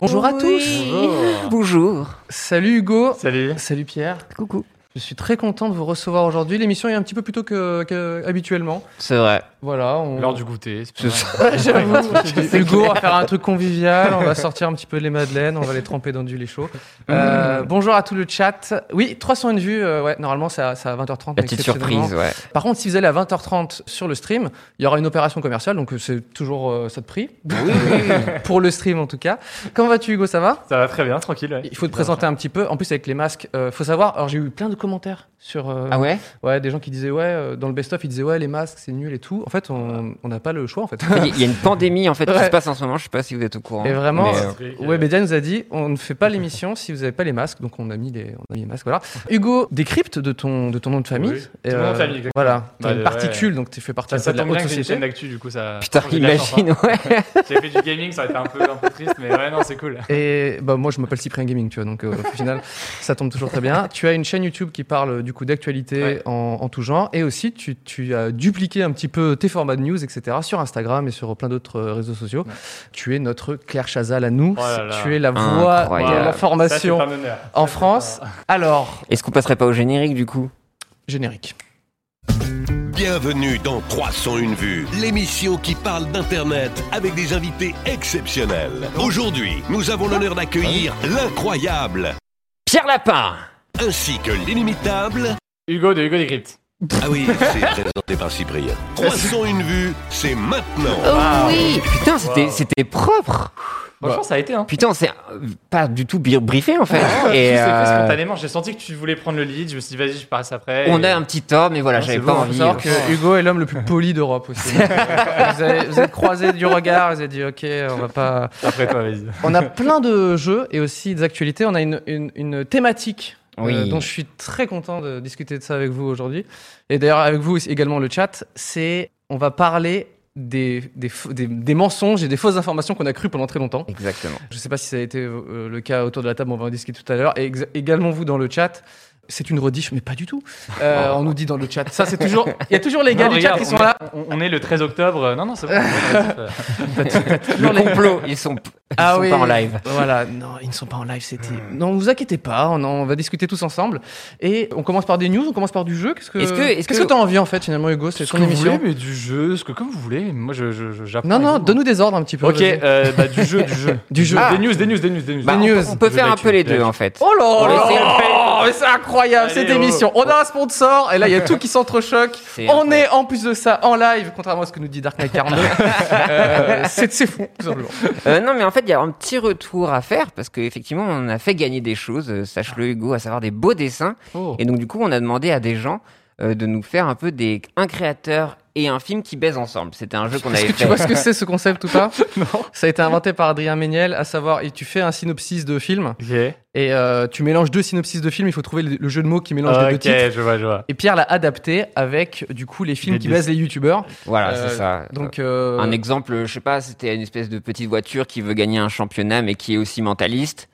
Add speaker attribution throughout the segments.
Speaker 1: Bonjour à tous.
Speaker 2: Bonjour.
Speaker 1: Bonjour.
Speaker 2: Salut Hugo.
Speaker 3: Salut.
Speaker 2: Salut Pierre.
Speaker 1: Coucou.
Speaker 2: Je suis très content de vous recevoir aujourd'hui. L'émission est un petit peu plus tôt que, que habituellement.
Speaker 4: C'est vrai.
Speaker 2: Voilà. On...
Speaker 3: L'heure du goûter.
Speaker 4: C'est
Speaker 2: J'avoue. Hugo va faire un truc convivial. On va sortir un petit peu les madeleines. On va les tremper dans du lait chaud.
Speaker 1: Mm.
Speaker 2: Euh, bonjour à tout le chat. Oui, 301 vues. euh, ouais, normalement, c'est à, c'est à 20h30. mais
Speaker 4: Petite
Speaker 2: exceptionnellement.
Speaker 4: surprise, ouais.
Speaker 2: Par contre, si vous allez à 20h30 sur le stream, il y aura une opération commerciale. Donc, euh, c'est toujours euh, ça de prix. Pour le stream, en tout cas. Comment vas-tu, Hugo Ça va
Speaker 3: Ça va très bien, tranquille. ouais.
Speaker 2: Il faut te présenter un petit peu. En plus, avec les masques, euh, faut savoir. Alors, j'ai eu plein de commentaires sur. euh,
Speaker 4: Ah ouais
Speaker 2: ouais, des gens qui disaient, ouais, euh, dans le best-of, ils disaient, ouais, les masques, c'est nul et tout. En fait, on on n'a pas le choix, en fait.
Speaker 4: Il y- il y a une pandémie en fait qui
Speaker 2: Ouais.
Speaker 4: se passe en ce moment, je sais pas si vous êtes au courant.
Speaker 2: Et vraiment,
Speaker 4: Mais,
Speaker 2: euh,
Speaker 4: euh,
Speaker 3: Patrick, euh,
Speaker 2: Webedia nous a dit, on ne fait pas l'émission si vous n'avez pas les masques. Donc, on a mis les, on a mis les masques. Voilà. Hugo, décrypte de ton, de ton nom de famille.
Speaker 3: Oui,
Speaker 2: Et,
Speaker 3: de mon nom de famille, exactement.
Speaker 2: Voilà. T'as
Speaker 3: Bah,
Speaker 2: une
Speaker 3: ouais.
Speaker 2: particule, donc tu fais partie
Speaker 3: Ça,
Speaker 2: un peu
Speaker 3: ça
Speaker 2: de la
Speaker 3: tombe bien
Speaker 2: haute
Speaker 3: que j'ai une chaîne
Speaker 2: société.
Speaker 3: d'actu, du coup, ça.
Speaker 4: Putain,
Speaker 3: j'ai de la chance, hein.
Speaker 4: imagine, ouais.
Speaker 3: J'avais fait du gaming, ça aurait été un peu, un peu triste, mais ouais, non, c'est cool.
Speaker 2: Et bah moi je m'appelle Cyprien Gaming, tu vois, donc euh, au final ça tombe toujours très bien. Tu as une chaîne YouTube qui parle euh, du coup d'actualité
Speaker 3: Ouais.
Speaker 2: en, en tout genre, et aussi tu, tu as dupliqué un petit peu tes formats de news, etc. sur Instagram et sur plein d'autres euh, réseaux sociaux. Tu es notre Claire Chazal à nous,
Speaker 3: Oh là là.
Speaker 2: tu es la voix de
Speaker 4: Incroyable.
Speaker 3: Ça, c'est
Speaker 2: l'information
Speaker 3: un honneur.
Speaker 2: en France. Alors,
Speaker 4: Est-ce qu'on passerait pas au générique du coup
Speaker 2: générique.
Speaker 5: Bienvenue dans 301 vues, l'émission qui parle d'Internet avec des invités exceptionnels. Aujourd'hui, nous avons l'honneur d'accueillir l'incroyable
Speaker 4: Pierre Lapin
Speaker 5: ainsi que l'inimitable.
Speaker 3: Hugo de Hugo Decrypt.
Speaker 5: Ah oui, c'est présenté par Cyprien. 301 vues, c'est maintenant.
Speaker 6: Oh.
Speaker 4: Oui Putain, c'était
Speaker 3: Wow.
Speaker 4: c'était propre
Speaker 2: Bah.
Speaker 3: Franchement, ça a été, hein.
Speaker 4: Putain, c'est euh, pas du tout bri- briefé en fait.
Speaker 3: Et
Speaker 4: Et,
Speaker 3: Ah, c'est
Speaker 4: euh,
Speaker 3: fait spontanément. J'ai senti que tu voulais prendre le lead. Je me suis dit, vas-y, je passe après.
Speaker 4: on
Speaker 3: Et-
Speaker 4: a un petit ordre, mais voilà, j'avais
Speaker 2: C'est
Speaker 4: pas
Speaker 2: bon, faut
Speaker 4: envie. euh,
Speaker 2: savoir que Hugo est l'homme le plus poli d'Europe aussi. vous, avez, vous êtes croisés du regard, vous avez dit ok, on va pas...
Speaker 3: Après toi, vas-y.
Speaker 2: On a plein de jeux et aussi des actualités. On a une, une- une thématique euh,
Speaker 4: Oui.
Speaker 2: dont je suis très content de discuter de ça avec vous aujourd'hui. Et d'ailleurs, avec vous aussi- également le chat, c'est on va parler des, des, fa- des- des mensonges et des fausses informations qu'on a crues pendant très longtemps.
Speaker 4: Exactement.
Speaker 2: Je ne sais pas si ça a été euh, le cas autour de la table, on va en discuter tout à l'heure. Et exa- également vous dans le chat. C'est une rediff, mais pas du tout. Euh, on nous dit dans le chat. Ça, c'est toujours. Il y a toujours les gars
Speaker 3: Oh. Non,
Speaker 2: du chat
Speaker 3: regarde,
Speaker 2: qui sont
Speaker 3: on-
Speaker 2: là.
Speaker 3: On, on est le 13 octobre. Non, non, c'est bon. Euh,
Speaker 4: Le complot, ils sont, ils sont pas en live.
Speaker 2: Ah Voilà, non, ils ne sont pas en live, c'était. Non, vous inquiétez pas, on, en- on va discuter tous ensemble. Et on commence par des news, on commence par du jeu. Qu'est-ce que
Speaker 4: Est-ce que- est-ce
Speaker 2: qu'est-ce
Speaker 4: que-
Speaker 2: que t'as envie en fait finalement, Hugo C'est
Speaker 3: ce
Speaker 2: ton
Speaker 3: que vous voulez,
Speaker 2: émission.
Speaker 3: mais du jeu, ce que comme vous voulez. Moi, je, je, je- j'apprends
Speaker 2: Non,
Speaker 3: avec
Speaker 4: Ah,
Speaker 2: non,
Speaker 3: vous.
Speaker 2: donne-nous des ordres un petit peu.
Speaker 3: Ok,
Speaker 2: vas-y.
Speaker 3: euh, bah, du jeu, du jeu.
Speaker 2: Du jeu.
Speaker 3: Des news, des news, des news, des news.
Speaker 2: Bah, on- news.
Speaker 4: On peut
Speaker 3: Je
Speaker 4: faire un
Speaker 3: l'actu,
Speaker 4: peu les
Speaker 3: je l'actu.
Speaker 4: deux en fait.
Speaker 2: Oh là là
Speaker 4: essayer de
Speaker 2: oh, mais C'est incroyable
Speaker 3: Allez,
Speaker 2: cette
Speaker 3: oh.
Speaker 2: émission. On a un sponsor et là il y a tout qui s'entrechoque.
Speaker 4: C'est
Speaker 2: On
Speaker 4: incroyable.
Speaker 2: est en plus de ça en live, contrairement à ce que nous dit Dark Knight 42. Euh, c'est c'est fou, tout simplement.
Speaker 4: Euh, non, mais en fait, il y a un petit retour à faire parce qu'effectivement, on a fait gagner des choses, euh, sache-le Hugo, à savoir des beaux dessins.
Speaker 2: Oh.
Speaker 4: Et donc, du coup, on a demandé à des gens euh, de nous faire un peu des un créateur et un film qui baisent ensemble. C'était un jeu qu'on
Speaker 2: Est-ce
Speaker 4: avait
Speaker 2: que tu
Speaker 4: fait.
Speaker 2: vois ce que c'est ce concept ou pas Non. Ça a été inventé par Adrien Méniel, à savoir, et tu fais un synopsis de film
Speaker 3: Ok.
Speaker 2: et euh, tu mélanges deux synopsis de films. Il faut trouver le, le jeu de mots qui mélange les deux
Speaker 3: Ok,
Speaker 2: titres.
Speaker 3: je vois, je vois.
Speaker 2: Et Pierre l'a adapté avec du coup les films
Speaker 3: Des
Speaker 2: qui
Speaker 3: dessins.
Speaker 2: baisent les youtubeurs.
Speaker 4: Voilà,
Speaker 2: Euh,
Speaker 4: c'est ça.
Speaker 2: Donc euh,
Speaker 4: Un exemple, je sais pas, c'était une espèce de petite voiture qui veut gagner un championnat mais qui est aussi mentaliste.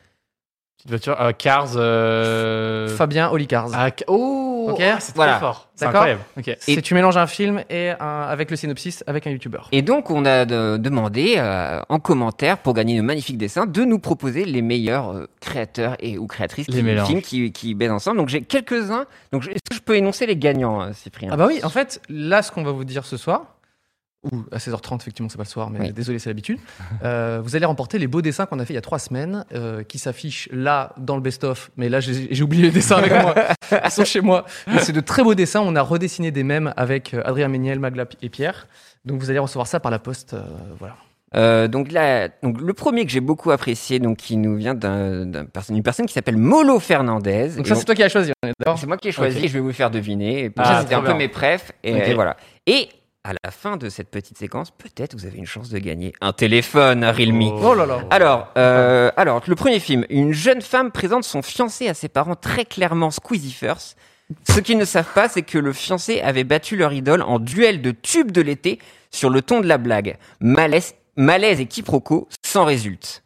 Speaker 3: Petite voiture. euh, Cars. euh,
Speaker 2: Fabien Olicars.
Speaker 3: Ah, ca- oh,
Speaker 2: Ok,
Speaker 3: ah, c'est
Speaker 4: voilà.
Speaker 3: très fort. C'est
Speaker 2: D'accord.
Speaker 3: incroyable. Ok.
Speaker 2: C'est tu mélanges un film et un- avec le synopsis avec un youtubeur.
Speaker 4: Et donc, on a de- demandé euh, en commentaire, pour gagner de magnifiques dessins, de nous proposer les meilleurs euh, créateurs et ou créatrices
Speaker 3: Les
Speaker 4: qui,
Speaker 3: mélanges.
Speaker 4: films qui, qui baisent ensemble. Donc, j'ai quelques-uns. Donc, je- est-ce que je peux énoncer les gagnants, euh, Cyprien
Speaker 2: Ah bah oui, en fait, là ce qu'on va vous dire ce soir. Ou à 16h30, effectivement, c'est pas le soir, mais
Speaker 4: Oui.
Speaker 2: désolé, c'est l'habitude. Euh, vous allez remporter les beaux dessins qu'on a fait il y a trois semaines, euh, qui s'affichent là dans le best-of. Mais là, j'ai j'ai oublié les dessins avec moi. Ils sont chez moi. Mais c'est de très beaux dessins. On a redessiné des mèmes avec euh, Adrien Méniel, Magla et Pierre. Donc vous allez recevoir ça par la poste. euh, voilà.
Speaker 4: Euh, donc là, donc le premier que j'ai beaucoup apprécié, donc qui nous vient d'un- d'un perso- d'une personne qui s'appelle Molo Fernandez.
Speaker 2: Donc
Speaker 4: Et
Speaker 2: ça,
Speaker 4: on-
Speaker 2: c'est toi qui as choisi. on est d'accord
Speaker 4: c'est moi qui ai choisi.
Speaker 2: Ok.
Speaker 4: Je vais vous faire deviner. et puis
Speaker 3: Ah,
Speaker 4: C'était un
Speaker 3: trop
Speaker 4: peu
Speaker 3: bien.
Speaker 4: mes prefs et,
Speaker 3: Ok.
Speaker 4: et voilà. Et à la fin de cette petite séquence, peut-être vous avez une chance de gagner un téléphone, un Realme.
Speaker 2: Oh là là.
Speaker 4: Alors, euh, alors, le premier film, une jeune femme présente son fiancé à ses parents très clairement Squeezie First. Ce qu'ils ne savent pas, c'est que le fiancé avait battu leur idole en duel de tube de l'été sur le ton de la blague. Malaise, malaise et quiproquo sans résulte.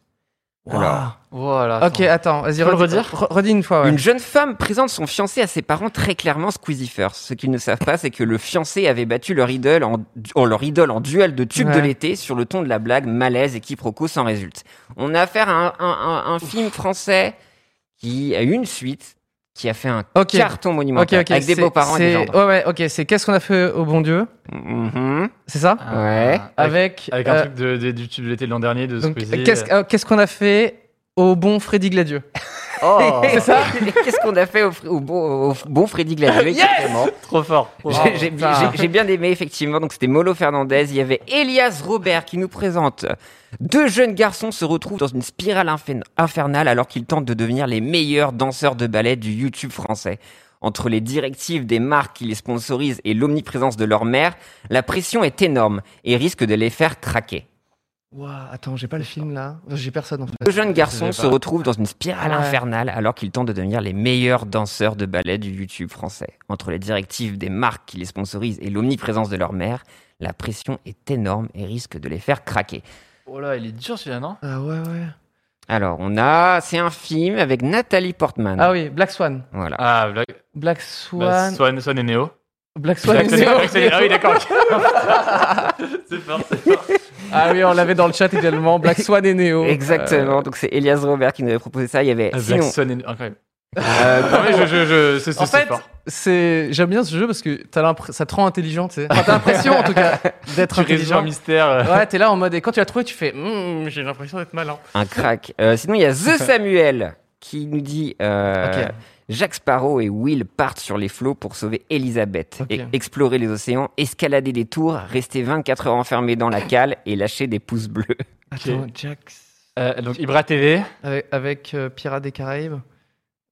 Speaker 4: Alors,
Speaker 3: Voilà.
Speaker 2: Ok, attends, vas-y,
Speaker 3: Faut le
Speaker 2: redis,
Speaker 3: redire
Speaker 2: re- redis une fois. Ah ouais.
Speaker 4: une jeune femme présente son fiancé à ses parents très clairement Squeezie First. Ce qu'ils ne savent pas, c'est que le fiancé avait battu leur idole en, du- oh, leur idole en duel de tube de
Speaker 2: Ouais.
Speaker 4: l'été sur le ton de la blague malaise et quiproquo sans résulte. On a affaire à un, un- un- un film français qui a eu une suite, qui a fait un
Speaker 2: Ok.
Speaker 4: carton monumental
Speaker 2: Ok, ok.
Speaker 4: avec des
Speaker 2: c'est-
Speaker 4: beaux-parents et des
Speaker 2: c'est- oh.
Speaker 4: gendres.
Speaker 2: Ouais, ouais, ok. C'est qu'est-ce qu'on a fait au bon Dieu
Speaker 4: Mhm.
Speaker 2: C'est ça
Speaker 4: Ouais.
Speaker 2: Avec.
Speaker 3: Avec un
Speaker 2: euh,
Speaker 3: truc de, de- du tube de l'été de l'an dernier de
Speaker 2: donc,
Speaker 3: Squeezie.
Speaker 2: Qu'est-ce euh, qu'est-ce qu'on a fait au bon Freddy Gladieux
Speaker 3: Oh,
Speaker 4: C'est ça Qu'est-ce qu'on a fait au, fr- au bon, au bon Freddy Gladieux exactement
Speaker 3: trop fort.
Speaker 4: J'ai- J'ai bien,
Speaker 2: Ah.
Speaker 4: j'ai- j'ai bien aimé, effectivement. Donc, c'était Molo Fernandez. Il y avait Elias Robert qui nous présente. Deux jeunes garçons se retrouvent dans une spirale infin- infernale alors qu'ils tentent de devenir les meilleurs danseurs de ballet du YouTube français. Entre les directives des marques qui les sponsorisent et l'omniprésence de leur mère, la pression est énorme et risque de les faire craquer.
Speaker 2: Ouah, attends, j'ai pas le film là. J'ai personne en fait.
Speaker 4: Deux jeunes garçons
Speaker 3: Je sais
Speaker 4: se
Speaker 3: pas.
Speaker 4: retrouvent dans une spirale
Speaker 2: Ouais.
Speaker 4: infernale alors qu'ils tentent de devenir les meilleurs danseurs de ballet du YouTube français. Entre les directives des marques qui les sponsorisent et l'omniprésence de leur mère, la pression est énorme et risque de les faire craquer.
Speaker 3: Oh là, il est dur celui-là, non
Speaker 2: Ah ouais, ouais.
Speaker 4: Alors, on a. C'est un film avec Nathalie Portman.
Speaker 2: Ah oui, Black Swan.
Speaker 4: Voilà.
Speaker 3: Ah, Black...
Speaker 2: Black
Speaker 3: bah,
Speaker 2: Swan.
Speaker 3: Swan, Swan et Neo.
Speaker 2: Black Swan.
Speaker 3: Black-
Speaker 2: Neo.
Speaker 3: Black- Black- Ah oui, d'accord. c'est fort, c'est fort.
Speaker 2: Ah oui, on l'avait dans le chat également. Black Swan et Neo.
Speaker 4: Exactement.
Speaker 2: euh.
Speaker 4: Donc, c'est Elias Robert qui nous avait proposé ça. Il y avait.
Speaker 3: Ah, Black
Speaker 4: sinon,
Speaker 3: Swan et Neo, incroyable.
Speaker 4: euh,
Speaker 3: Ah ouais, je, je, je, c'est,
Speaker 2: Euh, En
Speaker 3: c'est
Speaker 2: fait,
Speaker 3: fort.
Speaker 2: c'est j'aime bien ce jeu parce que t'as l'impr- ça te rend intelligent, tu sais. Enfin, t'as l'impression en tout cas d'être
Speaker 3: Tu résous un
Speaker 2: intelligent.
Speaker 3: mystère. euh.
Speaker 2: Ouais, t'es là en mode et quand tu l'as trouvé, tu fais Hmm, j'ai l'impression d'être malin.
Speaker 4: un crack. Euh, sinon, il y a The Samuel qui nous dit euh,
Speaker 2: Ok.
Speaker 4: Jack Sparrow et Will partent sur les flots pour sauver Elisabeth
Speaker 2: Ok.
Speaker 4: et explorer les océans, escalader des tours, rester 24 heures enfermés dans la cale et lâcher des pouces bleus.
Speaker 2: Attends, Jax
Speaker 3: Euh, donc, Ibra TV.
Speaker 2: avec, avec euh, Pirates des Caraïbes.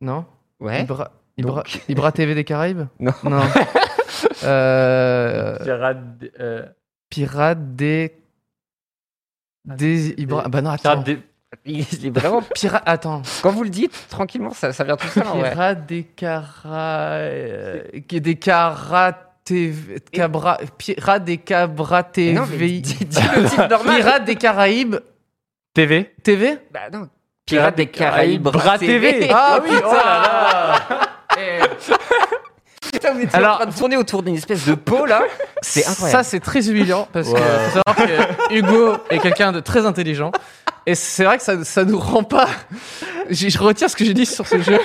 Speaker 2: Non
Speaker 4: Ouais.
Speaker 2: Ibra, Ibra, Ibra TV des Caraïbes
Speaker 4: Non.
Speaker 2: Non. euh,
Speaker 3: Pirate des- euh,
Speaker 2: Pirates des des Ibra. Bah non, attends.
Speaker 3: Pirate Ah, des-
Speaker 4: Il est vraiment.
Speaker 2: Pirates attends.
Speaker 4: Quand vous le dites, tranquillement, ça, ça vient tout seul. en vrai.
Speaker 2: Pirates des Cara... des Cara TV... Cabra... Pirates des Cabra TV...
Speaker 4: Non, mais dis, dis le titre normal.
Speaker 2: Pirates des Caraïbes
Speaker 3: TV.
Speaker 2: TV
Speaker 4: Bah non. Pirates des Caraïbes.
Speaker 3: Bras TV.
Speaker 2: Ah oui, oh
Speaker 4: là là. Putain, vous étiez
Speaker 2: Alors-
Speaker 4: en train de tourner autour d'une espèce de pot là. C'est
Speaker 2: Ça,
Speaker 4: incroyable.
Speaker 2: c'est très humiliant parce que
Speaker 3: Ouais.
Speaker 2: faut savoir que Hugo est quelqu'un de très intelligent. Et c'est vrai que ça, ça nous rend pas. Je, je retire ce que j'ai dit sur ce jeu.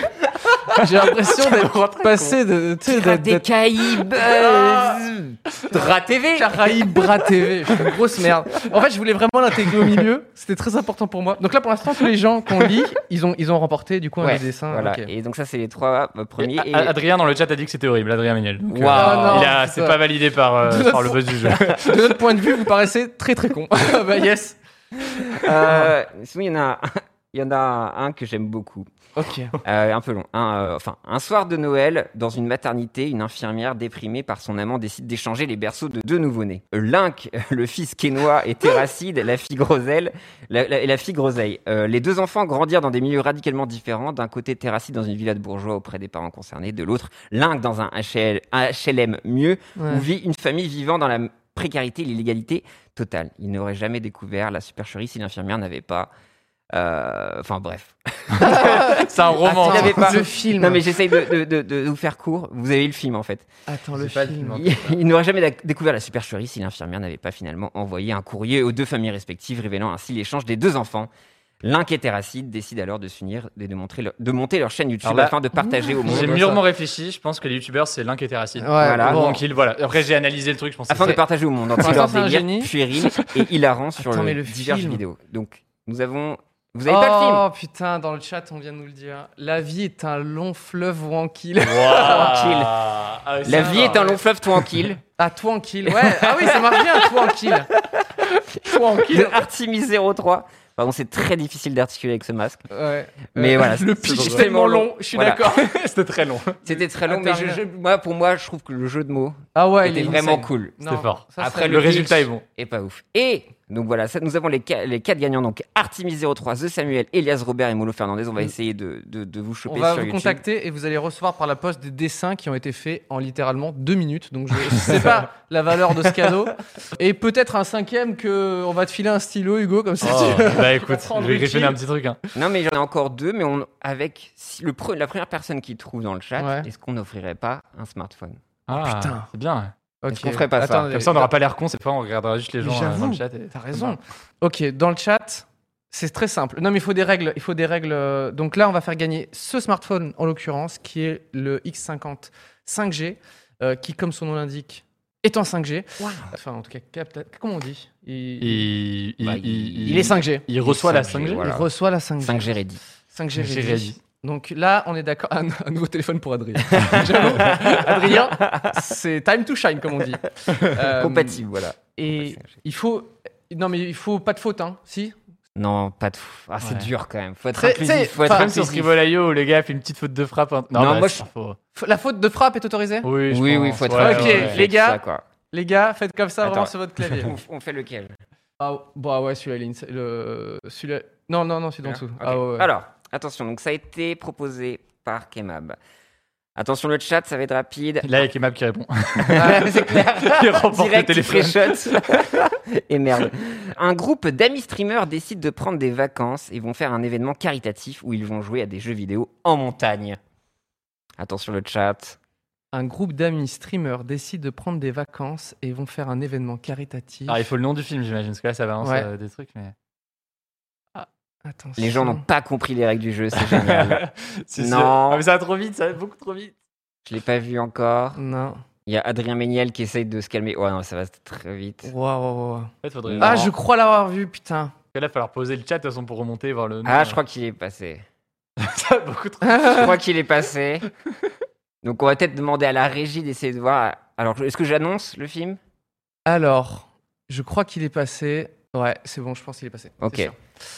Speaker 2: J'ai l'impression d'être passé de. Ah. tu sais, d'être-
Speaker 4: Pirates des
Speaker 2: d'être
Speaker 4: Caraïbes. euh, Bras TV.
Speaker 2: Caraïbes Bras TV. Je suis une grosse merde. En fait, je voulais vraiment l'intégrer au milieu. C'était très important pour moi. Donc là, pour l'instant, tous les gens qu'on lit, ils ont, ils ont remporté du coup un
Speaker 4: Ouais,
Speaker 2: des dessins.
Speaker 4: Voilà.
Speaker 2: Ok.
Speaker 4: Et donc ça, c'est les trois euh, premiers. Et-
Speaker 3: A- Adrien dans le chat a dit que c'était horrible, Adrien Méniel. Donc, euh,
Speaker 4: Waouh.
Speaker 3: il
Speaker 2: Ah
Speaker 3: a-
Speaker 2: Non,
Speaker 3: c'est
Speaker 2: putain.
Speaker 3: pas validé par, euh,
Speaker 2: De notre
Speaker 3: par le boss du jeu.
Speaker 2: De notre point de vue, vous paraissez très très con. bah yes.
Speaker 4: Euh, sinon, il y en a. un- Il y en a un que j'aime beaucoup,
Speaker 2: Ok.
Speaker 4: Euh, un peu long. Un, euh, enfin, un soir de Noël, dans une maternité, une infirmière déprimée par son amant décide d'échanger les berceaux de deux nouveau-nés. Link, le fils quénois, et Terracide, la fille groselle, la, la- et la fille groseille. Euh, les deux enfants grandirent dans des milieux radicalement différents. D'un côté, Terracide dans une villa de bourgeois auprès des parents concernés. De l'autre, Link dans un, HL, un HLM mieux,
Speaker 2: Ouais.
Speaker 4: où vit une famille vivant dans la m- précarité et l'illégalité totale. Il n'aurait jamais découvert la supercherie si l'infirmière n'avait pas. euh, Enfin bref.
Speaker 3: c'est un roman. hein.
Speaker 2: Attends,
Speaker 4: il avait pas-
Speaker 2: le film.
Speaker 4: Non mais j'essaye de, de- de- de vous faire court. Vous avez le film en fait.
Speaker 2: Attends, le
Speaker 3: C'est pas le
Speaker 2: film.
Speaker 3: film, hein.
Speaker 4: Il, il n'aurait jamais d'ac- découvert la supercherie si l'infirmière n'avait pas finalement envoyé un courrier aux deux familles respectives, révélant ainsi l'échange des deux enfants. L'un qui est terracide décide alors de s'unir et de, montrer leur- de monter leur chaîne YouTube
Speaker 3: Alors là-
Speaker 4: afin de partager au monde.
Speaker 3: J'ai mûrement réfléchi, je pense que les youtubeurs c'est l'un qui était raciste.
Speaker 2: bah, Ouais, Ah
Speaker 4: Voilà.
Speaker 2: bon.
Speaker 3: Donc il voilà. Après j'ai analysé le truc, je pense. que
Speaker 4: afin de
Speaker 3: c'est-
Speaker 4: partager au monde
Speaker 2: Pour
Speaker 4: entier
Speaker 2: l'instant,
Speaker 4: leur
Speaker 2: c'est un
Speaker 4: délire
Speaker 2: génie.
Speaker 4: puéril et hilarant sur
Speaker 2: Attends, mais
Speaker 4: le
Speaker 2: le
Speaker 4: diverses
Speaker 2: film.
Speaker 4: vidéos. Donc nous avons. Vous avez pas le film
Speaker 2: Oh putain, dans le chat, on vient de nous le dire. La vie est un long fleuve tranquille.
Speaker 3: Waouh. Ah oui,
Speaker 4: La
Speaker 3: c'est
Speaker 4: vie est
Speaker 3: Oh, vrai.
Speaker 4: un long fleuve tranquille.
Speaker 2: Ah, tranquille, ouais. Ah oui, ça marche bien, tranquille.
Speaker 4: de Artemis 03. Pardon, c'est très difficile d'articuler avec ce masque.
Speaker 2: Ouais.
Speaker 4: Mais
Speaker 2: Euh,
Speaker 4: voilà,
Speaker 2: le
Speaker 4: c'est-
Speaker 2: pitch
Speaker 4: c'est
Speaker 2: est tellement
Speaker 4: vraiment
Speaker 2: long,
Speaker 4: long.
Speaker 2: je suis
Speaker 4: Voilà.
Speaker 2: d'accord.
Speaker 3: C'était très long.
Speaker 4: C'était très long, mais je- je- moi, pour moi, je trouve que le jeu de mots
Speaker 2: Ah ouais,
Speaker 4: était
Speaker 2: il est
Speaker 4: vraiment
Speaker 2: insane.
Speaker 4: cool.
Speaker 2: Non,
Speaker 3: C'était fort. Oh,
Speaker 2: ça,
Speaker 4: Après,
Speaker 2: c'est-
Speaker 3: Le, résultat est bon.
Speaker 4: Et pas ouf. Et donc voilà, ça, nous avons les, ca- les quatre gagnants. Donc Artemis03, The Samuel, Elias Robert et Molo Fernandez. On va
Speaker 2: Mm.
Speaker 4: essayer de, de- de vous choper
Speaker 2: On va
Speaker 4: sur
Speaker 2: vous
Speaker 4: YouTube.
Speaker 2: contacter et vous allez recevoir par la poste des dessins qui ont été faits en littéralement deux minutes. Donc je ne sais pas la valeur de ce cadeau. Et peut-être un cinquième que on va te filer un stylo, Hugo, comme
Speaker 4: Oh.
Speaker 2: ça tu...
Speaker 3: bah écoute,
Speaker 2: prendre
Speaker 3: je vais
Speaker 2: Richie.
Speaker 3: griffonner un petit truc. hein.
Speaker 4: Non, mais j'en ai encore deux, mais on, avec si- le pre- la première personne qui trouve dans le chat,
Speaker 2: Ouais.
Speaker 4: est-ce qu'on n'offrirait pas un smartphone
Speaker 3: Ah,
Speaker 2: putain.
Speaker 3: C'est bien.
Speaker 4: Est-ce qu'on ferait pas ça
Speaker 2: Attendez.
Speaker 3: Comme ça, on n'aura pas l'air con cette fois, on regardera juste les gens euh,
Speaker 2: J'avoue,
Speaker 3: dans le chat. et-
Speaker 2: T'as raison. Ok, dans le chat, c'est très simple. Non, mais il faut des règles. Il faut des règles. euh, Donc là, on va faire gagner ce smartphone en l'occurrence, qui est le X50 5G, euh, qui, comme son nom l'indique, est en 5G. Enfin, en tout cas, capte- comment on dit il...
Speaker 3: Il, il,
Speaker 4: Bah,
Speaker 3: il-
Speaker 4: il-
Speaker 2: il est 5G.
Speaker 3: Il reçoit la
Speaker 4: 5G,
Speaker 3: 5G.
Speaker 4: voilà.
Speaker 2: Il reçoit la 5G.
Speaker 4: 5G ready.
Speaker 2: 5G
Speaker 3: J'ai
Speaker 2: ready.
Speaker 3: ready.
Speaker 2: Donc là, on est d'accord. Ah, Un, un nouveau téléphone pour Adrien. J'avoue, Adrien, c'est time to shine, comme on dit. Euh,
Speaker 4: Compatible, voilà.
Speaker 2: Et
Speaker 4: Compatible.
Speaker 2: il faut. Non, mais il faut pas de faute, hein. Si
Speaker 4: Non, pas de fou. Ah, c'est
Speaker 3: Ouais.
Speaker 4: dur quand même. Faut être
Speaker 2: C'est- c'est-
Speaker 4: inclusif. Faut être
Speaker 2: enfin,
Speaker 3: Même sur
Speaker 4: inclusif.
Speaker 3: Scribolaio, où le gars fait une petite faute de frappe. hein.
Speaker 4: Non,
Speaker 3: bah,
Speaker 4: moi,
Speaker 3: c'est
Speaker 4: je-
Speaker 3: pas faux.
Speaker 2: F- La faute de frappe est autorisée
Speaker 3: Oui, je
Speaker 4: Oui, oui,
Speaker 3: pense,
Speaker 4: faut être
Speaker 3: ouais,
Speaker 2: Ok,
Speaker 3: ouais, ouais.
Speaker 2: les gars.
Speaker 4: Ça, quoi.
Speaker 2: Les gars, faites comme ça vraiment
Speaker 4: Attends.
Speaker 2: sur votre clavier.
Speaker 4: On, on fait lequel
Speaker 2: ah, bah ouais, celui-là, il est ins- le... celui-là. Non, non, non, celui d'en dessous.
Speaker 4: Hein Ok.
Speaker 2: Ah ouais, ouais.
Speaker 4: Alors, attention, donc ça a été proposé par Kemab. Attention, le chat, ça va être rapide.
Speaker 3: Là, il y a Kemab qui répond.
Speaker 4: Ah, c'est clair.
Speaker 3: Il remporte le
Speaker 4: Direct, il
Speaker 3: téléphone.
Speaker 4: shot. et merde. Un groupe d'amis streamers décide de prendre des vacances et vont faire un événement caritatif où ils vont jouer à des jeux vidéo en montagne. Attention, le chat.
Speaker 2: Un groupe d'amis streamers décide de prendre des vacances et vont faire un événement caritatif.
Speaker 3: Ah, il faut le nom du film, j'imagine, parce que là, ça balance
Speaker 2: Ouais.
Speaker 3: euh, des trucs. Mais...
Speaker 2: Attention.
Speaker 4: Les gens n'ont pas compris les règles du jeu, c'est génial.
Speaker 3: C'est
Speaker 4: Bah Non.
Speaker 3: sûr. Ah, mais ça va trop vite, ça va beaucoup trop vite.
Speaker 4: Je l'ai pas vu encore.
Speaker 2: Non.
Speaker 4: Il y a Adrien Méniel qui essaye de se calmer. Oh non, ça va très vite.
Speaker 2: Waouh, waouh, waouh.
Speaker 3: En fait, faudrait.
Speaker 4: Non.
Speaker 2: Ah, je crois l'avoir vu, putain.
Speaker 3: Là, il va falloir poser le chat de toute façon pour remonter voir le. nom.
Speaker 4: Ah, je crois qu'il est passé.
Speaker 3: ça va beaucoup trop.
Speaker 4: Je crois qu'il est passé. Donc on va peut-être demander à la régie d'essayer de voir. Alors, est-ce que j'annonce le film
Speaker 2: Alors, je crois qu'il est passé. Ouais, c'est bon, je pense qu'il est passé.
Speaker 4: Ok.
Speaker 2: C'est sûr.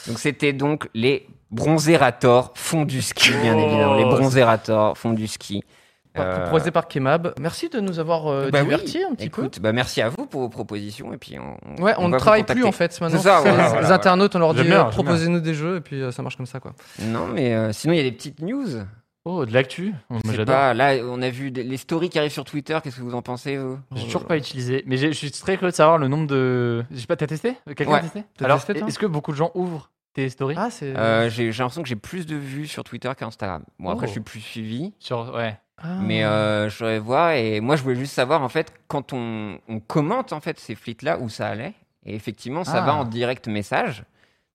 Speaker 4: Donc c'était donc les bronzérators font du ski, bien
Speaker 3: Oh,
Speaker 4: évidemment. Les
Speaker 3: c'est-
Speaker 4: bronzérators font du ski.
Speaker 2: Par-
Speaker 4: Euh,
Speaker 2: Proposé par Kemab. Merci de nous avoir euh,
Speaker 4: bah oui.
Speaker 2: divertis un petit
Speaker 4: Écoute, bah merci à vous pour vos propositions et puis on.
Speaker 2: peu. Ouais, on,
Speaker 4: va
Speaker 2: ne
Speaker 4: vous
Speaker 2: travaille plus en
Speaker 4: contacter.
Speaker 2: fait maintenant.
Speaker 4: C'est ça, voilà,
Speaker 2: les
Speaker 4: voilà,
Speaker 2: les
Speaker 4: voilà.
Speaker 2: internautes, on leur dit
Speaker 3: J'aime bien,
Speaker 2: euh,
Speaker 3: j'aime bien.
Speaker 2: proposez-nous des jeux et puis euh, ça marche comme ça quoi.
Speaker 4: Non, mais euh, sinon il y a des petites news.
Speaker 3: Oh, de l'actu. Moi,
Speaker 4: Je sais
Speaker 3: j'adore.
Speaker 4: pas. Là, on a vu des- les stories qui arrivent sur Twitter. Qu'est-ce que vous en pensez vous
Speaker 3: J'ai toujours pas utilisé, mais j'ai- je suis très curieux de savoir le nombre de. J'ai pas, t'as testé Quelqu'un
Speaker 4: Ouais.
Speaker 3: a testé
Speaker 2: T'as
Speaker 3: Alors,
Speaker 2: testé, toi
Speaker 3: est-ce que beaucoup de gens ouvrent tes stories
Speaker 2: Ah, c'est.
Speaker 4: Euh, J'ai j'ai l'impression que j'ai plus de vues sur Twitter qu'Instagram. Bon, après
Speaker 3: Oh.
Speaker 4: je suis plus suivi.
Speaker 3: Sur... Ouais.
Speaker 2: Ah.
Speaker 4: Mais euh, je voudrais voir et moi je voulais juste savoir en fait quand on, on commente en fait ces flits là où ça allait et effectivement ça
Speaker 3: Ah.
Speaker 4: va en direct message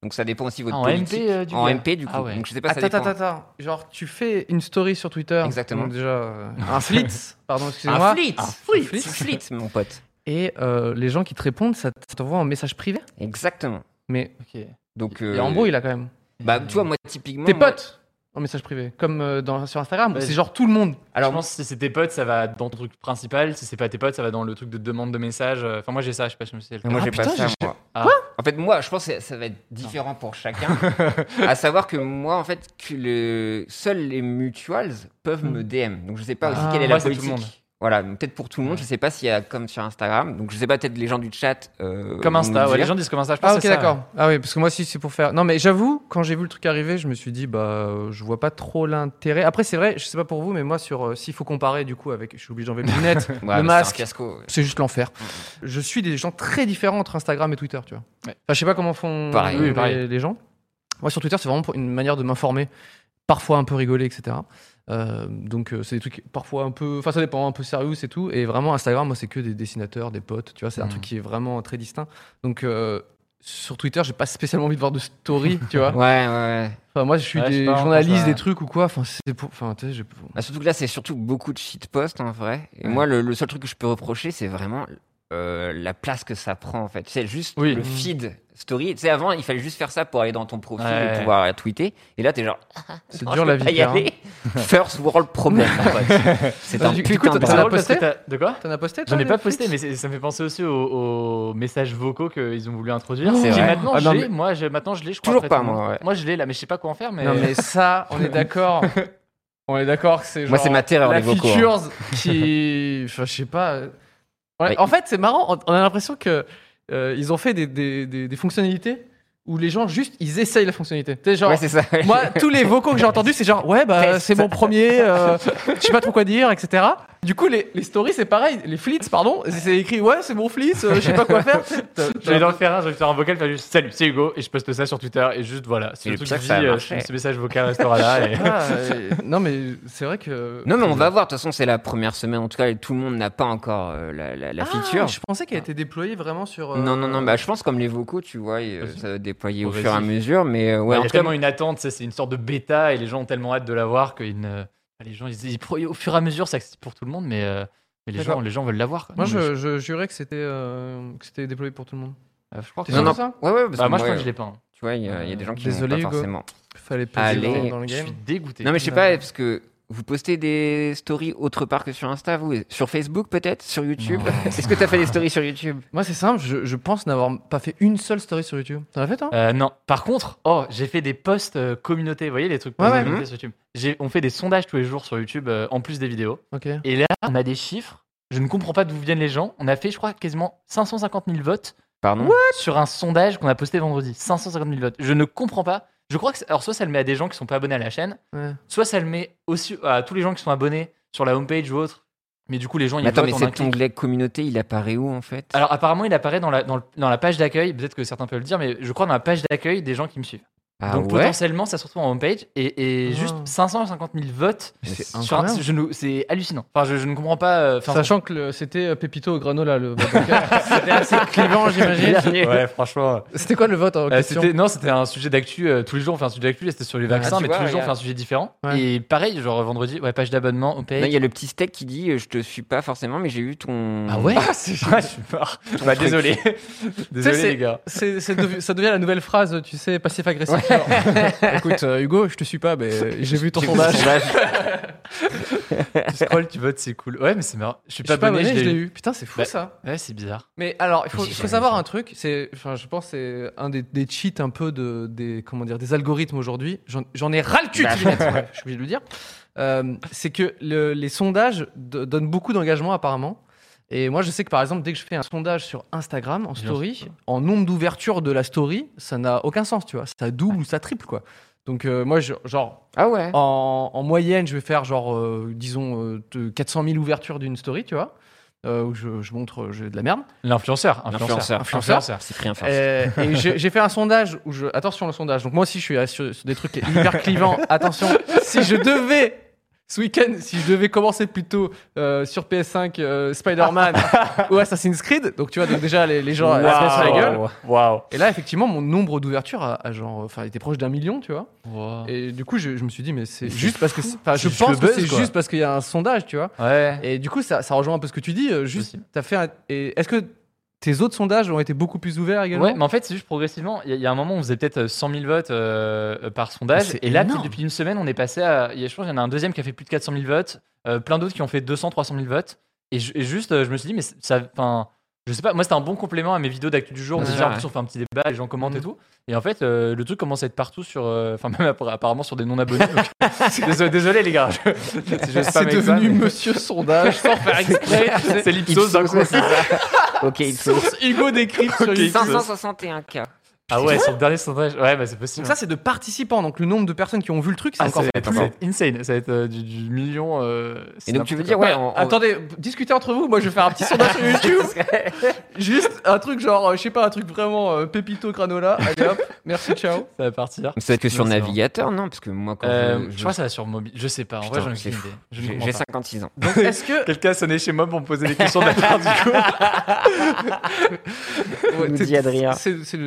Speaker 4: donc ça dépend aussi de votre
Speaker 3: Ah, en
Speaker 4: politique
Speaker 3: MP, euh, du
Speaker 4: en
Speaker 3: coup.
Speaker 4: MP du coup
Speaker 3: Ah ouais.
Speaker 4: donc je sais pas ça
Speaker 2: Attends,
Speaker 4: dépend
Speaker 2: attends, attends. Genre, tu fais une story sur Twitter.
Speaker 4: Exactement.
Speaker 2: Donc déjà, euh, un flit. Pardon, excusez-moi.
Speaker 4: un
Speaker 3: Ah,
Speaker 4: flit
Speaker 2: Un
Speaker 4: un
Speaker 2: flit.
Speaker 4: flit mon pote
Speaker 2: Et euh, les gens qui te répondent, ça t- ça t'envoie un message privé.
Speaker 4: exactement
Speaker 2: Mais
Speaker 3: Ok.
Speaker 4: donc
Speaker 2: il y
Speaker 4: euh,
Speaker 2: a embrouille là quand même.
Speaker 4: bah tu vois moi typiquement
Speaker 2: Tes
Speaker 4: moi-
Speaker 2: potes en message privé, comme euh, dans, sur Instagram,
Speaker 3: Ouais.
Speaker 2: c'est genre tout le monde.
Speaker 3: Alors,
Speaker 4: Alors-
Speaker 3: je pense que si c'est tes potes, ça va dans le truc principal. Si c'est pas tes potes, ça va dans le truc de demande de message. Enfin, moi, j'ai ça, je sais pas si c'est le cas.
Speaker 4: moi
Speaker 2: Ah,
Speaker 4: j'ai pas
Speaker 2: putain,
Speaker 4: ça
Speaker 2: j'ai-
Speaker 4: moi.
Speaker 3: Ah.
Speaker 4: en fait moi je pense que ça va être différent pour chacun à savoir que moi en fait que le seuls les mutuals peuvent me DM donc je sais pas aussi
Speaker 2: Ah.
Speaker 4: quelle est
Speaker 3: Moi,
Speaker 4: la
Speaker 3: c'est tout le
Speaker 4: politique
Speaker 3: monde.
Speaker 4: Voilà, donc peut-être pour tout le monde, je sais pas s'il y a comme sur Instagram, donc je sais pas peut-être les gens du chat. euh,
Speaker 3: Comme
Speaker 4: vont
Speaker 3: Insta,
Speaker 4: nous
Speaker 3: ouais, les
Speaker 4: dire.
Speaker 3: gens disent comme Insta, je pense
Speaker 2: Ah
Speaker 3: que
Speaker 2: ok
Speaker 3: c'est ça,
Speaker 2: d'accord. Ah oui parce que moi si c'est pour faire. Non mais j'avoue quand j'ai vu le truc arriver je me suis dit bah euh, je vois pas trop l'intérêt. Après c'est vrai je sais pas pour vous mais moi sur euh, s'il faut comparer du coup avec je suis obligé d'enlever les lunettes
Speaker 4: Ouais,
Speaker 2: le
Speaker 4: mais c'est un
Speaker 2: masque
Speaker 4: fiasco, ouais.
Speaker 2: c'est juste l'enfer. Je suis des gens très différents entre Instagram et Twitter tu vois.
Speaker 3: Ouais.
Speaker 2: Enfin, je sais pas comment font
Speaker 4: Pareil.
Speaker 2: les,
Speaker 3: Oui, pareil.
Speaker 2: les gens. Moi sur Twitter c'est vraiment pour une manière de m'informer parfois un peu rigoler etc. Euh, donc euh, c'est des trucs parfois un peu enfin ça dépend un peu sérieux c'est tout et vraiment Instagram moi c'est que des dessinateurs des potes tu vois c'est un
Speaker 3: Mhm.
Speaker 2: truc qui est vraiment très distinct donc euh, sur Twitter j'ai pas spécialement envie de voir de story tu vois
Speaker 4: Ouais, ouais, ouais.
Speaker 2: enfin moi je suis
Speaker 3: Ouais, je
Speaker 2: des
Speaker 3: sais pas, on pense
Speaker 2: journalistes
Speaker 3: à-
Speaker 2: des trucs ou quoi enfin c'est pour enfin tu sais j'ai-
Speaker 4: Bah, surtout que là, c'est surtout beaucoup de shitposts en vrai. Et moi, le, le seul truc que je peux reprocher, c'est vraiment euh, la place que ça prend en fait. C'est juste
Speaker 3: Oui.
Speaker 4: le
Speaker 2: Mhm.
Speaker 3: Mm.
Speaker 4: feed story. Tu sais, avant, il fallait juste faire ça pour aller dans ton profil
Speaker 3: Ouais.
Speaker 4: et pouvoir tweeter. Et là, t'es genre,
Speaker 2: c'est
Speaker 4: oh,
Speaker 2: dur
Speaker 4: je
Speaker 2: la
Speaker 4: peux pas
Speaker 2: vie
Speaker 4: y
Speaker 2: hein.
Speaker 4: aller. First world problem. en fait. C'est
Speaker 2: Bah,
Speaker 4: un
Speaker 2: du- du
Speaker 4: putain
Speaker 2: coup,
Speaker 4: de
Speaker 2: t'as-
Speaker 3: C'est
Speaker 2: t'as
Speaker 4: drame.
Speaker 3: drôle parce que
Speaker 2: posté Ah,
Speaker 3: t'as- De quoi
Speaker 2: T'en as posté toi,
Speaker 3: J'en ai
Speaker 2: des
Speaker 3: pas
Speaker 2: flics
Speaker 3: posté, mais c'est- ça me fait penser aussi aux, aux messages vocaux qu'ils ont voulu introduire.
Speaker 4: C'est
Speaker 3: J'ai
Speaker 4: vrai.
Speaker 3: maintenant,
Speaker 4: Ah non,
Speaker 3: j'ai-
Speaker 4: mais-
Speaker 3: moi, j'ai- maintenant, je l'ai, je crois.
Speaker 4: Toujours
Speaker 3: après
Speaker 4: pas,
Speaker 3: tout le monde.
Speaker 4: moi, ouais.
Speaker 3: Moi, je l'ai là, mais je sais pas quoi en faire. Mais...
Speaker 2: Non mais ça, on est d'accord. on est d'accord que c'est
Speaker 4: Moi,
Speaker 2: genre
Speaker 4: c'est ma terreur,
Speaker 2: la
Speaker 4: les vocaux, hein.
Speaker 2: features qui, enfin, je sais pas. euh, Ouais,
Speaker 4: Ouais.
Speaker 2: En fait, c'est marrant. on- On a l'impression que euh, ils ont fait des, des- des- des fonctionnalités où les gens juste ils essayent la fonctionnalité. Tu sais, genre.
Speaker 4: Ouais, c'est ça.
Speaker 2: moi, tous les vocaux que j'ai entendus, c'est genre, ouais, bah,
Speaker 4: Test.
Speaker 2: c'est mon premier, euh, je sais pas trop quoi dire, etc. Du coup, les, les stories, c'est pareil, les flits, pardon, c'est- c'est écrit, ouais, c'est mon flit, euh, je sais pas quoi faire. T'as-
Speaker 3: Je vais
Speaker 2: t'as-
Speaker 3: dans le faire un, je vais faire un vocal, faire juste salut, c'est Hugo, et je poste ça sur Twitter, et juste voilà, c'est
Speaker 4: Et
Speaker 3: le
Speaker 4: le
Speaker 3: truc
Speaker 4: pire,
Speaker 3: que je
Speaker 4: ça a
Speaker 3: dis, euh,
Speaker 4: marché.
Speaker 3: ce message vocal restera là. et-
Speaker 2: Ah, euh, non, mais c'est vrai que.
Speaker 4: Non, mais on va voir. De toute façon, c'est la première semaine. En tout cas, tout le monde n'a pas encore euh, la, la, la
Speaker 2: Ah,
Speaker 4: feature.
Speaker 2: Je pensais qu'elle était déployée vraiment sur. euh,
Speaker 4: Non, non, non. Bah, je pense comme les vocaux, tu vois, et, euh,
Speaker 3: Vas-y.
Speaker 4: ça va déployer
Speaker 3: Bon,
Speaker 4: au fur et à
Speaker 3: vas-y.
Speaker 4: mesure. Mais euh,
Speaker 2: Bah,
Speaker 4: ouais,
Speaker 3: Il
Speaker 4: en
Speaker 3: y a
Speaker 4: tout cas,
Speaker 3: tellement une attente, c'est c'est une sorte de bêta et les gens ont tellement hâte de l'avoir que euh, les gens, ils, ils pro- au fur et à mesure, c'est accessible pour tout le monde, mais, euh, mais les,
Speaker 2: D'accord.
Speaker 3: gens, les gens veulent l'avoir. quoi.
Speaker 2: Moi,
Speaker 3: Non, mais
Speaker 2: je, je jurais que c'était euh, que c'était déployé pour tout le monde.
Speaker 3: je- euh, je crois que
Speaker 2: T'es
Speaker 4: Non,
Speaker 2: sûr
Speaker 3: non.
Speaker 4: non.
Speaker 2: de ça
Speaker 4: ouais, ouais, parce
Speaker 3: Bah,
Speaker 4: que
Speaker 3: moi, je
Speaker 4: moi,
Speaker 3: crois que je l'ai pas. hein.
Speaker 4: Tu vois, il y, a il y a des gens qui
Speaker 2: Désolé,
Speaker 4: n'ont pas
Speaker 2: Hugo.
Speaker 4: forcément.
Speaker 2: Fallait peser
Speaker 4: Allez.
Speaker 2: dans, dans le
Speaker 3: Je
Speaker 2: game.
Speaker 3: suis dégoûté.
Speaker 4: Non, mais je sais pas, parce que vous postez des stories autre part que sur Insta, vous et- Sur Facebook, peut-être Sur YouTube
Speaker 3: Non.
Speaker 4: Est-ce que t'as fait des stories sur YouTube
Speaker 2: Moi, c'est simple, je, je pense n'avoir pas fait une seule story sur YouTube. T'en as fait, toi
Speaker 3: Euh, non. Par contre, oh, j'ai fait des posts euh, communauté. Vous voyez les trucs
Speaker 2: Ouais, ouais.
Speaker 3: communauté sur YouTube. J'ai- On fait des sondages tous les jours sur YouTube euh, en plus des vidéos.
Speaker 2: Ok.
Speaker 3: Et là, on a des chiffres. Je ne comprends pas d'où viennent les gens. On a fait, je crois, quasiment 550 000 votes
Speaker 4: Pardon
Speaker 3: sur un sondage qu'on a posté vendredi. 550 000 votes. Je ne comprends pas. Je crois que c'est- alors soit ça le met à des gens qui sont pas abonnés à la chaîne,
Speaker 2: Ouais.
Speaker 3: soit ça le met aussi à tous les gens qui sont abonnés sur la homepage ou autre. Mais du coup, les gens ils
Speaker 4: Mais Attends,
Speaker 3: votent
Speaker 4: mais
Speaker 3: en un
Speaker 4: cet
Speaker 3: clic.
Speaker 4: onglet communauté, il apparaît où en fait
Speaker 3: Alors apparemment, il apparaît dans la, dans le- dans la page d'accueil. Peut-être que certains peuvent le dire, mais je crois dans la page d'accueil des gens qui me suivent.
Speaker 4: Ah
Speaker 3: Donc
Speaker 4: ouais
Speaker 3: potentiellement, ça se retrouve en homepage et, et
Speaker 2: Ah.
Speaker 3: juste 550 000 votes.
Speaker 2: Mais
Speaker 4: c'est
Speaker 2: c'est
Speaker 3: sur un-
Speaker 2: incroyable.
Speaker 3: je ne- C'est hallucinant. Enfin, je, je ne comprends pas. euh, enfin,
Speaker 2: Sachant que le- c'était euh, Pépito au granola, le vote. en question. c'était assez clivant, j'imagine.
Speaker 3: ouais, franchement.
Speaker 2: C'était quoi le vote en
Speaker 3: Euh,
Speaker 2: question
Speaker 3: c'était non, c'était un sujet d'actu. euh, tous les jours, on fait un sujet d'actu. et C'était sur les vaccins,
Speaker 4: Ah, tu
Speaker 3: mais
Speaker 4: vois,
Speaker 3: tous les jours, on fait
Speaker 4: regarde.
Speaker 3: un sujet différent.
Speaker 2: Ouais.
Speaker 3: Et pareil, genre vendredi, ouais, page d'abonnement,
Speaker 4: Non,
Speaker 3: homepage.
Speaker 4: il y a le petit steak qui dit euh, Je te suis pas forcément, mais j'ai eu ton.
Speaker 3: Ah ouais C'est super. Bah, désolé,
Speaker 2: Tu sais,
Speaker 3: désolé les gars.
Speaker 2: C'est- c'est devi- ça devient la nouvelle phrase, tu sais, passif-agressif. genre. Écoute, euh, Hugo, je te suis pas, mais j'ai vu ton
Speaker 4: J'ai vu ton
Speaker 2: sondage.
Speaker 4: sondage.
Speaker 3: tu scrolls, tu votes, c'est cool. Ouais, mais c'est marrant. Je suis
Speaker 2: Je
Speaker 3: pas
Speaker 2: suis pas
Speaker 3: abonné,
Speaker 2: abonné,
Speaker 3: je l'ai eu.
Speaker 2: eu. Putain, c'est fou
Speaker 3: Bah,
Speaker 2: ça.
Speaker 3: Ouais, c'est bizarre.
Speaker 2: Mais alors, il faut,
Speaker 4: J'ai
Speaker 2: faut
Speaker 4: jamais
Speaker 2: savoir
Speaker 4: vu ça.
Speaker 2: un truc. C'est, enfin, je pense que c'est un des, des cheats un peu de, des, comment dire, des algorithmes aujourd'hui. J'en, j'en ai ras le cul. de
Speaker 3: Bah.
Speaker 2: ces lunettes, ouais, je suis obligé de le dire. Euh, c'est que le- les sondages do- donnent beaucoup d'engagement apparemment. Et moi, je sais que par exemple, dès que je fais un sondage sur Instagram en
Speaker 3: Bien
Speaker 2: story,
Speaker 3: sûr.
Speaker 2: en nombre d'ouvertures de la story, ça n'a aucun sens, tu vois. Ça double ou ça triple, quoi. Donc euh, moi, je- genre,
Speaker 4: Ah ouais
Speaker 3: Oh,
Speaker 2: en, en moyenne, je vais faire genre, euh, disons, euh, de- 400 000 ouvertures d'une story, tu vois, euh, où je, je montre euh, j'ai de la merde.
Speaker 3: L'influenceur,
Speaker 4: L'influenceur.
Speaker 3: influenceur,
Speaker 2: Influenceur.
Speaker 3: influenceur.
Speaker 4: C'est pris un farce.
Speaker 2: Euh, et j'ai j'ai fait un sondage où je. Attention le sondage. Donc moi aussi, je suis euh, sur, sur des trucs hyper clivants. Attention, si je devais. Ce week-end, si je devais commencer plutôt euh, sur PS5 euh, Spider-Man ou Assassin's Creed, donc tu vois, donc déjà les, les gens euh, se mettent sur la gueule.
Speaker 3: Waouh.
Speaker 2: Et là, effectivement, mon nombre d'ouvertures a, a genre, enfin, était proche d'un million, tu vois. Et du coup, je, je me suis dit, mais c'est juste parce que, c'est- enfin,
Speaker 3: Ah. C'est
Speaker 2: je
Speaker 3: juste
Speaker 2: pense
Speaker 3: le
Speaker 2: que
Speaker 3: buzz,
Speaker 2: c'est
Speaker 3: quoi.
Speaker 2: juste parce qu'il y a un sondage, tu vois.
Speaker 3: Ouais.
Speaker 2: Et du coup, ça, ça rejoint un peu ce que tu dis. euh, Juste,
Speaker 3: Possible.
Speaker 2: t'as fait. un- et Est-ce que tes autres sondages ont été beaucoup plus ouverts également
Speaker 3: Ouais, mais en fait, c'est juste progressivement. Il y, a- il y a un moment, on faisait peut-être euh, 100 000 votes euh, euh, par sondage.
Speaker 2: Mais c'est
Speaker 3: Et là,
Speaker 2: énorme.
Speaker 3: peut-être depuis une semaine, on est passé à. il y a- Je pense qu'il y en a un deuxième qui a fait plus de 400 000 votes, euh, plein d'autres qui ont fait 200, 300 000 votes. Et, ju- et juste, euh, je me suis dit, mais c'est- ça. Enfin, je sais pas, moi, c'était un bon complément à mes vidéos d'actu du jour.
Speaker 4: Ouais,
Speaker 3: on dit,
Speaker 4: ouais.
Speaker 3: genre, on fait un petit débat, les gens commentent
Speaker 2: Mhm.
Speaker 3: et tout. Et en fait, euh, le truc commence à être partout sur. euh, Enfin, même appara- apparemment sur des non-abonnés. donc- désolé, désolé, les gars. je- je- je
Speaker 2: C'est
Speaker 3: spamme avec
Speaker 2: devenu
Speaker 3: ça, mais-
Speaker 2: Monsieur Sondage sans faire exprès. tu sais.
Speaker 3: C'est l'Ipsos d'un coup.
Speaker 4: ouais, c'est ça. ok, Ipsos.
Speaker 2: Source Hugo décrypte sur
Speaker 3: Ok,
Speaker 2: YouTube.
Speaker 4: 561 k
Speaker 3: Ah ouais, sur le dernier sondage. Ouais, bah, c'est
Speaker 2: Donc
Speaker 3: possible.
Speaker 2: ça, c'est de participants. Donc le nombre de personnes qui ont vu le truc, c'est
Speaker 3: Ah, ça
Speaker 2: encore.
Speaker 3: va être- ça va être insane, ça va être euh, du, du million. euh, c'est
Speaker 4: Et donc tu veux
Speaker 3: n'importe
Speaker 4: dire,
Speaker 3: quoi.
Speaker 4: ouais, on- on-
Speaker 2: Attendez, discutez entre vous. Moi, je vais faire un petit sondage sur YouTube. Juste un truc genre, euh, je sais pas, un truc vraiment euh, pépito granola. Allez hop, merci, ciao.
Speaker 3: ça va partir.
Speaker 4: Mais Ça va être que sur
Speaker 3: Non, c'est bon.
Speaker 4: navigateur, non Parce que moi, quand
Speaker 3: Euh, je
Speaker 4: je- je.
Speaker 3: crois que ça va sur mobile. Je sais pas, en
Speaker 4: Putain,
Speaker 3: vrai, j'en ai
Speaker 4: c'est
Speaker 3: aucune
Speaker 4: fou.
Speaker 3: idée. Je ne
Speaker 4: J'ai
Speaker 3: comprends
Speaker 4: j'ai
Speaker 3: pas.
Speaker 4: 56 ans.
Speaker 2: Donc est-ce que
Speaker 3: Quelqu'un a sonné chez moi pour me poser
Speaker 4: Bah,
Speaker 3: des questions d'accord du coup.
Speaker 4: Nous dit Adrien.
Speaker 2: C'est c'est le.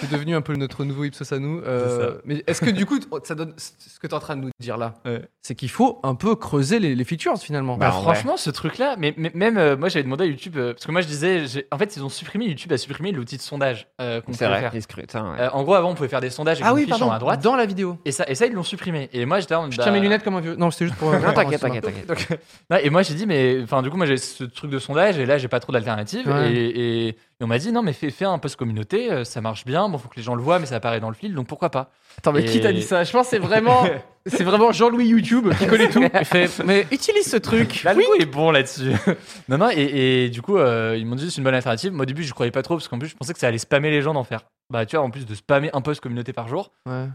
Speaker 2: C'est devenu un peu notre nouveau Ipsos à nous. Euh,
Speaker 3: C'est ça.
Speaker 2: mais est-ce que du coup, t- ça donne ce que tu es en train de nous dire là
Speaker 3: Ouais.
Speaker 2: C'est qu'il faut un peu creuser les, les features finalement.
Speaker 3: Bah,
Speaker 4: Bah, en vrai.
Speaker 3: franchement, ce truc-là, mais, mais- même euh, moi j'avais demandé à YouTube, euh, parce que moi je disais, j'ai- en fait ils ont supprimé, YouTube a supprimé l'outil de sondage euh, qu'on
Speaker 4: C'est
Speaker 3: pouvait
Speaker 4: vrai. Ah
Speaker 3: faire.
Speaker 4: Les scrutins, ouais.
Speaker 3: Euh, en gros, avant on pouvait faire des sondages avec une fiche en haut à droite,
Speaker 2: Ah Dans la vidéo.
Speaker 3: et ça, et ça ils l'ont supprimé. Et moi j'étais en mode,
Speaker 2: Je
Speaker 3: bah,
Speaker 2: tiens mes lunettes comme un vieux. Non, c'était juste pour.
Speaker 4: Non, t'inquiète, t'inquiète, t'inquiète.
Speaker 3: Non, et moi j'ai dit mais enfin du coup moi j'ai ce truc de sondage et là j'ai pas trop d'alternatives
Speaker 2: Ouais.
Speaker 3: et, et- et on m'a dit non mais fais, fais un post communauté euh, ça marche bien bon faut que les gens le voient mais ça apparaît dans le fil donc pourquoi pas
Speaker 2: Attends, mais qui t'a
Speaker 3: Et-
Speaker 2: dit ça Je pense que c'est vraiment, c'est vraiment Jean-Louis YouTube qui connaît tout. Il fait, mais utilise ce truc.
Speaker 3: l'algo est bon là-dessus non non et, et du coup euh, ils m'ont dit c'est une bonne alternative moi au début je croyais pas trop parce qu'en plus je pensais que ça allait spammer les gens d'en faire bah tu vois en plus de spammer un post communauté par jour
Speaker 2: Ouais.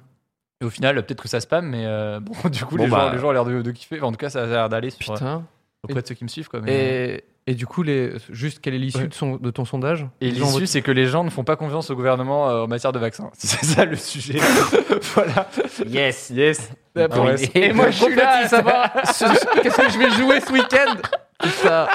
Speaker 3: et au final euh, peut-être que ça spamme mais euh, bon du coup
Speaker 4: Bon,
Speaker 3: les,
Speaker 4: bah.
Speaker 3: gens, les gens ont l'air de, de kiffer Enfin, en tout cas ça a l'air d'aller sur euh,
Speaker 2: Putain.
Speaker 3: auprès de ceux qui me suivent quoi
Speaker 2: Et,
Speaker 3: mais-
Speaker 2: et du coup, les, juste quelle est l'issue
Speaker 3: Ouais.
Speaker 2: de, son- de ton sondage
Speaker 3: Et
Speaker 2: Ils ont
Speaker 3: l'issue, c'est que les gens ne font pas confiance au gouvernement euh, en matière de vaccins. C'est ça le sujet. voilà.
Speaker 4: Yes.
Speaker 3: Yes.
Speaker 4: Bonne
Speaker 3: Ouais,
Speaker 4: idée.
Speaker 3: c'est-
Speaker 2: Et moi, je suis là, ça va. Ce- Qu'est-ce que je vais jouer ce week-end Putain.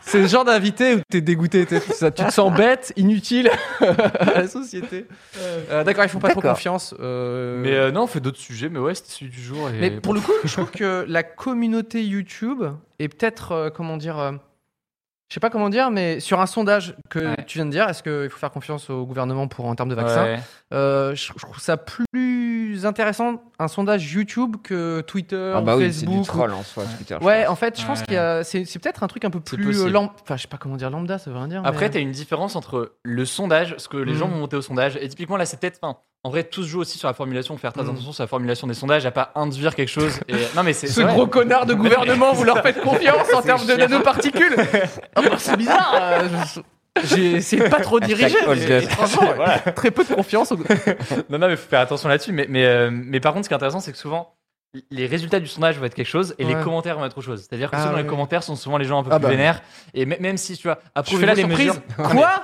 Speaker 2: C'est le genre d'invité où t'es dégoûté, t'es- ça, tu te sens bête, inutile à la société. Euh, D'accord, ils font pas trop
Speaker 4: D'accord.
Speaker 2: confiance. euh,
Speaker 3: Mais euh, non, on fait d'autres sujets, mais ouais, c'était celui du jour. Et...
Speaker 2: mais pour le coup, je trouve que la communauté YouTube est peut-être, euh, comment dire, euh, je sais pas comment dire, mais sur un sondage que
Speaker 3: Ouais.
Speaker 2: tu viens de dire, est-ce qu'il faut faire confiance au gouvernement pour en termes de
Speaker 3: Ouais.
Speaker 2: vaccins Euh, je, je trouve ça plus intéressant un sondage YouTube que Twitter
Speaker 4: Ah bah
Speaker 2: ou
Speaker 4: oui, c'est du
Speaker 2: Facebook. ou-
Speaker 4: troll en soi, Twitter. je
Speaker 2: Ouais,
Speaker 4: pense.
Speaker 2: en fait, je pense
Speaker 3: Ouais.
Speaker 2: qu'il y a c'est c'est peut-être un truc un peu
Speaker 3: C'est
Speaker 2: plus
Speaker 3: possible.
Speaker 2: lambda. Enfin, je sais pas comment dire lambda, ça veut rien dire.
Speaker 3: Après,
Speaker 2: mais-
Speaker 3: t'as une différence entre le sondage, ce que les gens
Speaker 2: Mm.
Speaker 3: vont monter au sondage, et typiquement là, c'est peut-être. Enfin, en vrai, tous jouent aussi sur la formulation, faire très
Speaker 2: Mm.
Speaker 3: attention sur la formulation des sondages, à pas induire quelque chose. Et... Non, mais c'est
Speaker 2: ce
Speaker 3: c'est vrai.
Speaker 2: gros connard de gouvernement, vous leur faites confiance en
Speaker 4: C'est
Speaker 2: termes de
Speaker 4: chiant.
Speaker 2: nanoparticules. Ah bah, c'est bizarre. euh, je- J'ai essayé de pas trop diriger.
Speaker 4: Hashtag
Speaker 2: mais-
Speaker 4: Olga.
Speaker 2: et franchement,
Speaker 3: Voilà.
Speaker 2: très peu de confiance. au-
Speaker 3: Non, non, mais faut faire attention là-dessus. Mais, mais, euh, mais par contre, ce qui est intéressant, c'est que souvent, les résultats du sondage vont être quelque chose et
Speaker 2: Ouais.
Speaker 3: les commentaires vont être autre chose. C'est-à-dire que
Speaker 2: Ah,
Speaker 3: souvent,
Speaker 2: ouais.
Speaker 3: les commentaires sont souvent les gens un peu
Speaker 4: Ah
Speaker 3: plus
Speaker 4: bah.
Speaker 3: vénères. Et mê- même si, tu vois, approuvez-vous
Speaker 2: fais la
Speaker 3: les
Speaker 2: surprise.
Speaker 3: mesures. Ah,
Speaker 2: Quoi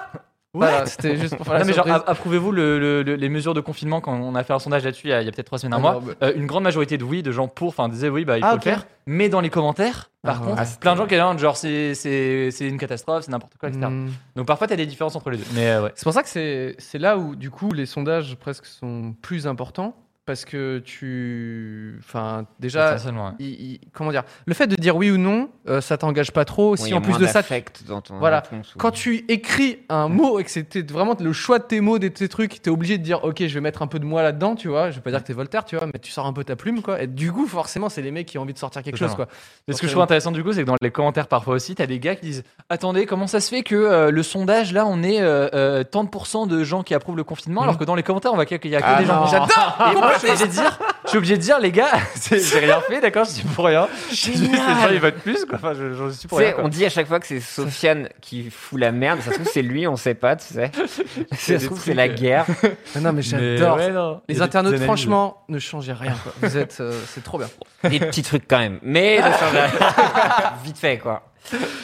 Speaker 2: Voilà, c'était juste pour faire la
Speaker 3: non, mais genre,
Speaker 2: surprise.
Speaker 3: a- approuvez-vous le- le- le- les mesures de confinement quand on a fait un sondage là-dessus il y a, il y a peut-être trois semaines, un
Speaker 2: Ah,
Speaker 3: mois.
Speaker 2: non, mais-
Speaker 3: euh, une grande majorité de oui, de gens pour, enfin, disaient oui, bah, il
Speaker 2: Ah,
Speaker 3: faut
Speaker 2: ok.
Speaker 3: le faire. Mais dans les commentaires, par
Speaker 2: Ah,
Speaker 3: contre,
Speaker 2: ouais.
Speaker 3: plein de gens qui disent genre, c'est c'est- c'est une catastrophe, c'est n'importe quoi, etc.
Speaker 2: Hmm.
Speaker 3: Donc parfois, t'as des différences entre les deux. Mais euh, ouais.
Speaker 2: C'est pour ça que c'est c'est là où, du coup, les sondages presque sont plus importants. Parce que tu. Enfin, déjà.
Speaker 3: Essentiellement, ouais.
Speaker 2: il- il- comment dire Le fait de dire oui ou non, euh, ça t'engage pas trop.
Speaker 4: Oui, il
Speaker 2: Si
Speaker 4: y a
Speaker 2: en plus
Speaker 4: moins
Speaker 2: de ça, tu-
Speaker 4: d'affect dans ton
Speaker 2: Voilà.
Speaker 4: réponse ou-
Speaker 2: quand tu écris un mot et que c'était vraiment le choix de tes mots, de tes trucs, t'es obligé de dire ok, je vais mettre un peu de moi là-dedans, tu vois. Je vais pas dire que t'es Voltaire, tu vois, mais tu sors un peu ta plume, quoi. Et du coup, forcément, c'est les mecs qui ont envie de sortir quelque chose,
Speaker 3: Totalement.
Speaker 2: quoi.
Speaker 3: Mais ce que je trouve intéressant du coup, c'est que dans les commentaires parfois aussi, t'as des gars qui disent Attendez, comment ça se fait que euh, le sondage là, on est euh, euh, 30% de gens qui approuvent le confinement, alors que dans les commentaires, on voit qu'il y a que
Speaker 4: Ah
Speaker 3: des gens.
Speaker 4: non.
Speaker 3: J'adore Mhm. Et moi, je suis obligé de dire, je suis obligé de dire, les gars, c'est- j'ai rien fait, d'accord, je suis pour rien. Juste, les gens, ils votent plus, quoi. Enfin, je- j'en suis pour
Speaker 4: Tu sais,
Speaker 3: rien. quoi.
Speaker 4: on dit à chaque fois que c'est Sofiane qui fout la merde. Ça se trouve, c'est lui, on sait pas, tu sais. Ça
Speaker 3: des
Speaker 4: se trouve,
Speaker 3: trucs,
Speaker 4: c'est la
Speaker 3: euh,
Speaker 4: guerre.
Speaker 2: Ah non, mais
Speaker 3: Mais
Speaker 2: j'adore.
Speaker 3: ouais, non. Il y
Speaker 2: Les
Speaker 3: a des
Speaker 2: internautes,
Speaker 3: analyses.
Speaker 2: franchement, ne changez rien. Quoi. Vous êtes, euh, c'est trop bien.
Speaker 4: Des petits trucs quand même. Mais le sondage, vite fait, quoi.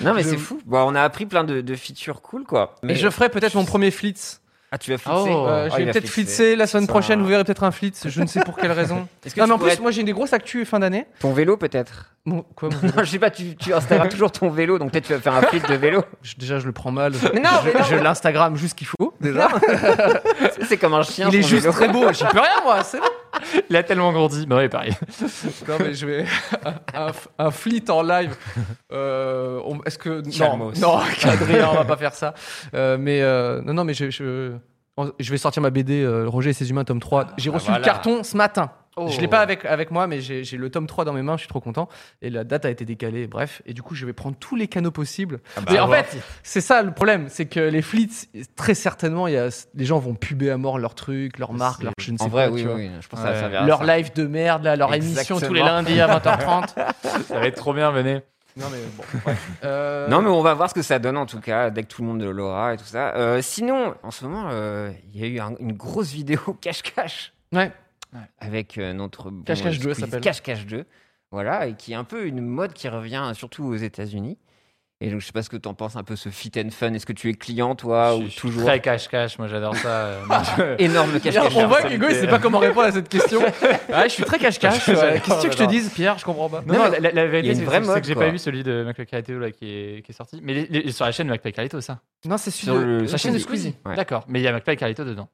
Speaker 4: Non, mais
Speaker 2: Je-
Speaker 4: c'est fou. Bon, on a appris plein de, de features cool, quoi. Mais
Speaker 2: Et je ferai peut-être mon premier flitz.
Speaker 4: Ah, tu vas flitzer.
Speaker 3: Oh,
Speaker 2: Euh,
Speaker 4: Ah,
Speaker 2: je
Speaker 4: il
Speaker 2: vais
Speaker 4: va
Speaker 2: peut-être
Speaker 4: flitzer.
Speaker 2: flitzer la semaine
Speaker 4: Ça-
Speaker 2: prochaine. Vous verrez peut-être un flitz. Je ne sais pour quelle raison.
Speaker 4: Est-ce que
Speaker 2: Non,
Speaker 4: tu
Speaker 2: mais en plus,
Speaker 4: pourrais-
Speaker 2: moi, j'ai des grosses actus fin d'année.
Speaker 4: Ton vélo, peut-être
Speaker 2: Bon, quoi mon-
Speaker 4: Non, je sais pas, tu, tu installeras toujours ton vélo, donc peut-être tu vas faire un flip de vélo.
Speaker 2: je- Déjà, je le prends mal.
Speaker 4: Mais non,
Speaker 2: je
Speaker 4: mais non.
Speaker 2: je l'Instagram juste qu'il faut. Déjà.
Speaker 4: C'est comme un chien.
Speaker 2: Il est
Speaker 4: ton
Speaker 2: juste
Speaker 4: vélo.
Speaker 2: très beau. J'y peux rien, moi. C'est bon.
Speaker 3: Il a tellement grandi. Bah ouais, pareil.
Speaker 2: Non, mais je vais. Un, un flit en live. Euh, on- Est-ce que. Non,
Speaker 4: Calmos.
Speaker 2: non, Adrien, on va pas faire ça. Euh, mais euh, non, non, mais je, je, je vais sortir ma BD euh, Roger et ses humains, tome 3. J'ai
Speaker 4: Ah,
Speaker 2: reçu le
Speaker 4: voilà.
Speaker 2: carton ce matin.
Speaker 3: Oh.
Speaker 2: Je l'ai pas avec, avec moi, mais j'ai j'ai le tome 3 dans mes mains, je suis trop content. Et la date a été décalée, bref. Et du coup, je vais prendre tous les canaux possibles.
Speaker 4: bah,
Speaker 2: Mais en
Speaker 4: au revoir.
Speaker 2: fait, c'est ça le problème, c'est que les flits, très certainement, il y a, les gens vont puber à mort leurs trucs, leurs marques, leurs je ne sais
Speaker 4: En vrai,
Speaker 2: quoi,
Speaker 4: oui,
Speaker 2: tu vois.
Speaker 4: oui, je pense que ça
Speaker 3: Ouais.
Speaker 4: servira à
Speaker 2: Leur
Speaker 4: ça.
Speaker 2: live de merde, là, leur émission tous les lundis à 20h30.
Speaker 3: Ça va être trop bien, venez.
Speaker 2: non, mais bon. bref. Euh,
Speaker 4: Non, mais on va voir ce que ça donne en tout cas, dès que tout le monde l'aura et tout ça. Euh, sinon, en ce moment, euh, il y a eu un- une grosse vidéo cache-cache
Speaker 2: Ouais.
Speaker 4: avec euh, notre. bon
Speaker 2: Cache-cache 2,
Speaker 4: Squeezie,
Speaker 2: ça s'appelle.
Speaker 4: Cache-cache 2. Voilà, et qui est un peu une mode qui revient euh, surtout aux États-Unis. Et donc, je sais pas ce que t'en penses un peu ce fit and fun. Est-ce que tu es client, toi,
Speaker 3: Je-
Speaker 4: Ah, ou
Speaker 3: je suis
Speaker 4: toujours
Speaker 3: Très cache-cache, moi j'adore ça. euh,
Speaker 4: énorme le cache-cache
Speaker 2: On voit
Speaker 4: ça me
Speaker 2: qu'Hugo, il
Speaker 4: plaît.
Speaker 2: sait pas comment répondre à cette question. Ouais, je suis très cache-cache.
Speaker 3: J'adore,
Speaker 2: ouais. Qu'est-ce que tu veux que je te
Speaker 3: j'adore.
Speaker 2: dise, Pierre Je comprends pas.
Speaker 3: Non,
Speaker 4: Non,
Speaker 3: non, la, la- la
Speaker 4: y a
Speaker 3: vérité,
Speaker 4: une
Speaker 3: c'est
Speaker 4: vraie
Speaker 3: c'est
Speaker 4: mode,
Speaker 3: que j'ai
Speaker 4: quoi.
Speaker 3: pas vu celui de McFly Carito là, qui, est, qui est sorti. Mais les- les- sur la chaîne McFly Carito, ça.
Speaker 2: Non, c'est celui
Speaker 4: Sur
Speaker 2: de-
Speaker 4: le-
Speaker 2: la chaîne de Squeezie.
Speaker 4: Ouais.
Speaker 3: D'accord. Mais il y a McFly Carito dedans.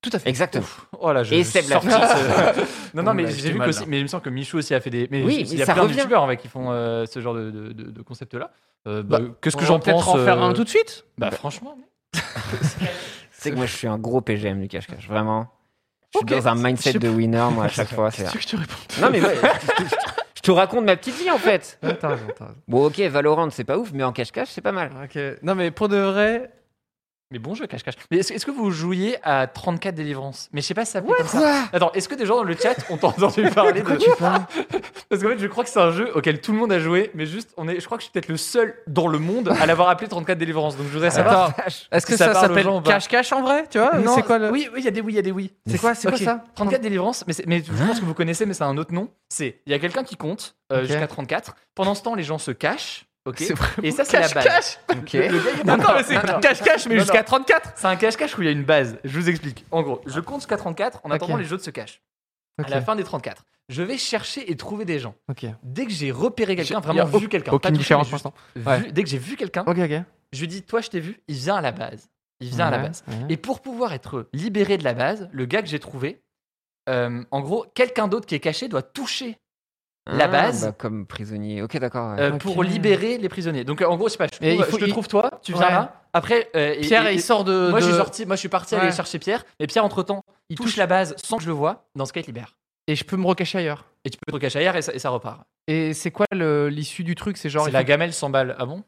Speaker 2: Tout à fait.
Speaker 4: Exactement.
Speaker 2: Oh,
Speaker 3: Voilà, je
Speaker 4: Et
Speaker 3: je
Speaker 4: Seb
Speaker 3: suis sorti
Speaker 4: Laptine.
Speaker 3: de ce- Non, non,
Speaker 4: On
Speaker 3: mais
Speaker 2: bah,
Speaker 4: l'a
Speaker 3: j'ai
Speaker 4: acheté
Speaker 3: vu
Speaker 4: mal,
Speaker 3: qu'aussi-
Speaker 4: là.
Speaker 3: mais il me semble que Michou aussi a fait des. Mais
Speaker 4: Oui,
Speaker 3: je-
Speaker 4: mais
Speaker 3: il y a
Speaker 4: ça
Speaker 3: plein de
Speaker 4: revient.
Speaker 3: youtubeurs en vrai, qui font euh, ce genre de, de- de- de concept-là. Euh, bah,
Speaker 2: Bah,
Speaker 3: Qu'est-ce que
Speaker 2: on
Speaker 3: j'en
Speaker 2: va peut-être
Speaker 3: pense
Speaker 2: en faire
Speaker 3: euh,
Speaker 2: un tout de suite
Speaker 3: Bah, franchement.
Speaker 4: C'est que moi, je suis un gros PGM du cache-cache, vraiment. Je suis
Speaker 2: Ok.
Speaker 4: dans un mindset
Speaker 2: Je-
Speaker 4: de winner, moi, à chaque fois. c'est-
Speaker 2: Qu'est-ce que je te réponds
Speaker 4: Non, mais ouais, je, te- je te raconte ma petite vie, en fait.
Speaker 2: Ah, T'as raison, t'as raison.
Speaker 4: Bon, ok, Valorant, c'est pas ouf, mais en cache-cache, c'est pas mal.
Speaker 2: Ok. Non, mais pour de vrai.
Speaker 3: Mais bon jeu, cache-cache. Mais est-ce est-ce que vous jouiez à 34 délivrances Mais je sais pas si ça s'appelait comme ça. Attends, est-ce que des gens dans le chat ont entendu parler de Parce qu'en fait, je crois que c'est un jeu auquel tout le monde a joué, mais juste, on est, je crois que je suis peut-être le seul dans le monde à l'avoir appelé 34 délivrances. Donc je voudrais savoir.
Speaker 2: Est-ce que
Speaker 3: Ça
Speaker 2: ça
Speaker 3: parle aux
Speaker 2: s'appelle
Speaker 3: gens, bah.
Speaker 2: cache-cache en vrai Tu vois
Speaker 3: Non,
Speaker 2: C'est quoi le.
Speaker 3: Oui, oui, il y a des oui, il y a des oui.
Speaker 2: C'est quoi, c'est quoi
Speaker 3: Ok,
Speaker 2: ça
Speaker 3: 34 délivrances, mais, c'est- mais je pense que vous connaissez, mais c'est un autre nom. C'est il y a quelqu'un qui compte euh,
Speaker 2: Ok.
Speaker 3: jusqu'à 34. Pendant ce temps, les gens se cachent. Ok.
Speaker 2: C'est vraiment
Speaker 3: Et ça, c'est la base.
Speaker 2: Cache-cache
Speaker 4: Ok.
Speaker 3: Le- le gars, il-
Speaker 2: Attends, mais c'est
Speaker 3: Non, non.
Speaker 2: cache-cache, mais
Speaker 3: Non, non.
Speaker 2: jusqu'à 34
Speaker 3: C'est un cache-cache où il y a une base. Je vous explique. En gros, je compte jusqu'à 34 en attendant
Speaker 2: Ok.
Speaker 3: les jeux de se cache.
Speaker 2: Ok.
Speaker 3: À la fin des 34, je vais chercher et trouver des gens.
Speaker 2: Ok.
Speaker 3: Dès que j'ai repéré quelqu'un,
Speaker 2: y a
Speaker 3: vraiment vu quelqu'un, pas
Speaker 2: Aucune
Speaker 3: touché, mais
Speaker 2: différence
Speaker 3: juste
Speaker 2: pour l'instant.
Speaker 3: vu-
Speaker 2: Ouais.
Speaker 3: dès que j'ai vu quelqu'un,
Speaker 2: Ok, ok.
Speaker 3: je lui dis Toi, je t'ai vu, il vient à la base. Il vient à la
Speaker 2: Ouais,
Speaker 3: base.
Speaker 2: ouais.
Speaker 3: Et pour pouvoir être libéré de la base, le gars que j'ai trouvé, euh, en gros, quelqu'un d'autre qui est caché doit toucher La
Speaker 4: Ah,
Speaker 3: base.
Speaker 4: bah, Comme prisonnier. Ok, d'accord. ouais.
Speaker 3: euh,
Speaker 2: Ok.
Speaker 3: pour libérer les prisonniers. Donc euh, en gros, je sais pas, je,
Speaker 2: Et
Speaker 3: trouve-
Speaker 2: il faut-
Speaker 3: je te
Speaker 2: il-
Speaker 3: trouve toi, tu viens
Speaker 2: Ouais.
Speaker 3: là. Après, euh, et-
Speaker 2: Pierre,
Speaker 3: et-
Speaker 2: il sort de.
Speaker 3: moi, je
Speaker 2: de-
Speaker 3: suis sorti, moi, je suis parti
Speaker 2: Ouais.
Speaker 3: aller chercher Pierre, mais Pierre, entre temps,
Speaker 2: Il
Speaker 3: touche la base sans que je le vois. Dans ce cas, il te libère.
Speaker 2: Et je peux me recacher ailleurs.
Speaker 3: Et tu peux te recacher ailleurs et ça, et ça repart.
Speaker 2: Et c'est quoi le- l'issue du truc C'est genre.
Speaker 3: c'est
Speaker 2: il
Speaker 3: la
Speaker 2: faut-
Speaker 3: gamelle 100 balles. Ah bon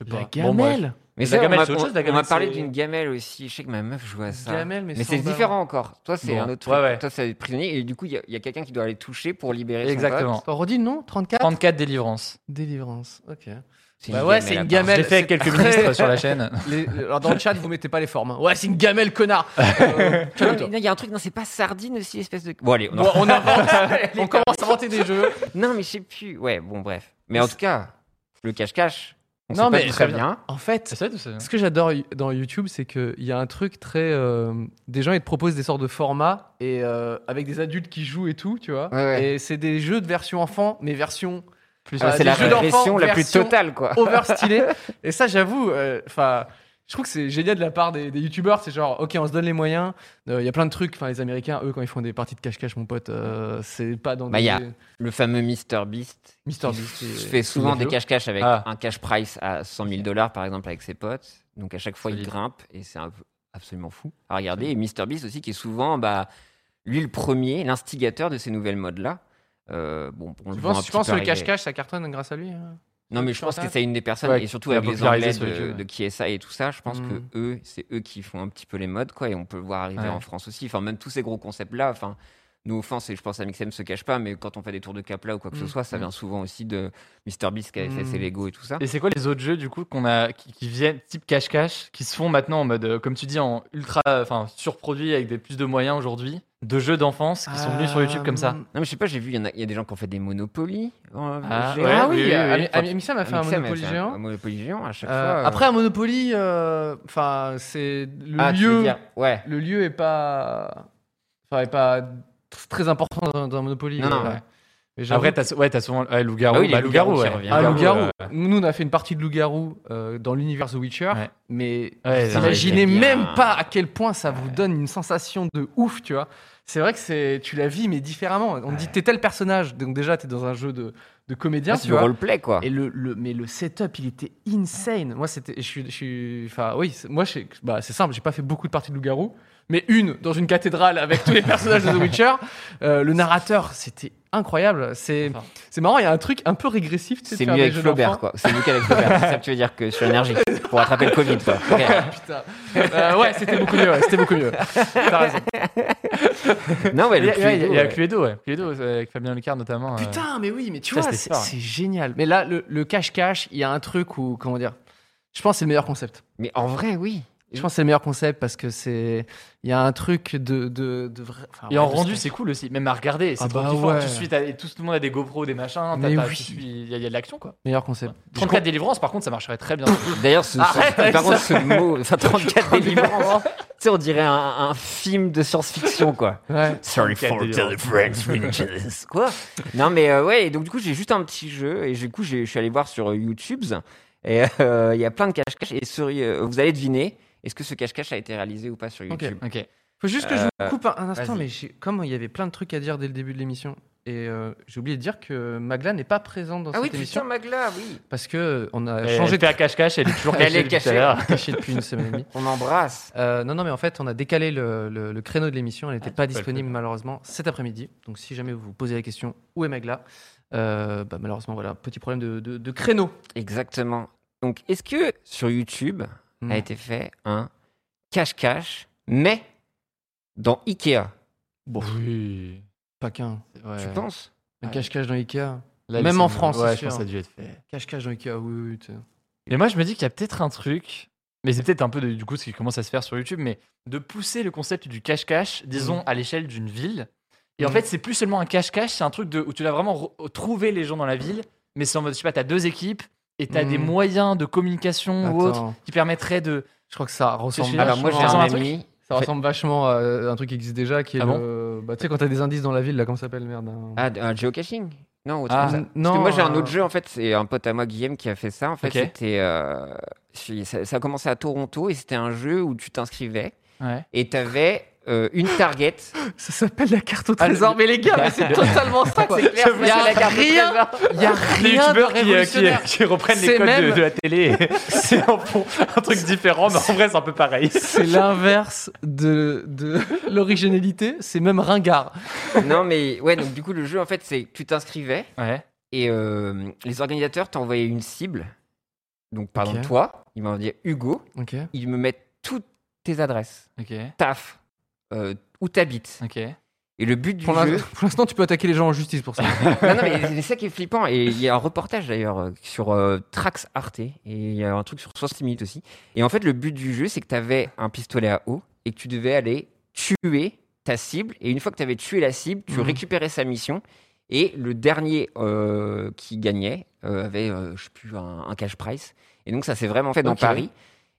Speaker 3: Je sais pas.
Speaker 2: La
Speaker 3: Bon, bref.
Speaker 2: gamelle
Speaker 4: Mais
Speaker 3: La
Speaker 4: ça, on
Speaker 3: gamelle,
Speaker 4: m'a-
Speaker 3: c'est autre chose, la
Speaker 4: on- on
Speaker 3: gamelle,
Speaker 4: m'a parlé
Speaker 3: c'est-
Speaker 4: d'une gamelle aussi. Je sais que ma meuf jouait à ça.
Speaker 2: Gamelle, mais
Speaker 4: mais c'est
Speaker 2: sans ballon.
Speaker 4: différent encore. Toi, c'est
Speaker 3: Bon.
Speaker 4: un autre
Speaker 3: Ouais,
Speaker 4: truc.
Speaker 3: ouais.
Speaker 4: Toi, c'est prisonnier. Et du coup, il y a, il y a quelqu'un qui doit aller toucher pour libérer son pote.
Speaker 3: Exactement.
Speaker 2: Attends, Redis le nom 34
Speaker 3: 34 délivrance.
Speaker 2: Délivrance. Ok.
Speaker 4: C'est
Speaker 2: Bah
Speaker 4: une
Speaker 2: ouais,
Speaker 4: gamelle
Speaker 2: c'est une
Speaker 4: à part.
Speaker 3: Je l'ai
Speaker 2: gamelle.
Speaker 3: fait
Speaker 2: c'est
Speaker 3: avec quelques
Speaker 2: très-
Speaker 3: ministres sur la chaîne.
Speaker 2: Les- alors dans le chat, vous mettez pas les formes. hein. Ouais, c'est une gamelle, connard. Euh,
Speaker 4: Non,
Speaker 2: calme-toi.
Speaker 4: mais non, il y a un truc, non, c'est pas sardine aussi, espèce de. Bon, allez, on en-
Speaker 2: Bon, on invente, on commence à inventer des jeux.
Speaker 4: Non, mais je sais plus. Ouais, bon, bref. Mais en tout cas, le cache-cache, on
Speaker 2: Non,
Speaker 4: sait pas
Speaker 2: mais-
Speaker 4: très bien.
Speaker 2: En fait,
Speaker 3: ça, tout ça
Speaker 2: ce que j'adore y- dans YouTube, c'est qu'il y a un truc très. euh, des gens, ils te proposent des sortes de formats et euh, avec des adultes qui jouent et tout, tu vois.
Speaker 4: Ouais, ouais.
Speaker 2: Et c'est des jeux de version enfant, mais version
Speaker 3: Plus
Speaker 2: Ah,
Speaker 4: c'est
Speaker 2: des
Speaker 4: la
Speaker 2: jeux d'enfants,
Speaker 4: régression la plus
Speaker 2: version-
Speaker 4: totale, quoi.
Speaker 2: overstylée. et ça, j'avoue, euh, enfin. je trouve que c'est génial de la part des, des youtubeurs, c'est genre, ok, on se donne les moyens. Euh, Il y a plein de trucs, enfin, les Américains, eux, quand ils font des parties de cache-cache, mon pote, euh, c'est pas dans
Speaker 4: Bah,
Speaker 2: des.
Speaker 4: y a- Le fameux Mr Beast.
Speaker 2: Mister
Speaker 4: qui
Speaker 2: Beast,
Speaker 4: f-
Speaker 2: et-
Speaker 4: fait souvent
Speaker 2: et
Speaker 4: des
Speaker 2: Mario.
Speaker 4: cache-cache avec
Speaker 3: Ah.
Speaker 4: un cash price à 100 000 dollars, par exemple, avec ses potes. Donc à chaque fois, il
Speaker 3: Solide.
Speaker 4: grimpe et c'est un peu absolument fou à regarder. Et Mr Beast aussi, qui est souvent, bah, lui, le premier, l'instigateur de ces nouvelles modes-là. Euh, bon, on
Speaker 2: Tu
Speaker 4: le voit un
Speaker 2: penses, tu
Speaker 4: petit
Speaker 2: penses
Speaker 4: peu
Speaker 2: que le
Speaker 4: arriver.
Speaker 2: cache-cache, ça cartonne grâce à lui hein
Speaker 4: Non, mais je pense que c'est une des personnes,
Speaker 3: Ouais,
Speaker 4: et surtout
Speaker 3: qui a
Speaker 4: avec les
Speaker 3: popularisé
Speaker 4: Anglais
Speaker 3: sur YouTube,
Speaker 4: de,
Speaker 3: ouais.
Speaker 4: de KSI et tout ça, je pense
Speaker 2: Mm.
Speaker 4: que eux, c'est eux qui font un petit peu les modes, quoi, et on peut le voir arriver
Speaker 2: Ouais.
Speaker 4: en France aussi. Enfin, même tous ces gros concepts-là, enfin, nos offenses, et je pense à Mixem se cache pas, mais quand on fait des tours de cap-là ou quoi que ce
Speaker 2: Mm.
Speaker 4: soit, ça vient souvent aussi de MrBeast qui avait fait
Speaker 2: Mm.
Speaker 4: ses Lego et tout ça.
Speaker 3: Et c'est quoi les autres jeux du coup qu'on a qui, qui viennent type cache-cache qui se font maintenant en mode euh, comme tu dis en ultra euh, enfin surproduit avec des plus de moyens aujourd'hui de jeux d'enfance qui sont venus sur YouTube comme
Speaker 2: Euh,
Speaker 3: ça.
Speaker 4: Non, mais je sais pas, j'ai vu, il y, en a- il y a des gens qui ont fait des Monopoly. euh,
Speaker 3: Ah,
Speaker 4: géants.
Speaker 3: ouais,
Speaker 2: ah
Speaker 3: oui,
Speaker 2: oui,
Speaker 3: oui, oui.
Speaker 2: Ami-
Speaker 3: Enfin,
Speaker 2: Ami- Amissam a fait un
Speaker 4: Mixem avait
Speaker 2: Monopoly
Speaker 4: fait
Speaker 2: géant.
Speaker 4: Un Monopoly géant à chaque
Speaker 2: Euh,
Speaker 4: fois.
Speaker 2: Après, un Monopoly, euh, enfin, c'est le
Speaker 4: ah, tu veux
Speaker 2: lieu.
Speaker 4: dire, ouais.
Speaker 2: Le lieu est pas, enfin, est pas tr- très important dans, dans un Monopoly.
Speaker 4: Non, non,
Speaker 2: euh,
Speaker 4: ouais.
Speaker 2: Mais j'avoue-
Speaker 3: Après t'as ouais, t'as souvent ouais, loup-garou,
Speaker 4: Ah oui, les
Speaker 3: bah, loup-garou,
Speaker 4: loups-garous qui
Speaker 3: ouais.
Speaker 4: reviennent.
Speaker 2: ah,
Speaker 4: Loup-garou,
Speaker 2: Loup-garou.
Speaker 3: euh,
Speaker 2: Nous, on a fait une partie de Loup-garou euh, dans l'univers The Witcher,
Speaker 3: Ouais.
Speaker 2: mais
Speaker 3: Ouais,
Speaker 2: vous
Speaker 3: non,
Speaker 2: imaginez
Speaker 4: il est bien.
Speaker 2: même pas à quel point ça vous donne une sensation de ouf, tu vois. C'est vrai que c'est, tu la vis, mais différemment. On te dit, t'es tel personnage, donc déjà, t'es dans un jeu de, de comédien,
Speaker 4: Ah,
Speaker 2: tu
Speaker 4: C'est du
Speaker 2: vois.
Speaker 4: roleplay, quoi.
Speaker 2: Et le, le- mais le setup, il était insane. Moi, c'était, je suis, je suis, enfin, oui, c'est- moi, c'est bah, c'est simple, j'ai pas fait beaucoup de parties de loup-garou, mais une dans une cathédrale avec tous les personnages de The Witcher. Euh, le narrateur, c'était incroyable. C'est,
Speaker 3: Enfin.
Speaker 2: c'est marrant, il y a un truc un peu régressif. tu sais, de
Speaker 4: C'est
Speaker 2: faire
Speaker 4: mieux
Speaker 2: des
Speaker 4: avec
Speaker 2: jeux
Speaker 4: Flaubert,
Speaker 2: d'enfants.
Speaker 4: quoi. C'est mieux qu'avec Flaubert. C'est ça que tu veux dire que sur énergie pour attraper le Covid, quoi. Ok.
Speaker 2: Putain. Euh, ouais, c'était beaucoup mieux. ouais, c'était beaucoup mieux. T'as raison.
Speaker 4: Non, ouais,
Speaker 3: Il y
Speaker 4: le
Speaker 3: a- ouais, il y a- il y
Speaker 4: Cluedo,
Speaker 3: a
Speaker 4: ouais.
Speaker 3: Cluedo, ouais. Cluedo euh, avec Fabien Lecard notamment. euh,
Speaker 2: Putain, mais oui, mais tu
Speaker 3: Ça,
Speaker 2: vois,
Speaker 3: c'était
Speaker 2: c'est
Speaker 3: fort.
Speaker 2: c'est génial. Mais là, le le cache-cache, il y a un truc où, comment dire, je pense que c'est le meilleur concept.
Speaker 4: Mais en vrai, oui.
Speaker 2: Je pense que c'est le meilleur concept parce que c'est il y a un truc de de, de vrai. enfin,
Speaker 3: Et en
Speaker 2: ouais, de
Speaker 3: rendu,
Speaker 2: ce-
Speaker 3: c'est cool aussi. Même à regarder, c'est
Speaker 2: Ah
Speaker 3: trop
Speaker 2: bah
Speaker 3: kiffant.
Speaker 2: ouais.
Speaker 3: Tu suis, t'as- et tout, tout le monde a des GoPro, des machins.
Speaker 2: Mais
Speaker 3: t'as- t'as-
Speaker 2: oui.
Speaker 3: tu suis- Il y, a- il y a de l'action, quoi.
Speaker 2: meilleur concept.
Speaker 3: 34 délivrances, par contre, ça marcherait très bien.
Speaker 4: D'ailleurs, ce, ce-
Speaker 2: Arrête avec
Speaker 4: par
Speaker 2: ça.
Speaker 4: contre, ce mot, enfin, 34 délivrances, tu sais, on dirait un, un film de science-fiction, quoi.
Speaker 2: Ouais.
Speaker 4: Sorry
Speaker 3: 34
Speaker 4: for
Speaker 3: délivrances.
Speaker 4: telefriends winches. Quoi Non, mais euh, ouais, et donc du coup, j'ai juste un petit jeu, et du coup, j'ai- je suis allé voir sur euh, YouTube, et euh, il y a plein de cache-cache, et sur, euh, vous allez deviner, est-ce que ce cache-cache a été réalisé ou pas sur YouTube
Speaker 3: ok.
Speaker 2: Faut juste que je
Speaker 4: Euh,
Speaker 2: vous coupe un, un instant,
Speaker 4: vas-y.
Speaker 2: mais j'ai- comme il y avait plein de trucs à dire dès le début de l'émission, et euh, j'ai oublié de dire que Magla n'est pas présente dans
Speaker 4: Ah oui,
Speaker 2: cette émission
Speaker 4: putain, Magla, oui.
Speaker 2: parce que euh, on a
Speaker 3: Elle
Speaker 2: changé de
Speaker 3: était à cache-cache, elle est toujours
Speaker 4: Elle
Speaker 3: cachée.
Speaker 4: est
Speaker 3: depuis tout à
Speaker 4: cachée.
Speaker 3: l'heure.
Speaker 2: cachet depuis une semaine et demie.
Speaker 4: On embrasse.
Speaker 2: Euh, non, non, mais en fait, on a décalé le, le- le créneau de l'émission. Elle n'était pas
Speaker 3: peux le
Speaker 2: disponible malheureusement cet après-midi. Donc, si jamais vous vous posez la question où est Magla, Euh, bah, malheureusement, voilà, petit problème de, de- de créneau.
Speaker 4: Exactement. Donc, est-ce que sur YouTube
Speaker 2: Mm.
Speaker 3: Hmm.
Speaker 4: a été fait un cache-cache, mais dans Ikea
Speaker 2: Bon,
Speaker 3: Oui.
Speaker 2: pas qu'un.
Speaker 4: Tu
Speaker 2: Ouais.
Speaker 4: penses
Speaker 2: Un cache-cache dans Ikea.
Speaker 3: Là,
Speaker 2: Même
Speaker 3: c'est-
Speaker 2: en France,
Speaker 3: ouais,
Speaker 2: c'est
Speaker 3: je pense que
Speaker 2: sûr.
Speaker 3: ça a dû être fait.
Speaker 2: Cache-cache dans Ikea, oui, oui. tu sais.
Speaker 3: Mais moi, je me dis qu'il y a peut-être un truc, mais c'est peut-être un peu de- du coup ce qui commence à se faire sur YouTube, mais de pousser le concept du cache-cache, disons, à l'échelle d'une ville. Et en
Speaker 2: Mhm.
Speaker 3: fait, c'est plus seulement un cache-cache, c'est un truc de, où tu dois vraiment re- euh, trouver les gens dans la ville, mais c'est en mode, je sais pas, t'as deux équipes et t'as des
Speaker 2: Mhm.
Speaker 3: moyens de communication ou autre
Speaker 2: Attends,
Speaker 3: qui permettraient de.
Speaker 2: Je crois que ça ressemble.
Speaker 3: là,
Speaker 4: Alors, Ah, bah, moi,
Speaker 3: je
Speaker 4: j'ai
Speaker 3: pense
Speaker 4: un
Speaker 3: à un truc.
Speaker 4: ami.
Speaker 2: Ça ressemble vachement à euh, un truc qui existe déjà, qui est
Speaker 3: Ah bon
Speaker 2: le... bah, tu sais, quand t'as des indices dans la ville, là, comment ça s'appelle, merde hein. un-
Speaker 4: Ah, d- un geocaching Non, autre
Speaker 3: Ah,
Speaker 4: chose.
Speaker 2: n-
Speaker 4: Parce que moi, j'ai un
Speaker 2: euh,
Speaker 4: autre jeu, en fait, c'est un pote à moi, Guillaume, qui a fait ça. En fait,
Speaker 3: Ok.
Speaker 4: c'était. euh, si- ça, ça a commencé à Toronto et c'était un jeu où tu t'inscrivais
Speaker 3: Ouais.
Speaker 4: et t'avais euh, une target.
Speaker 2: Ça s'appelle la carte au
Speaker 3: Ah, le-
Speaker 2: trésor. mais les gars, mais c'est totalement ça, quoi.
Speaker 4: Claire,
Speaker 2: Il y a
Speaker 4: la carte au
Speaker 2: rien.
Speaker 4: trésor.
Speaker 2: Il y a
Speaker 3: Les
Speaker 2: rien de
Speaker 3: youtubeurs qui, euh, qui, euh,
Speaker 2: révolutionnaire.
Speaker 3: qui reprennent les
Speaker 2: C'est
Speaker 3: codes de,
Speaker 2: même-
Speaker 3: de la télé, c'est un, fond- un truc différent, mais en vrai, c'est un peu pareil.
Speaker 2: C'est l'inverse de, de l'originalité, c'est même ringard.
Speaker 4: non, mais ouais, donc du coup, le jeu, en fait, c'est que tu t'inscrivais
Speaker 3: Ouais.
Speaker 4: et euh, les organisateurs t'envoyaient une cible. Donc, par exemple,
Speaker 2: Ok.
Speaker 4: toi, ils m'ont dit Hugo,
Speaker 2: Ok,
Speaker 4: ils me mettent toutes tes adresses,
Speaker 3: Ok.
Speaker 4: taf, euh, où t'habites.
Speaker 3: Ok.
Speaker 4: Et le but du
Speaker 2: pour l'in-
Speaker 4: jeu.
Speaker 2: pour l'instant, tu peux attaquer les gens en justice pour ça.
Speaker 4: non, non, mais c'est ça qui est flippant. Et il y a un reportage d'ailleurs euh, sur euh, Trax Arte. Et il y a un truc sur 60 minutes aussi. Et en fait, le but du jeu, c'est que tu avais un pistolet à eau et que tu devais aller tuer ta cible. Et une fois que tu avais tué la cible, tu
Speaker 2: Mhm.
Speaker 4: récupérais sa mission. Et le dernier euh, qui gagnait euh, avait, euh, je sais plus, un, un cash price. Et donc, ça s'est vraiment fait dans
Speaker 2: Ok.
Speaker 4: Paris.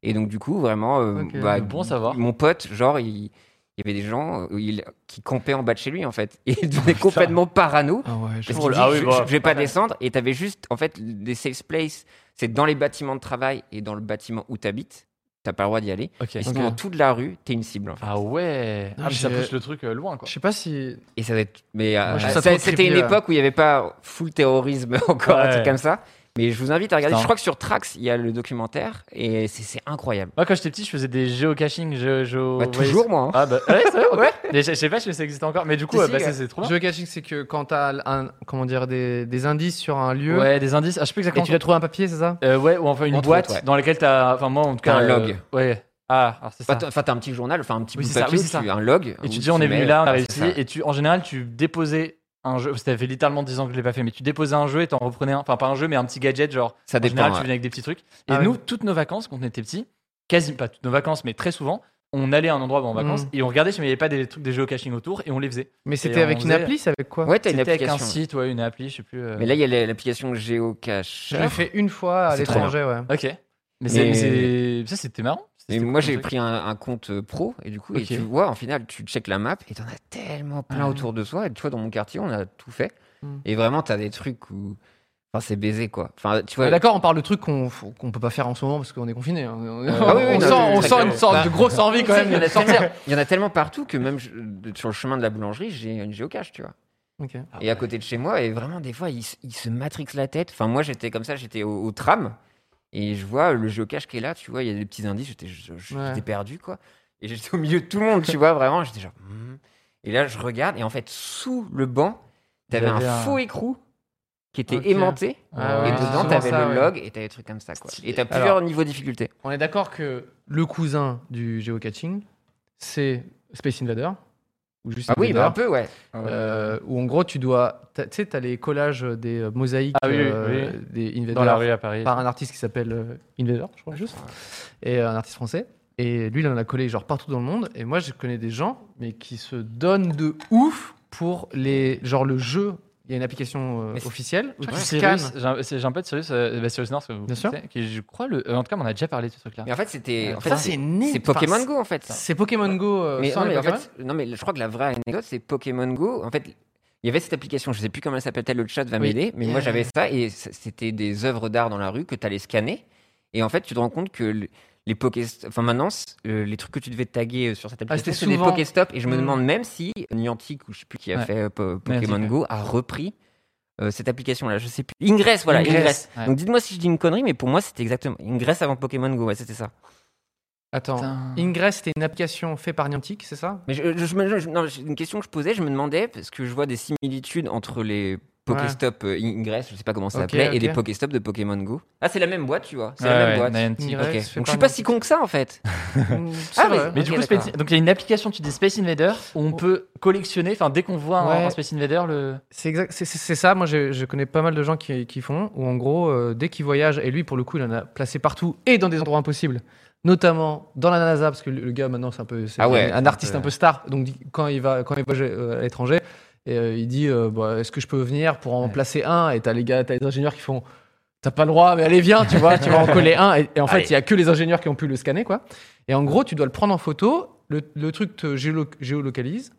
Speaker 4: Et donc, du coup, vraiment, euh,
Speaker 2: Ok.
Speaker 4: bah,
Speaker 3: Bon à savoir.
Speaker 4: mon pote, genre, il. il y avait des gens euh, il- qui campaient en bas de chez lui, en fait. Et il devenait complètement parano.
Speaker 2: Ah ouais, je
Speaker 4: Parce
Speaker 3: Drôle.
Speaker 4: qu'il dit,
Speaker 3: Ah oui,
Speaker 4: je,
Speaker 3: bah,
Speaker 4: je- je vais pas
Speaker 3: ouais.
Speaker 4: descendre. Et t'avais juste, en fait, des safe places. C'est dans les bâtiments de travail et dans le bâtiment où t'habites. T'as pas le droit d'y aller.
Speaker 3: Ok.
Speaker 4: Et sinon,
Speaker 2: Ok.
Speaker 4: dans toute la rue, t'es une cible. En fait.
Speaker 3: Ah ouais.
Speaker 2: Non,
Speaker 3: Ah, mais ça
Speaker 2: j'ai-
Speaker 3: pousse le truc euh, loin, quoi.
Speaker 2: Je sais pas si.
Speaker 4: Et ça doit être. Mais euh,
Speaker 2: Moi, je trouve ça
Speaker 4: ça-
Speaker 2: trop
Speaker 4: c'était
Speaker 2: creepy,
Speaker 4: une
Speaker 2: ouais.
Speaker 4: époque où il n'y avait pas full terrorisme encore, un
Speaker 3: Ouais.
Speaker 4: truc comme ça. Mais je vous invite à regarder.
Speaker 3: Putain.
Speaker 4: Je crois que sur Trax, il y a le documentaire. Et c'est- c'est incroyable.
Speaker 3: Moi, quand j'étais petit, je faisais des géocaching. Je, je-
Speaker 4: Bah,
Speaker 3: vous voyez
Speaker 4: toujours,
Speaker 3: ça
Speaker 4: moi. hein.
Speaker 3: Ah bah ouais, c'est vrai, ouais. Mais je, je sais pas si ça existe encore. Mais du coup,
Speaker 4: Si,
Speaker 3: euh,
Speaker 4: si,
Speaker 3: bah, ça,
Speaker 4: euh,
Speaker 3: c'est trop bien.
Speaker 2: Geocaching, c'est que quand t'as un, comment dire, des, des indices sur un lieu,
Speaker 3: Ouais, des indices. Ah, je sais plus
Speaker 2: et
Speaker 3: exactement.
Speaker 2: tu dois trouver un papier, c'est ça
Speaker 3: Euh, ouais, ou enfin une
Speaker 4: Entre
Speaker 3: boîte
Speaker 4: autres, ouais.
Speaker 3: dans laquelle t'as. Enfin, moi, en tout
Speaker 4: T'as
Speaker 3: cas.
Speaker 4: un
Speaker 3: euh,
Speaker 4: log.
Speaker 3: Ouais. Ah, alors c'est ça.
Speaker 4: Enfin, t'as- Enfin, t'as un petit journal, enfin, un petit
Speaker 3: Oui,
Speaker 4: bout de
Speaker 3: c'est ça,
Speaker 4: papier,
Speaker 3: oui, c'est
Speaker 4: tu-
Speaker 3: ça.
Speaker 4: un log.
Speaker 3: Et tu
Speaker 4: où
Speaker 3: dis, on est venu
Speaker 4: mets-
Speaker 3: là, on a
Speaker 4: Ah, c'est
Speaker 3: réussi.
Speaker 4: ça.
Speaker 3: Et tu, en général, tu déposais un jeu. Ça fait littéralement 10 ans que je l'ai pas fait, mais tu déposais un jeu et t'en reprenais un. Enfin, pas un jeu, mais un petit gadget, genre.
Speaker 4: Ça
Speaker 3: en
Speaker 4: dépend, hein.
Speaker 3: général,
Speaker 4: ouais.
Speaker 3: tu venais avec des petits trucs. Et
Speaker 2: Ah ouais.
Speaker 3: nous, toutes nos vacances, quand on était petits, quasi pas toutes nos vacances, mais très souvent, on allait à un endroit en vacances
Speaker 4: Mm.
Speaker 2: Mhm.
Speaker 3: et on regardait s'il n'y avait pas des trucs des géocaching autour et on les faisait.
Speaker 2: Mais
Speaker 3: Et
Speaker 2: c'était
Speaker 3: on
Speaker 2: avec une
Speaker 3: faisait-
Speaker 2: appli, c'est avec quoi
Speaker 4: Ouais, t'as une
Speaker 3: C'était avec un
Speaker 4: application.
Speaker 3: site, ouais, une appli, je sais plus. euh,
Speaker 4: Mais là, il y a la- l'application Geocache.
Speaker 2: Je l'ai fait une fois à
Speaker 4: C'est trop
Speaker 2: l'étranger, ouais.
Speaker 3: Ok. Mais, c'est-
Speaker 4: Mais-
Speaker 3: mais c'est- ça, c'était marrant.
Speaker 4: Et
Speaker 3: C'était
Speaker 4: moi,
Speaker 3: cool,
Speaker 4: j'ai
Speaker 3: le truc.
Speaker 4: pris un, un compte euh, pro, et du coup,
Speaker 3: Ok.
Speaker 4: et tu vois, en final, tu check la map, et t'en as tellement plein
Speaker 2: Ah.
Speaker 3: Ouais.
Speaker 4: autour de soi. Et tu vois, dans mon quartier, on a tout fait.
Speaker 2: Mm.
Speaker 4: Et vraiment, t'as des trucs où. Enfin, c'est baisé, quoi. Enfin, tu vois.
Speaker 2: Ah, D'accord, on parle de trucs qu'on f- qu'on peut pas faire en ce moment parce qu'on est confiné. hein. On,
Speaker 4: Ah oui, oui,
Speaker 2: on sent,
Speaker 4: non, mais
Speaker 2: on
Speaker 4: très
Speaker 2: sent
Speaker 4: clairement.
Speaker 2: une sorte de grosse envie quand même de sortir.
Speaker 4: Il y en a tellement partout que même je- de- sur le chemin de la boulangerie, j'ai une géocache, tu vois.
Speaker 2: Ok.
Speaker 4: et à côté de chez moi, et vraiment, des fois, ils se- ils se matrixent la tête. Enfin, moi, j'étais comme ça, j'étais au, au tram, et je vois le géocache qui est là, tu vois, il y a des petits indices, j'étais je- je-
Speaker 2: Ouais.
Speaker 4: j'étais perdu, quoi. Et j'étais au milieu de tout le monde, tu vois, vraiment, j'étais genre. hmm. Et là, je regarde, et en fait, sous le banc, t'avais
Speaker 3: Il y
Speaker 4: un
Speaker 3: avait un-
Speaker 4: faux écrou qui était
Speaker 2: Ok.
Speaker 4: aimanté,
Speaker 2: Ah ouais,
Speaker 4: et dedans,
Speaker 2: c'est
Speaker 4: t'avais
Speaker 2: souvent ça,
Speaker 4: le
Speaker 2: ouais.
Speaker 4: log, et t'avais des trucs comme ça, quoi.
Speaker 3: Stylé.
Speaker 4: Et t'as
Speaker 2: Alors-
Speaker 4: plusieurs niveaux de difficulté.
Speaker 2: On est d'accord que le cousin du geocaching, c'est Space Invader. Ou juste
Speaker 4: Ah oui, bah,
Speaker 2: Invader,
Speaker 4: un peu, ouais.
Speaker 2: euh, où en gros, tu dois. t'as- Tu sais, t'as les collages des euh, mosaïques
Speaker 3: Ah oui, oui,
Speaker 2: euh,
Speaker 3: oui.
Speaker 2: des Invaders
Speaker 3: Dans la rue à Paris.
Speaker 2: par un artiste qui s'appelle euh, Invader, je crois, juste. Et euh, un artiste français. Et lui, il en a collé genre partout dans le monde. Et moi, je connais des gens, mais qui se donnent de ouf pour les. Genre le jeu. Il y a une application euh,
Speaker 4: Mais c'est-
Speaker 2: officielle où
Speaker 3: Ou
Speaker 2: tu
Speaker 3: tu
Speaker 2: scannes.
Speaker 3: Cyrus, j'ai un- c'est- j'ai un peu de Cyrus, euh, bah, Cyrus North, que vous
Speaker 2: Bien sûr.
Speaker 3: connaissez, qui je crois le, euh, en tout cas, on a déjà parlé de ce truc-là.
Speaker 4: Mais en fait, c'était. en fait,
Speaker 2: Ça,
Speaker 4: c'est-
Speaker 2: c'est né-
Speaker 4: C'est Pokémon
Speaker 2: enfin,
Speaker 4: Go, en fait.
Speaker 2: C'est Pokémon Go euh,
Speaker 4: Mais,
Speaker 2: sans
Speaker 4: non,
Speaker 2: les
Speaker 4: mais en
Speaker 2: Pokémon.
Speaker 4: fait, non, mais je crois que la vraie anecdote, c'est Pokémon Go. En fait, il y avait cette application, je sais plus comment elle s'appelait, le chat va
Speaker 2: Oui. Euh.
Speaker 4: m'aider, mais moi j'avais ça et c- c'était des œuvres d'art dans la rue que tu allais scanner. Et en fait, tu te rends compte que le- les Pokéstop. Enfin, maintenant, c'est- euh, les trucs que tu devais taguer euh, sur cette application,
Speaker 2: Ah, c'était
Speaker 4: c'est des
Speaker 2: souvent-
Speaker 4: Pokéstop. Et je me
Speaker 2: Hmm.
Speaker 4: demande même si Niantic, ou je sais plus qui a
Speaker 7: Ouais.
Speaker 4: fait euh, Po- Pokémon
Speaker 7: Niantic,
Speaker 4: Go, a repris euh, cette application-là. Je sais plus. Ingress, voilà, Ingress.
Speaker 7: Ingress, ouais.
Speaker 4: Donc dites-moi si je dis une connerie, mais pour moi, c'était exactement Ingress avant Pokémon Go. Ouais, c'était ça.
Speaker 2: Attends.
Speaker 7: Putain.
Speaker 2: Ingress, c'était une application faite par Niantic, c'est ça
Speaker 4: Mais je, je- je me- je- non, j'ai une question que je posais, je me demandais, parce que je vois des similitudes entre les Pokéstop euh, Ingress, je sais pas comment ça
Speaker 2: Ok,
Speaker 4: s'appelait, et
Speaker 2: ok.
Speaker 4: les Pokéstop de Pokémon Go. Ah, c'est la même boîte, tu vois. C'est
Speaker 7: Ouais,
Speaker 4: la
Speaker 7: ouais,
Speaker 4: même boîte.
Speaker 7: Niantic.
Speaker 2: Ingress. fait
Speaker 4: Ok. Donc je
Speaker 2: par
Speaker 4: suis pas
Speaker 2: Niantic.
Speaker 4: si con que ça en fait.
Speaker 2: Mm, c'est
Speaker 4: Ah,
Speaker 2: vrai.
Speaker 4: mais-
Speaker 3: Mais du
Speaker 4: Ok,
Speaker 3: coup, Space-
Speaker 4: d'accord.
Speaker 3: donc il y a une application, tu dis Space Invader, où on peut collectionner, enfin dès qu'on voit un-
Speaker 2: Ouais.
Speaker 3: un Space Invader, le.
Speaker 2: C'est exact- c'est- c'est- c'est ça. Moi, je, je connais pas mal de gens qui, qui font, où en gros, euh, dès qu'ils voyagent, et lui, pour le coup, il en a placé partout et dans des endroits impossibles, notamment dans la NASA, parce que le, le gars, maintenant, c'est un peu c'est
Speaker 4: Ah ouais,
Speaker 2: un
Speaker 4: c'est
Speaker 2: artiste
Speaker 4: un
Speaker 2: un
Speaker 4: peu-
Speaker 2: peu star. Donc, il- quand il va quand il voyage euh, à l'étranger, et, euh, il dit euh, Bah, Est-ce que je peux venir pour en placer un Et t'as les gars, t'as les ingénieurs qui font T'as pas le droit, mais allez, viens, tu vois, tu vas en coller un. Et, et en fait, il y a que les ingénieurs qui ont pu le scanner, quoi. Et en gros, tu dois le prendre en photo, le, le truc te géolo- géolocalise.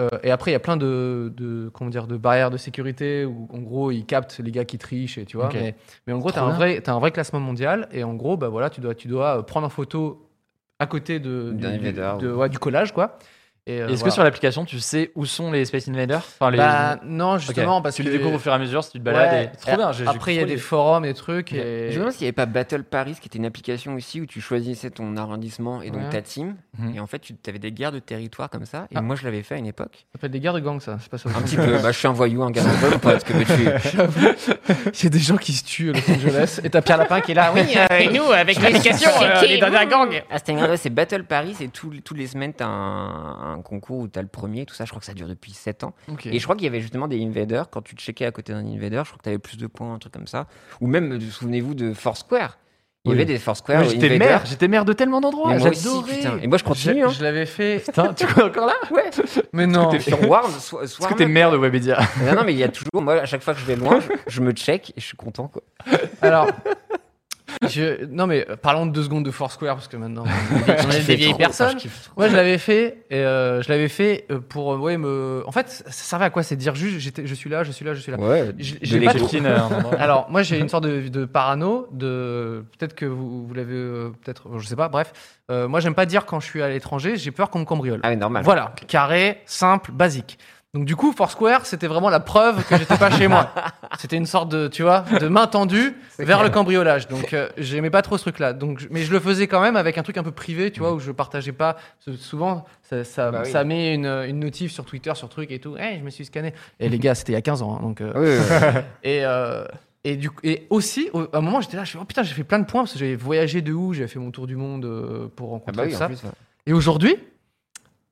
Speaker 2: Euh, et après, il y a plein de, de- comment dire, de barrières de sécurité où, en gros, ils captent les gars qui trichent et tu vois.
Speaker 3: Ok.
Speaker 2: Mais, mais en gros, tu as,
Speaker 3: Trop bien.
Speaker 2: un vrai classement mondial et en gros, bah, voilà, tu dois, tu dois prendre en photo à côté de,
Speaker 4: D'un
Speaker 2: du, du-
Speaker 4: leader,
Speaker 2: de- ouais, du collage, quoi. Et, euh,
Speaker 3: Est-ce que
Speaker 2: voilà.
Speaker 3: sur l'application, tu sais où sont les Space Invaders Enfin, les.
Speaker 2: Bah, non,
Speaker 3: Ok.
Speaker 2: justement, parce
Speaker 3: tu
Speaker 2: que.
Speaker 3: les découvres au fur et à mesure si tu te balades.
Speaker 2: Ouais.
Speaker 3: et- Trop bien. j'ai- j'ai
Speaker 2: Après, il y a
Speaker 3: trop
Speaker 2: des
Speaker 3: aimé.
Speaker 2: forums et trucs.
Speaker 3: Ok.
Speaker 2: Et...
Speaker 4: Je me demande s'il n'y avait pas Battle Paris, qui était une application aussi où tu choisissais ton arrondissement et donc
Speaker 2: Ouais.
Speaker 4: ta team.
Speaker 7: Mhm.
Speaker 4: Et en fait, tu avais des guerres de territoire comme ça. Et
Speaker 2: Ah.
Speaker 4: moi, je l'avais fait à une époque.
Speaker 2: Ça s'appelle des guerres de gang, ça. Je sais pas si vous
Speaker 4: Un petit
Speaker 2: savez.
Speaker 4: peu, bah, je suis un voyou, un gars de vol, parce que tu.
Speaker 2: Il y a des gens qui se tuent à Los Angeles. et t'as Pierre Lapin qui est là.
Speaker 3: Ah
Speaker 2: Oui,
Speaker 4: et nous, avec l'application,
Speaker 2: on est dans un gang.
Speaker 4: Ah, c'était incroyable, c'est Battle Paris, et tous les- toutes les semaines, t'as un, un concours où t'as le premier, tout ça. Je crois que ça dure depuis 7 ans.
Speaker 3: Ok.
Speaker 4: Et je crois qu'il y avait justement des invaders. Quand tu checkais à côté d'un invader, je crois que t'avais plus de points, un truc comme ça. Ou même, euh, souvenez-vous de Foursquare. Il
Speaker 3: Ah Oui.
Speaker 4: y avait des Foursquare.
Speaker 3: Mais
Speaker 4: aux
Speaker 3: J'étais
Speaker 4: invaders.
Speaker 3: maire, j'étais maire de tellement d'endroits.
Speaker 4: Mais moi aussi,
Speaker 3: J'adorais.
Speaker 4: putain. Et moi, je continue.
Speaker 2: Je,
Speaker 4: hein.
Speaker 2: je l'avais fait.
Speaker 3: Putain, tu es encore là
Speaker 4: Ouais.
Speaker 2: Mais non.
Speaker 4: T'es sur Warm, soit,
Speaker 3: Est-ce que t'es maire de Webedia
Speaker 4: Non, non, mais il y a toujours. Moi, à chaque fois que je vais loin, je, je me check et je suis content. Quoi.
Speaker 2: Alors. je- Non, mais euh, parlons de deux secondes de Foursquare, parce que maintenant, on est des vieilles personnes. Moi, je l'avais fait, et euh, je l'avais fait euh, pour, euh, ouais, me. En fait, ça servait à quoi C'est de dire juste, j'étais- je suis là, je suis là, je suis là.
Speaker 4: Ouais.
Speaker 2: Je-
Speaker 4: de
Speaker 2: j'ai pas
Speaker 4: l'écho.
Speaker 2: trop-
Speaker 3: hein,
Speaker 2: Alors, moi, j'ai une sorte de, de parano, de peut-être que vous, vous l'avez, euh, peut-être, je sais pas. Bref, Euh, moi, j'aime pas dire quand je suis à l'étranger, j'ai peur qu'on me cambriole.
Speaker 4: Ah, mais normal.
Speaker 2: Voilà, carré, simple, basique. Donc du coup, Foursquare, c'était vraiment la preuve que j'étais pas chez moi. C'était une sorte de, tu vois, de main tendue vers le cambriolage. Donc euh, j'aimais pas trop ce truc-là. Donc je- mais je le faisais quand même avec un truc un peu privé, tu vois, où je partageais pas. Parce que Souvent, ça, ça,
Speaker 4: Mm. Bah oui.
Speaker 2: ça met une, une notif sur Twitter, sur truc et tout. Hey, je me suis scanné. Et les gars, c'était il y a 15 ans, hein, donc. euh,
Speaker 4: Ouais, ouais, ouais.
Speaker 2: et, euh, et, du, coup- et aussi, au- à un moment, j'étais là, je suis oh putain, j'ai fait plein de points parce que j'avais voyagé de où, j'avais fait mon tour du monde euh, pour rencontrer
Speaker 4: Ah, bah oui,
Speaker 2: tout
Speaker 4: en
Speaker 2: ça.
Speaker 4: plus. ouais.
Speaker 2: Et aujourd'hui,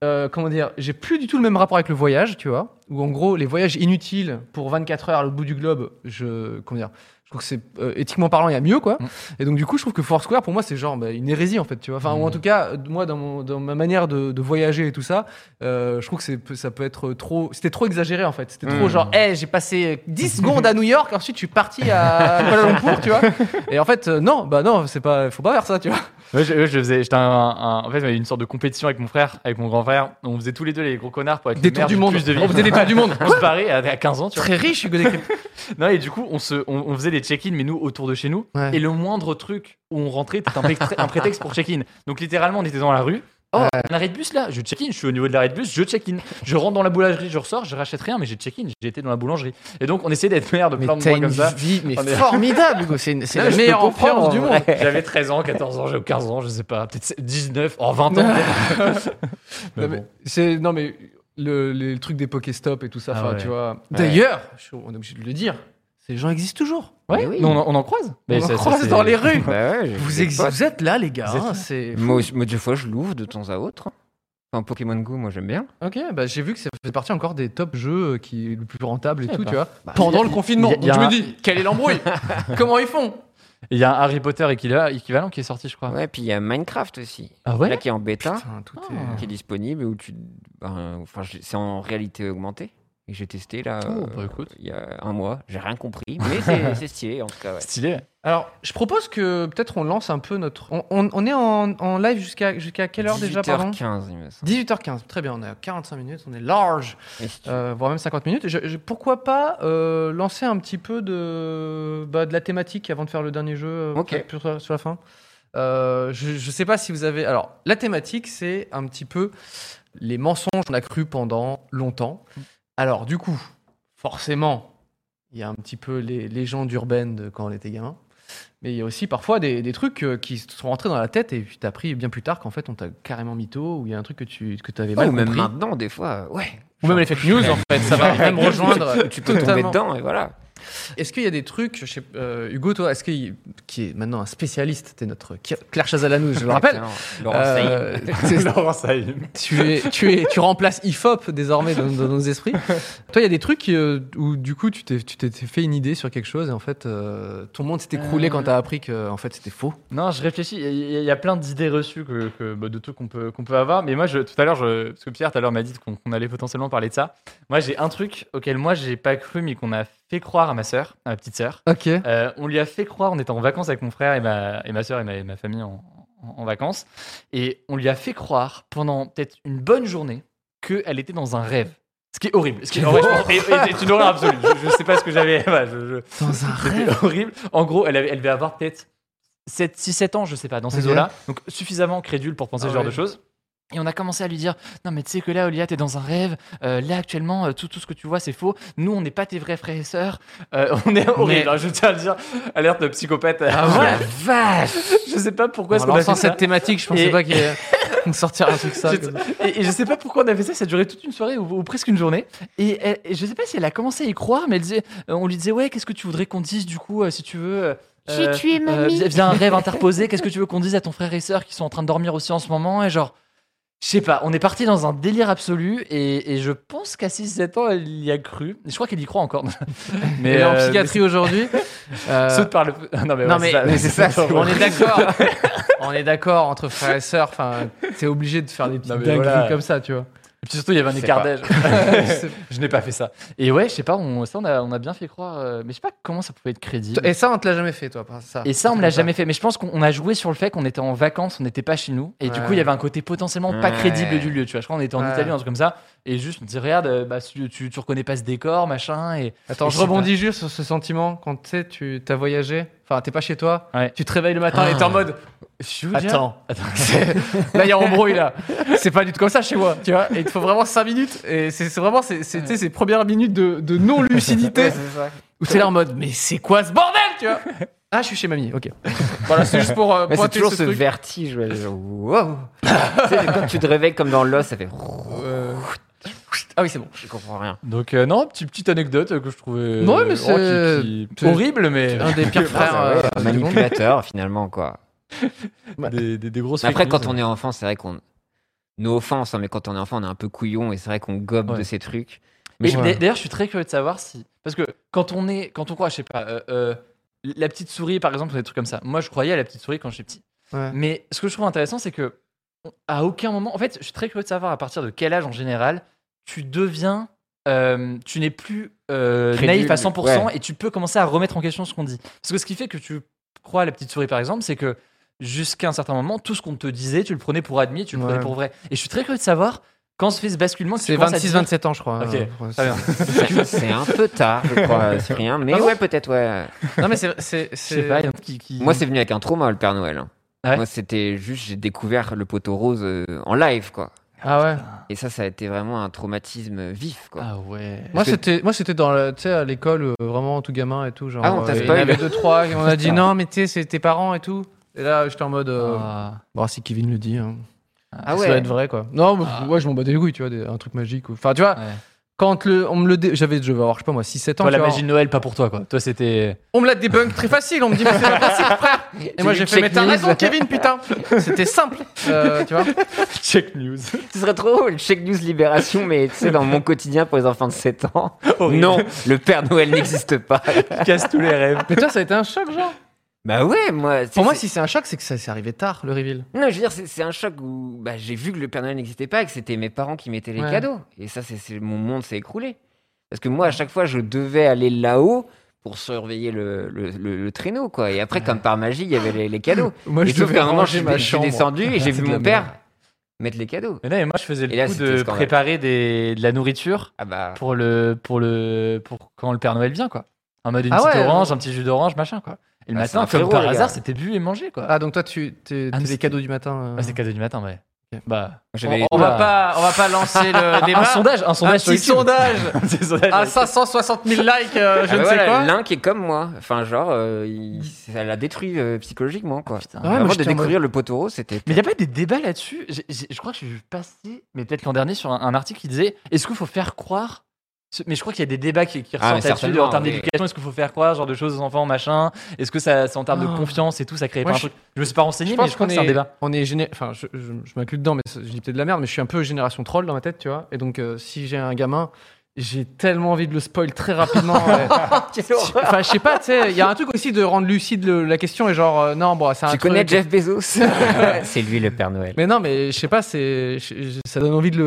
Speaker 2: euh, comment dire, j'ai plus du tout le même rapport avec le voyage, tu vois, où en gros, les voyages inutiles pour 24 heures à l'autre bout du globe, je, comment dire, je trouve que c'est euh, éthiquement parlant, il y a mieux, quoi. Et donc, du coup, je trouve que Foursquare, pour moi, c'est genre bah, une hérésie, en fait, tu vois. Enfin, ou en tout cas, euh, moi, dans, mon- dans ma manière de, de voyager et tout ça, euh, je trouve que c'est- ça peut être trop. C'était trop exagéré, en fait. C'était trop genre, hé, j'ai passé 10 secondes à New York, ensuite, je suis parti à Kuala Lumpur, tu vois. Et en fait, euh, non, bah non, c'est pas, faut pas faire ça, tu vois.
Speaker 3: Moi, je, moi, je faisais, j'étais un, un- en fait, j'avais une sorte de compétition avec mon frère, avec mon grand frère. On faisait tous les deux les gros connards pour être
Speaker 2: Des
Speaker 3: le maire
Speaker 2: tours du monde.
Speaker 3: plus de
Speaker 2: On faisait des tours du monde.
Speaker 3: On se barrait à, à 15 ans, tu vois.
Speaker 2: Très riche, Hugo Décrypte.
Speaker 3: Non, et du coup, on, se, on, on faisait les check-in, mais nous, autour de chez nous.
Speaker 2: Ouais.
Speaker 3: Et le moindre truc où on rentrait était un, pré- un prétexte pour check-in. Donc, littéralement, on était dans la rue. Oh, un arrêt de bus là, je check-in, je suis au niveau de l'arrêt de bus, je check-in. Je rentre dans la boulangerie, je ressors, je rachète rien, mais j'ai check-in, j'étais dans la boulangerie. Et donc, on essayait d'être maire de
Speaker 2: Mais
Speaker 3: plein de
Speaker 2: t'as
Speaker 3: points
Speaker 2: une
Speaker 3: comme ça.
Speaker 2: vie mais
Speaker 3: On est-
Speaker 2: formidable, Hugo. C'est une- c'est
Speaker 3: Non,
Speaker 2: la
Speaker 3: mais je
Speaker 2: meilleure
Speaker 3: peux comprendre,
Speaker 2: confiance du
Speaker 3: en
Speaker 2: monde.
Speaker 3: vrai. J'avais 13 ans, 14 ans, j'ai 15 ans, je sais pas, peut-être 19, en 20 ans.
Speaker 2: Non, mais c'est- non, mais le, les trucs des Pokéstop et tout ça,
Speaker 3: Ah
Speaker 2: enfin,
Speaker 3: ouais.
Speaker 2: tu vois. D'ailleurs, je- on est obligé de le dire, ces gens existent toujours.
Speaker 3: Ouais,
Speaker 4: oui.
Speaker 3: mais on, en- on en croise.
Speaker 2: On
Speaker 3: Mais
Speaker 2: en
Speaker 3: ça- ça,
Speaker 2: croise
Speaker 3: c'est-
Speaker 2: dans les rues.
Speaker 4: Bah ouais, j'ai
Speaker 2: Vous,
Speaker 4: des
Speaker 2: ex-
Speaker 4: potes.
Speaker 2: vous êtes là, les gars.
Speaker 3: Vous êtes
Speaker 2: hein,
Speaker 3: là.
Speaker 2: c'est
Speaker 4: Moi, aussi- moi, des fois, je l'ouvre de temps à autre. hein. Enfin, Pokémon Go, moi, j'aime bien.
Speaker 2: Ok, bah, j'ai vu que ça fait partie encore des top jeux euh, qui le plus rentable et
Speaker 3: Eh
Speaker 2: tout,
Speaker 3: bah,
Speaker 2: tu vois.
Speaker 4: bah,
Speaker 2: Pendant le confinement,
Speaker 3: y a-
Speaker 2: Donc
Speaker 3: y a
Speaker 2: je
Speaker 3: un-
Speaker 2: me dis, quelle est l'embrouille Comment ils font
Speaker 3: Il y a un Harry Potter équiva- équivalent qui est sorti, je crois.
Speaker 4: Ouais, puis il y a Minecraft aussi.
Speaker 3: Ah ouais
Speaker 4: Là, qui est en bêta,
Speaker 2: Putain, tout
Speaker 3: Ah.
Speaker 2: est-
Speaker 4: euh, qui est disponible, où tu. ben, Enfin, j'ai- c'est en réalité augmentée. Et j'ai testé là.
Speaker 3: Oh,
Speaker 4: euh,
Speaker 3: bah, écoute.
Speaker 4: Il y a un mois, j'ai rien compris, mais c'est c'est stylé en tout cas. ouais.
Speaker 3: Stylé.
Speaker 2: Alors, je propose que peut-être on lance un peu notre. On, on- on est en, en live jusqu'à jusqu'à quelle heure déjà, pardon
Speaker 4: 18h15, il me semble.
Speaker 2: 18h15, très bien, on est à 45 minutes, on est large,
Speaker 4: Mais si tu-
Speaker 2: euh, voire même 50 minutes. Je- je- pourquoi pas euh, lancer un petit peu de, bah, de la thématique avant de faire le dernier jeu euh,
Speaker 4: Ok.
Speaker 2: peut-être sur, sur la fin Euh, je ne sais pas si vous avez. Alors, la thématique, c'est un petit peu les mensonges qu'on a cru pendant longtemps. Alors, du coup, forcément, il y a un petit peu les légendes urbaines de quand on était gamin. Mais il y a aussi parfois des, des trucs euh, qui se sont rentrés dans la tête et tu t'as appris bien plus tard qu'en fait on t'a carrément mytho ou il y a un truc que tu que avais mal
Speaker 4: ou Oh, même
Speaker 2: compris.
Speaker 4: maintenant, des
Speaker 2: euh,
Speaker 4: fois, ouais.
Speaker 2: Ou même les fake news en fait, ça va même rejoindre.
Speaker 4: Tu peux tomber
Speaker 2: totalement.
Speaker 4: dedans et voilà.
Speaker 2: Est-ce qu'il y a des trucs, je sais, euh, Hugo, toi, est-ce qu'il- qui est maintenant un spécialiste, t'es notre Ki- Claire Chazalanou, je le rappelle.
Speaker 4: Laurent
Speaker 2: Euh, c'est-
Speaker 3: Laurent Saïm.
Speaker 2: tu, es, tu, es, tu remplaces IFOP désormais dans, dans nos esprits. Toi, il y a des trucs euh, où du coup tu t'es tu t'es fait une idée sur quelque chose et en fait euh, tout le monde s'est écroulé quand t'as appris que en fait c'était faux.
Speaker 3: Non, je réfléchis. Il y, a- il y a plein d'idées reçues que, que- bah, de trucs qu'on peut, qu'on peut avoir. Mais moi, je, tout à l'heure, je- parce que Pierre, tout à l'heure, m'a dit qu'on qu'on allait potentiellement parler de ça. Moi, j'ai un truc auquel moi, j'ai pas cru, mais qu'on a fait croire à ma sœur, à ma petite sœur.
Speaker 2: Ok.
Speaker 3: Euh, on lui a fait croire, on était en vacances avec mon frère et ma, et ma soeur et ma, et ma famille en, en- en vacances. Et on lui a fait croire pendant peut-être une bonne journée qu'elle était dans un rêve. Ce qui est horrible. Ce qui est, en vrai, je pense- et- et- c'est une horreur absolue. Je, je sais pas ce que j'avais. voilà, je- je-
Speaker 2: Dans un
Speaker 3: c'était horrible. En gros, elle, avait- elle devait avoir peut-être 7, 6-7 ans, je sais pas, dans ces
Speaker 2: Ok.
Speaker 3: eaux-là. Donc suffisamment crédule pour penser
Speaker 2: Ah
Speaker 3: ce genre
Speaker 2: ouais.
Speaker 3: de choses. Et on a commencé à lui dire Non, mais tu sais que là, Olia, t'es dans un rêve. Euh, là, actuellement, euh, tout, tout ce que tu vois, c'est faux. Nous, on n'est pas tes vrais frères et sœurs. Euh, on est horrible,
Speaker 2: Mais-
Speaker 3: hein, je tiens à le dire. Alerte de psychopathe.
Speaker 2: Ah ouais.
Speaker 3: je sais pas pourquoi est-ce
Speaker 2: en
Speaker 3: qu'on a
Speaker 2: lançant
Speaker 3: fait ça.
Speaker 2: cette thématique, je pensais
Speaker 3: Et-
Speaker 2: pas qu'il y ait- qu'on sortira un truc ça. comme ça.
Speaker 3: Et, et je sais pas pourquoi on a fait ça, ça a duré toute une soirée ou, ou presque une journée. Et, elle- et je sais pas si elle a commencé à y croire, mais elle disait, euh, on lui disait Ouais, qu'est-ce que tu voudrais qu'on dise du coup, euh, si tu veux euh,
Speaker 7: J'ai tué mamie.
Speaker 3: via- via un rêve interposé, qu'est-ce que tu veux qu'on dise à ton frère et sœur qui sont en train de dormir aussi en ce moment Et genre, je sais pas, on est parti dans un délire absolu et, et je pense qu'à 6-7 ans, elle y a cru. Je crois qu'elle y croit encore.
Speaker 2: Et là, en
Speaker 3: euh,
Speaker 2: psychiatrie aujourd'hui. euh,
Speaker 3: mais c'est- saute par le. Non, mais,
Speaker 2: non
Speaker 3: ouais,
Speaker 2: mais,
Speaker 3: c'est
Speaker 2: mais c'est ça,
Speaker 3: c'est
Speaker 2: on est d'accord. on est d'accord entre frères et sœurs. Enfin, t'es obligé de faire des petites
Speaker 3: Non, mais
Speaker 2: dingueries
Speaker 3: voilà.
Speaker 2: comme ça, tu vois.
Speaker 3: Et puis surtout, il y avait un
Speaker 4: Je sais
Speaker 3: écart
Speaker 4: pas.
Speaker 3: d'âge. je n'ai pas fait ça. Et ouais, je sais pas, on, ça, on a, on a bien fait croire. euh, mais je sais pas comment ça pouvait être crédible.
Speaker 2: Et ça, on te l'a jamais fait, toi, par- ça.
Speaker 3: Et ça, on me l'a jamais fait. Mais je pense qu'on on a joué sur le fait qu'on était en vacances, on n'était pas chez nous. Et du
Speaker 2: Ouais.
Speaker 3: coup, il y avait un côté potentiellement pas
Speaker 4: Ouais.
Speaker 3: crédible du lieu. Tu vois, je crois qu'on était en
Speaker 2: Ouais.
Speaker 3: Italie, un truc comme ça. Et juste, on disait, regarde, euh, bah, tu, tu, tu reconnais pas ce décor, machin. Et
Speaker 2: Attends,
Speaker 3: Et
Speaker 2: je
Speaker 3: je sais
Speaker 2: rebondis juste sur ce sentiment quand tu sais, tu t'as voyagé, enfin t'es pas chez toi,
Speaker 3: Ouais.
Speaker 2: tu te réveilles le matin et t'es en mode Attends,
Speaker 3: Attends.
Speaker 2: c'est- là il y a embrouille là, c'est pas du tout comme ça chez moi, tu vois, et il te faut vraiment 5 minutes, et c'est c'est vraiment c'est- c'est, tu sais, ces premières minutes de, de non-lucidité où t'es là en mode mais c'est quoi ce bordel, tu vois Ah, je suis chez mamie, ok. Voilà, c'est juste pour euh,
Speaker 4: Mais c'est
Speaker 2: pointer
Speaker 4: toujours
Speaker 2: ce,
Speaker 4: ce,
Speaker 2: truc.
Speaker 4: vertige. ouais, genre, wow. tu sais, quand tu te réveilles comme dans l'os, ça fait.
Speaker 2: Ah oui, c'est bon.
Speaker 4: Je comprends rien.
Speaker 3: Donc, euh, non, petite, petite anecdote euh, que je trouvais.
Speaker 2: Non, mais
Speaker 3: oh,
Speaker 2: c'est-
Speaker 3: qui- qui-
Speaker 2: c'est-
Speaker 3: Horrible, mais.
Speaker 2: Un des pires frères.
Speaker 4: Ah, ouais,
Speaker 2: euh, du monde.
Speaker 4: manipulateur finalement quoi.
Speaker 3: Des, des, des grosses
Speaker 4: Mais après
Speaker 3: fake
Speaker 4: quand
Speaker 3: news.
Speaker 4: on est enfant, c'est vrai qu'on nos offenses, hein, mais quand on est enfant, on est un peu couillon et c'est vrai qu'on gobe
Speaker 3: Ouais.
Speaker 4: de ces trucs.
Speaker 3: Mais
Speaker 4: Mais
Speaker 3: je-
Speaker 2: Ouais.
Speaker 3: d'ailleurs, je suis très curieux de savoir si. Parce que quand on est. Quand on croit, je sais pas. euh, euh, la petite souris, par exemple, des trucs comme ça. Moi, je croyais à la petite souris quand j'étais petit.
Speaker 2: Ouais.
Speaker 3: Mais ce que je trouve intéressant, c'est que. on- À aucun moment. En fait, je suis très curieux de savoir à partir de quel âge, en général, tu deviens. euh, tu n'es plus euh,
Speaker 4: Crédule,
Speaker 3: naïf à 100% et tu peux commencer à remettre en question ce qu'on dit. Parce que ce qui fait que tu crois à la petite souris, par exemple, c'est que jusqu'à un certain moment, tout ce qu'on te disait, tu le prenais pour admis, tu le prenais
Speaker 2: Ouais.
Speaker 3: pour vrai. Et je suis très curieux de savoir quand se fait ce basculement. que tu
Speaker 2: C'est
Speaker 3: commences à dire-
Speaker 2: 26-27 ans, je crois.
Speaker 3: Ok,
Speaker 2: euh,
Speaker 3: très bien.
Speaker 4: c'est c'est un peu tard, je crois, Cyprien.
Speaker 3: Ah
Speaker 4: Mais ouais, peut-être ouais.
Speaker 2: Non, mais c'est. c'est-
Speaker 3: Je sais
Speaker 2: c'est-
Speaker 3: pas, il y en a qui- qui-
Speaker 4: Moi, c'est venu avec un trauma le Père Noël. hein.
Speaker 3: Ah ouais
Speaker 4: Moi, c'était juste j'ai découvert le poteau rose euh, en live quoi.
Speaker 2: Ah ouais.
Speaker 4: Et ça, ça a été vraiment un traumatisme vif quoi.
Speaker 3: Ah ouais.
Speaker 2: Moi
Speaker 4: Parce que-
Speaker 2: c'était moi c'était dans la- tu sais à l'école euh, vraiment tout gamin et tout genre
Speaker 4: Ah, on t'a
Speaker 2: euh, il y en
Speaker 4: spoil.
Speaker 2: avait deux trois et on a dit non mais tu sais c'est tes parents et tout et là j'étais en mode euh,
Speaker 3: Ah.
Speaker 2: bon si Kevin le dit hein,
Speaker 4: Ah
Speaker 2: ça doit être vrai quoi non mais,
Speaker 3: Ah.
Speaker 2: ouais je m'en battais les couilles tu vois des- un truc magique ou- enfin tu vois
Speaker 3: Ouais.
Speaker 2: quand le on me le dé- j'avais je vais avoir je sais pas moi 6 7 ans
Speaker 3: Toi, la
Speaker 2: tu vois.
Speaker 3: magie de Noël, pas pour toi, quoi. Toi, c'était.
Speaker 2: on me l'a débunk très facile on me dit mais c'est pas possible frère et moi
Speaker 4: du
Speaker 2: j'ai fait mais t'as
Speaker 4: check-news.
Speaker 2: raison Kevin putain c'était simple euh, tu vois
Speaker 3: Check news.
Speaker 4: Ce serait trop drôle, check news libération, mais tu sais, dans mon quotidien pour les enfants de 7 ans. non, le Père Noël n'existe pas.
Speaker 3: Casse tous les rêves.
Speaker 2: mais toi ça a été un choc genre
Speaker 4: bah ouais, moi. c'est-
Speaker 2: pour moi
Speaker 4: c'est-
Speaker 2: si c'est un choc c'est que ça c'est arrivé tard le reveal
Speaker 4: Non, je veux dire, c'est c'est un choc où bah, j'ai vu que le Père Noël n'existait pas et que c'était mes parents qui mettaient les
Speaker 2: Ouais.
Speaker 4: cadeaux. Et ça, c'est c'est- mon monde s'est écroulé. Parce que moi, à chaque fois, je devais aller là-haut pour surveiller le, le- le- le traîneau, quoi. Et après, comme par magie, il y avait les, les cadeaux.
Speaker 2: moi
Speaker 4: et sauf qu'à un moment,
Speaker 2: ranger
Speaker 4: je, suis-
Speaker 2: ma
Speaker 4: je suis
Speaker 2: chambre.
Speaker 4: descendu et j'ai
Speaker 2: C'est
Speaker 4: vu
Speaker 2: de la
Speaker 4: mon père mettre les cadeaux.
Speaker 3: Mais non, mais moi, je faisais le
Speaker 4: Et là,
Speaker 3: coup
Speaker 4: c'était
Speaker 3: de
Speaker 4: scandale.
Speaker 3: préparer des, de la nourriture
Speaker 4: Ah bah.
Speaker 3: pour le, pour le, pour quand le Père Noël vient, quoi. En mode une
Speaker 2: Ah
Speaker 3: petite
Speaker 2: ouais,
Speaker 3: orange, un petit jus d'orange, machin, quoi. Et le
Speaker 4: Ah, c'est un
Speaker 3: matin, comme
Speaker 4: frérot,
Speaker 3: par
Speaker 4: les
Speaker 3: hasard,
Speaker 4: gars.
Speaker 3: c'était bu et mangé, quoi.
Speaker 2: Ah, donc toi, tu t'es t'es
Speaker 3: Ah, mais
Speaker 2: les
Speaker 3: c'était-
Speaker 2: cadeaux du matin. euh.
Speaker 3: Ah, c'est 4 du matin, ouais. Bah,
Speaker 4: J'avais-
Speaker 2: on, on va
Speaker 3: Oula.
Speaker 2: pas, on va pas lancer le
Speaker 3: un,
Speaker 2: débat.
Speaker 3: un sondage, Ah, un sondage. Ah, sur
Speaker 2: petit
Speaker 3: YouTube.
Speaker 2: sondage.
Speaker 3: Un petit sondage
Speaker 2: à
Speaker 3: avec-
Speaker 2: 560 000 likes, euh, je
Speaker 4: Ah
Speaker 2: ne
Speaker 4: bah
Speaker 2: sais
Speaker 4: voilà,
Speaker 2: quoi.
Speaker 4: L'un qui est comme moi. Enfin, genre, euh, il- ça l'a détruit euh, psychologiquement, quoi.
Speaker 3: putain.
Speaker 2: Ah, Ouais, moi,
Speaker 4: Avant de
Speaker 2: j'étais en mode-
Speaker 4: découvrir le poteau, c'était.
Speaker 3: Mais il n'y a pas des débats là-dessus J'ai- j'ai- Je crois que j'ai vu passer, mais peut-être l'an dernier, sur un, un article qui disait est-ce qu'il faut faire croire ce- mais je crois qu'il y a des débats qui, qui
Speaker 4: Ah, mais
Speaker 3: ressortent là-dessus
Speaker 4: certainement,
Speaker 3: en termes
Speaker 4: mais-
Speaker 3: d'éducation. Est-ce qu'il faut faire croire ce genre de choses aux enfants, machin Est-ce que ça, c'est en termes
Speaker 2: Ah.
Speaker 3: de confiance et tout, ça crée
Speaker 2: Moi,
Speaker 3: pas un
Speaker 2: je-
Speaker 3: truc Oh. Je me suis pas renseigné, mais je crois que
Speaker 2: qu'on
Speaker 3: c'est un
Speaker 2: est-
Speaker 3: débat.
Speaker 2: On est géné- Enfin, je, je, je m'inclus dedans, mais c'est- je dis peut-être de la merde, mais je suis un peu génération troll dans ma tête, tu vois. Et donc, euh, si j'ai un gamin, j'ai tellement envie de le spoil très rapidement. ouais. Enfin, je sais pas, tu sais, il y a un truc aussi de rendre lucide le- la question et genre, euh, non, bon, c'est un
Speaker 4: Tu connais
Speaker 2: truc-
Speaker 4: Jeff Bezos C'est lui le Père Noël.
Speaker 2: Mais non, mais je sais pas, c'est, je- je- ça donne envie de le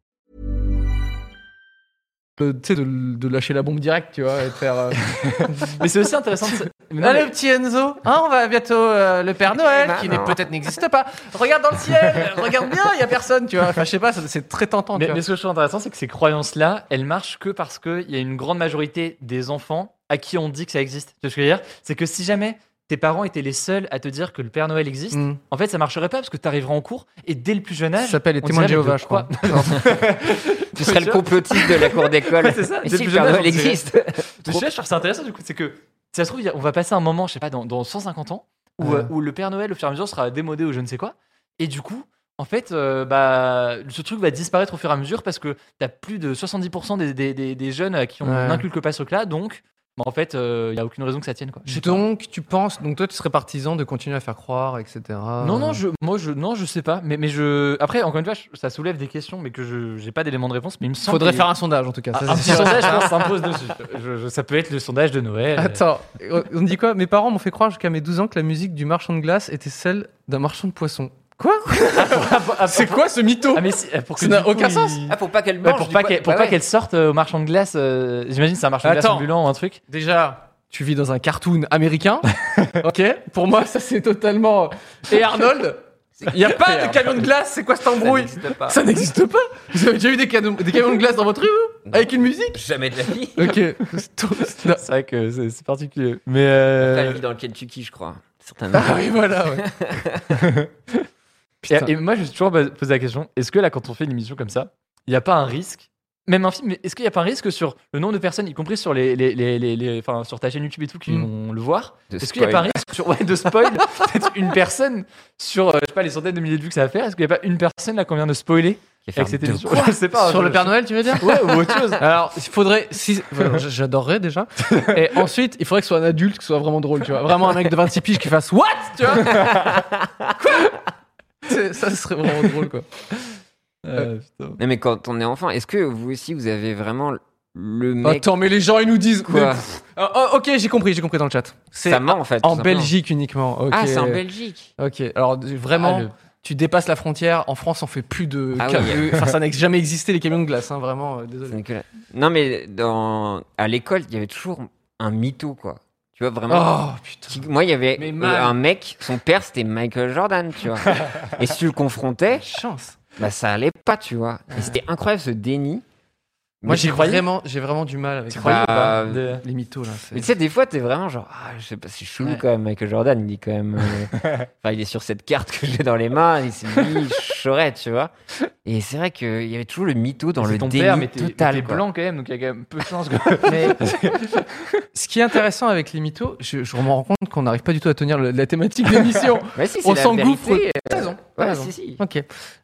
Speaker 2: le- tu sais, de, de lâcher la bombe directe, tu vois, et de faire. euh,
Speaker 3: Mais c'est aussi intéressant. De... mais non,
Speaker 2: Ah,
Speaker 3: mais-
Speaker 2: le petit Enzo, hein, on va bientôt euh, le Père Noël,
Speaker 4: Bah,
Speaker 2: qui
Speaker 4: non.
Speaker 2: n'est- peut-être n'existe pas. Regarde dans le ciel, regarde bien, il y a personne, tu vois. Enfin, je sais pas, ça- c'est très tentant. tu
Speaker 3: Mais,
Speaker 2: vois.
Speaker 3: mais ce que je trouve intéressant, c'est que ces croyances-là, elles marchent que parce qu'il y a une grande majorité des enfants à qui on dit que ça existe. Tu vois ce que je veux dire C'est que si jamais tes parents étaient les seuls à te dire que le Père Noël existe,
Speaker 2: Mm.
Speaker 3: en fait, ça marcherait pas parce que tu arriveras en cours et dès le plus jeune âge.
Speaker 2: Ça s'appelle les
Speaker 3: on
Speaker 2: témoins de
Speaker 3: dirait, mais
Speaker 2: Jéhovah, je
Speaker 3: quoi
Speaker 2: crois.
Speaker 4: Tu serais le
Speaker 3: Tu vois
Speaker 4: complotiste de la cour d'école.
Speaker 3: Ouais, c'est ça,
Speaker 4: Mais
Speaker 3: dès
Speaker 4: si
Speaker 3: le
Speaker 4: le
Speaker 3: plus
Speaker 4: Père
Speaker 3: jeune âge,
Speaker 4: Noël
Speaker 3: on dirait.
Speaker 4: existe.
Speaker 3: Tu sais, je trouve ça intéressant du coup, c'est que si ça se trouve, il y a- on va passer un moment, je sais pas, dans, dans 150 ans, où,
Speaker 2: Ouais.
Speaker 3: euh, où le Père Noël, au fur et à mesure, sera démodé ou je ne sais quoi. Et du coup, en fait, euh, bah, ce truc va disparaître au fur et à mesure parce que t'as plus de 70% des, des, des- des jeunes à qui on
Speaker 2: Ouais.
Speaker 3: n'inculque pas ce truc-là. Donc, bah, en fait, euh, il y a aucune raison que ça tienne. Quoi. Je sais pas.
Speaker 2: Donc, tu penses, donc toi, tu serais partisan de continuer à faire croire, Euh, etc.
Speaker 3: Non, non, je, moi, je, non, je sais pas. Mais, mais je. Après, encore une fois, je- ça soulève des questions, mais que je j'ai pas d'éléments de réponse. Mais il me semble.
Speaker 2: Faudrait
Speaker 3: que-
Speaker 2: faire un sondage, en tout cas.
Speaker 3: Ah,
Speaker 2: ça,
Speaker 3: un
Speaker 2: c'est
Speaker 3: petit
Speaker 2: sûr.
Speaker 3: sondage, je pense, s'impose dessus. Je- je- ça peut être le sondage de Noël.
Speaker 2: Attends, on dit quoi Mes parents m'ont fait croire jusqu'à mes 12 ans que la musique du marchand de glace était celle d'un marchand de poissons. Quoi C'est quoi ce mytho
Speaker 3: Ah, mais si- pour que
Speaker 2: Ça n'a
Speaker 3: du coup,
Speaker 2: aucun
Speaker 3: il-
Speaker 2: sens.
Speaker 4: Ah, pour pas qu'elle
Speaker 3: Ouais,
Speaker 4: mange.
Speaker 3: pour
Speaker 4: du
Speaker 3: pas
Speaker 4: po-
Speaker 3: qu'elle pour
Speaker 4: Ah
Speaker 3: pas
Speaker 4: ouais.
Speaker 3: qu'elle sorte euh, au marchand de glace. euh, J'imagine c'est un marchand de glace
Speaker 2: Bah Attends.
Speaker 3: ambulant ou un truc.
Speaker 2: Déjà, tu vis dans un cartoon américain. ok Pour moi, ça c'est totalement. Et Arnold Il n'y a pas de camion de glace, c'est quoi cette
Speaker 4: Ça
Speaker 2: embrouille
Speaker 4: n'existe pas.
Speaker 2: Ça n'existe pas Vous avez déjà eu des, camions- des camions de glace dans votre rue vous Avec une musique
Speaker 4: Jamais de la vie.
Speaker 2: Ok. C'est tout- c'est- non.
Speaker 3: vrai que c'est c'est particulier. Mais
Speaker 4: Elle
Speaker 3: euh,
Speaker 4: vit dans le Kentucky, je crois. Certainement.
Speaker 2: Ah oui, voilà, ouais.
Speaker 3: et,
Speaker 2: Putain.
Speaker 3: et moi je me suis toujours posé la question est-ce que là quand on fait une émission comme ça, il n'y a pas un risque même un film, mais est-ce qu'il n'y a pas un risque sur le nombre de personnes, y compris sur les, les, les, les- les- enfin, sur ta chaîne YouTube et tout, qui
Speaker 2: Mm.
Speaker 3: vont le voir
Speaker 4: De
Speaker 3: Est-ce qu'il n'y a pas un risque sur, ouais, de spoil peut-être une personne sur, euh, je sais pas, les centaines de milliers de vues que ça va faire Est-ce qu'il n'y a pas une personne là qu'on vient de spoiler
Speaker 4: Qui va
Speaker 3: avec
Speaker 4: faire
Speaker 3: cette
Speaker 4: deux
Speaker 3: émission Je sais pas.
Speaker 2: Sur
Speaker 3: je-
Speaker 2: le Père Noël, tu veux dire
Speaker 3: Ouais, ou autre chose.
Speaker 2: Alors, il faudrait. Si, enfin, j- J'adorerais déjà. Et ensuite, il faudrait que ce soit un adulte, que ce soit vraiment drôle, tu vois. Vraiment un mec de 26 piges qui fasse What Tu vois Quoi C'est- Ça, ce serait vraiment drôle, quoi.
Speaker 3: Euh, putain.
Speaker 4: Non, mais quand on est enfant, est-ce que vous aussi, vous avez vraiment le mec
Speaker 2: Ah, Attends, mais les gens, ils nous disent
Speaker 4: quoi
Speaker 2: Mais- Oh, oh, ok, j'ai compris, j'ai compris dans le chat. C'est
Speaker 4: Ça ment en fait. tout
Speaker 2: en
Speaker 4: simplement.
Speaker 2: Belgique uniquement. ok.
Speaker 4: Ah, c'est en Belgique.
Speaker 2: Ok, alors d- vraiment,
Speaker 3: Ah, le-
Speaker 2: tu dépasses la frontière. En France, on fait plus de.
Speaker 4: Ah oui.
Speaker 2: camions- Enfin, ça n'a jamais existé les camions de glace, hein, vraiment, euh,
Speaker 4: C'est
Speaker 2: désolé.
Speaker 4: Nicolas. Non, mais dans... à l'école, il y avait toujours un mytho, quoi. Tu vois, vraiment.
Speaker 2: Oh putain.
Speaker 4: Qui- Moi, il y avait
Speaker 2: Mais
Speaker 4: euh,
Speaker 2: mal.
Speaker 4: un mec, son père, c'était Michael Jordan, tu vois. et si tu le confrontais,
Speaker 2: Chance.
Speaker 4: bah, ça allait pas, tu vois. Et c'était incroyable, ce déni.
Speaker 2: Moi,
Speaker 4: Mais
Speaker 2: j'ai
Speaker 4: tu croyais-
Speaker 2: vraiment, j'ai vraiment du mal avec
Speaker 3: Tu croyais ou pas
Speaker 4: Bah,
Speaker 3: de-
Speaker 2: les mythos là. c'est-
Speaker 4: Mais tu sais, des fois, t'es vraiment genre, ah, je sais pas, c'est chelou
Speaker 3: Ouais.
Speaker 4: quand même, Michael Jordan, il est quand même. euh, Enfin, il est sur cette carte que j'ai dans les mains, il s'est mis, je saurais, tu vois. Et c'est vrai qu'il y avait toujours le mytho dans
Speaker 3: C'est
Speaker 4: le
Speaker 3: ton
Speaker 4: déni
Speaker 3: père, mais t'es-
Speaker 4: total.
Speaker 3: t'es
Speaker 4: quoi.
Speaker 3: blanc quand même, donc il y a quand même peu de chance. que-
Speaker 2: Mais ce qui est intéressant avec les mythos, je, je me rends compte qu'on n'arrive pas du tout à tenir le- la thématique de l'émission.
Speaker 4: Ouais, si, c'est
Speaker 2: On
Speaker 4: la
Speaker 2: s'engouffre. Ah,
Speaker 4: vérité, euh,
Speaker 2: T'as raison, t'as
Speaker 4: Ouais,
Speaker 2: raison.
Speaker 4: si, si.
Speaker 2: Ok.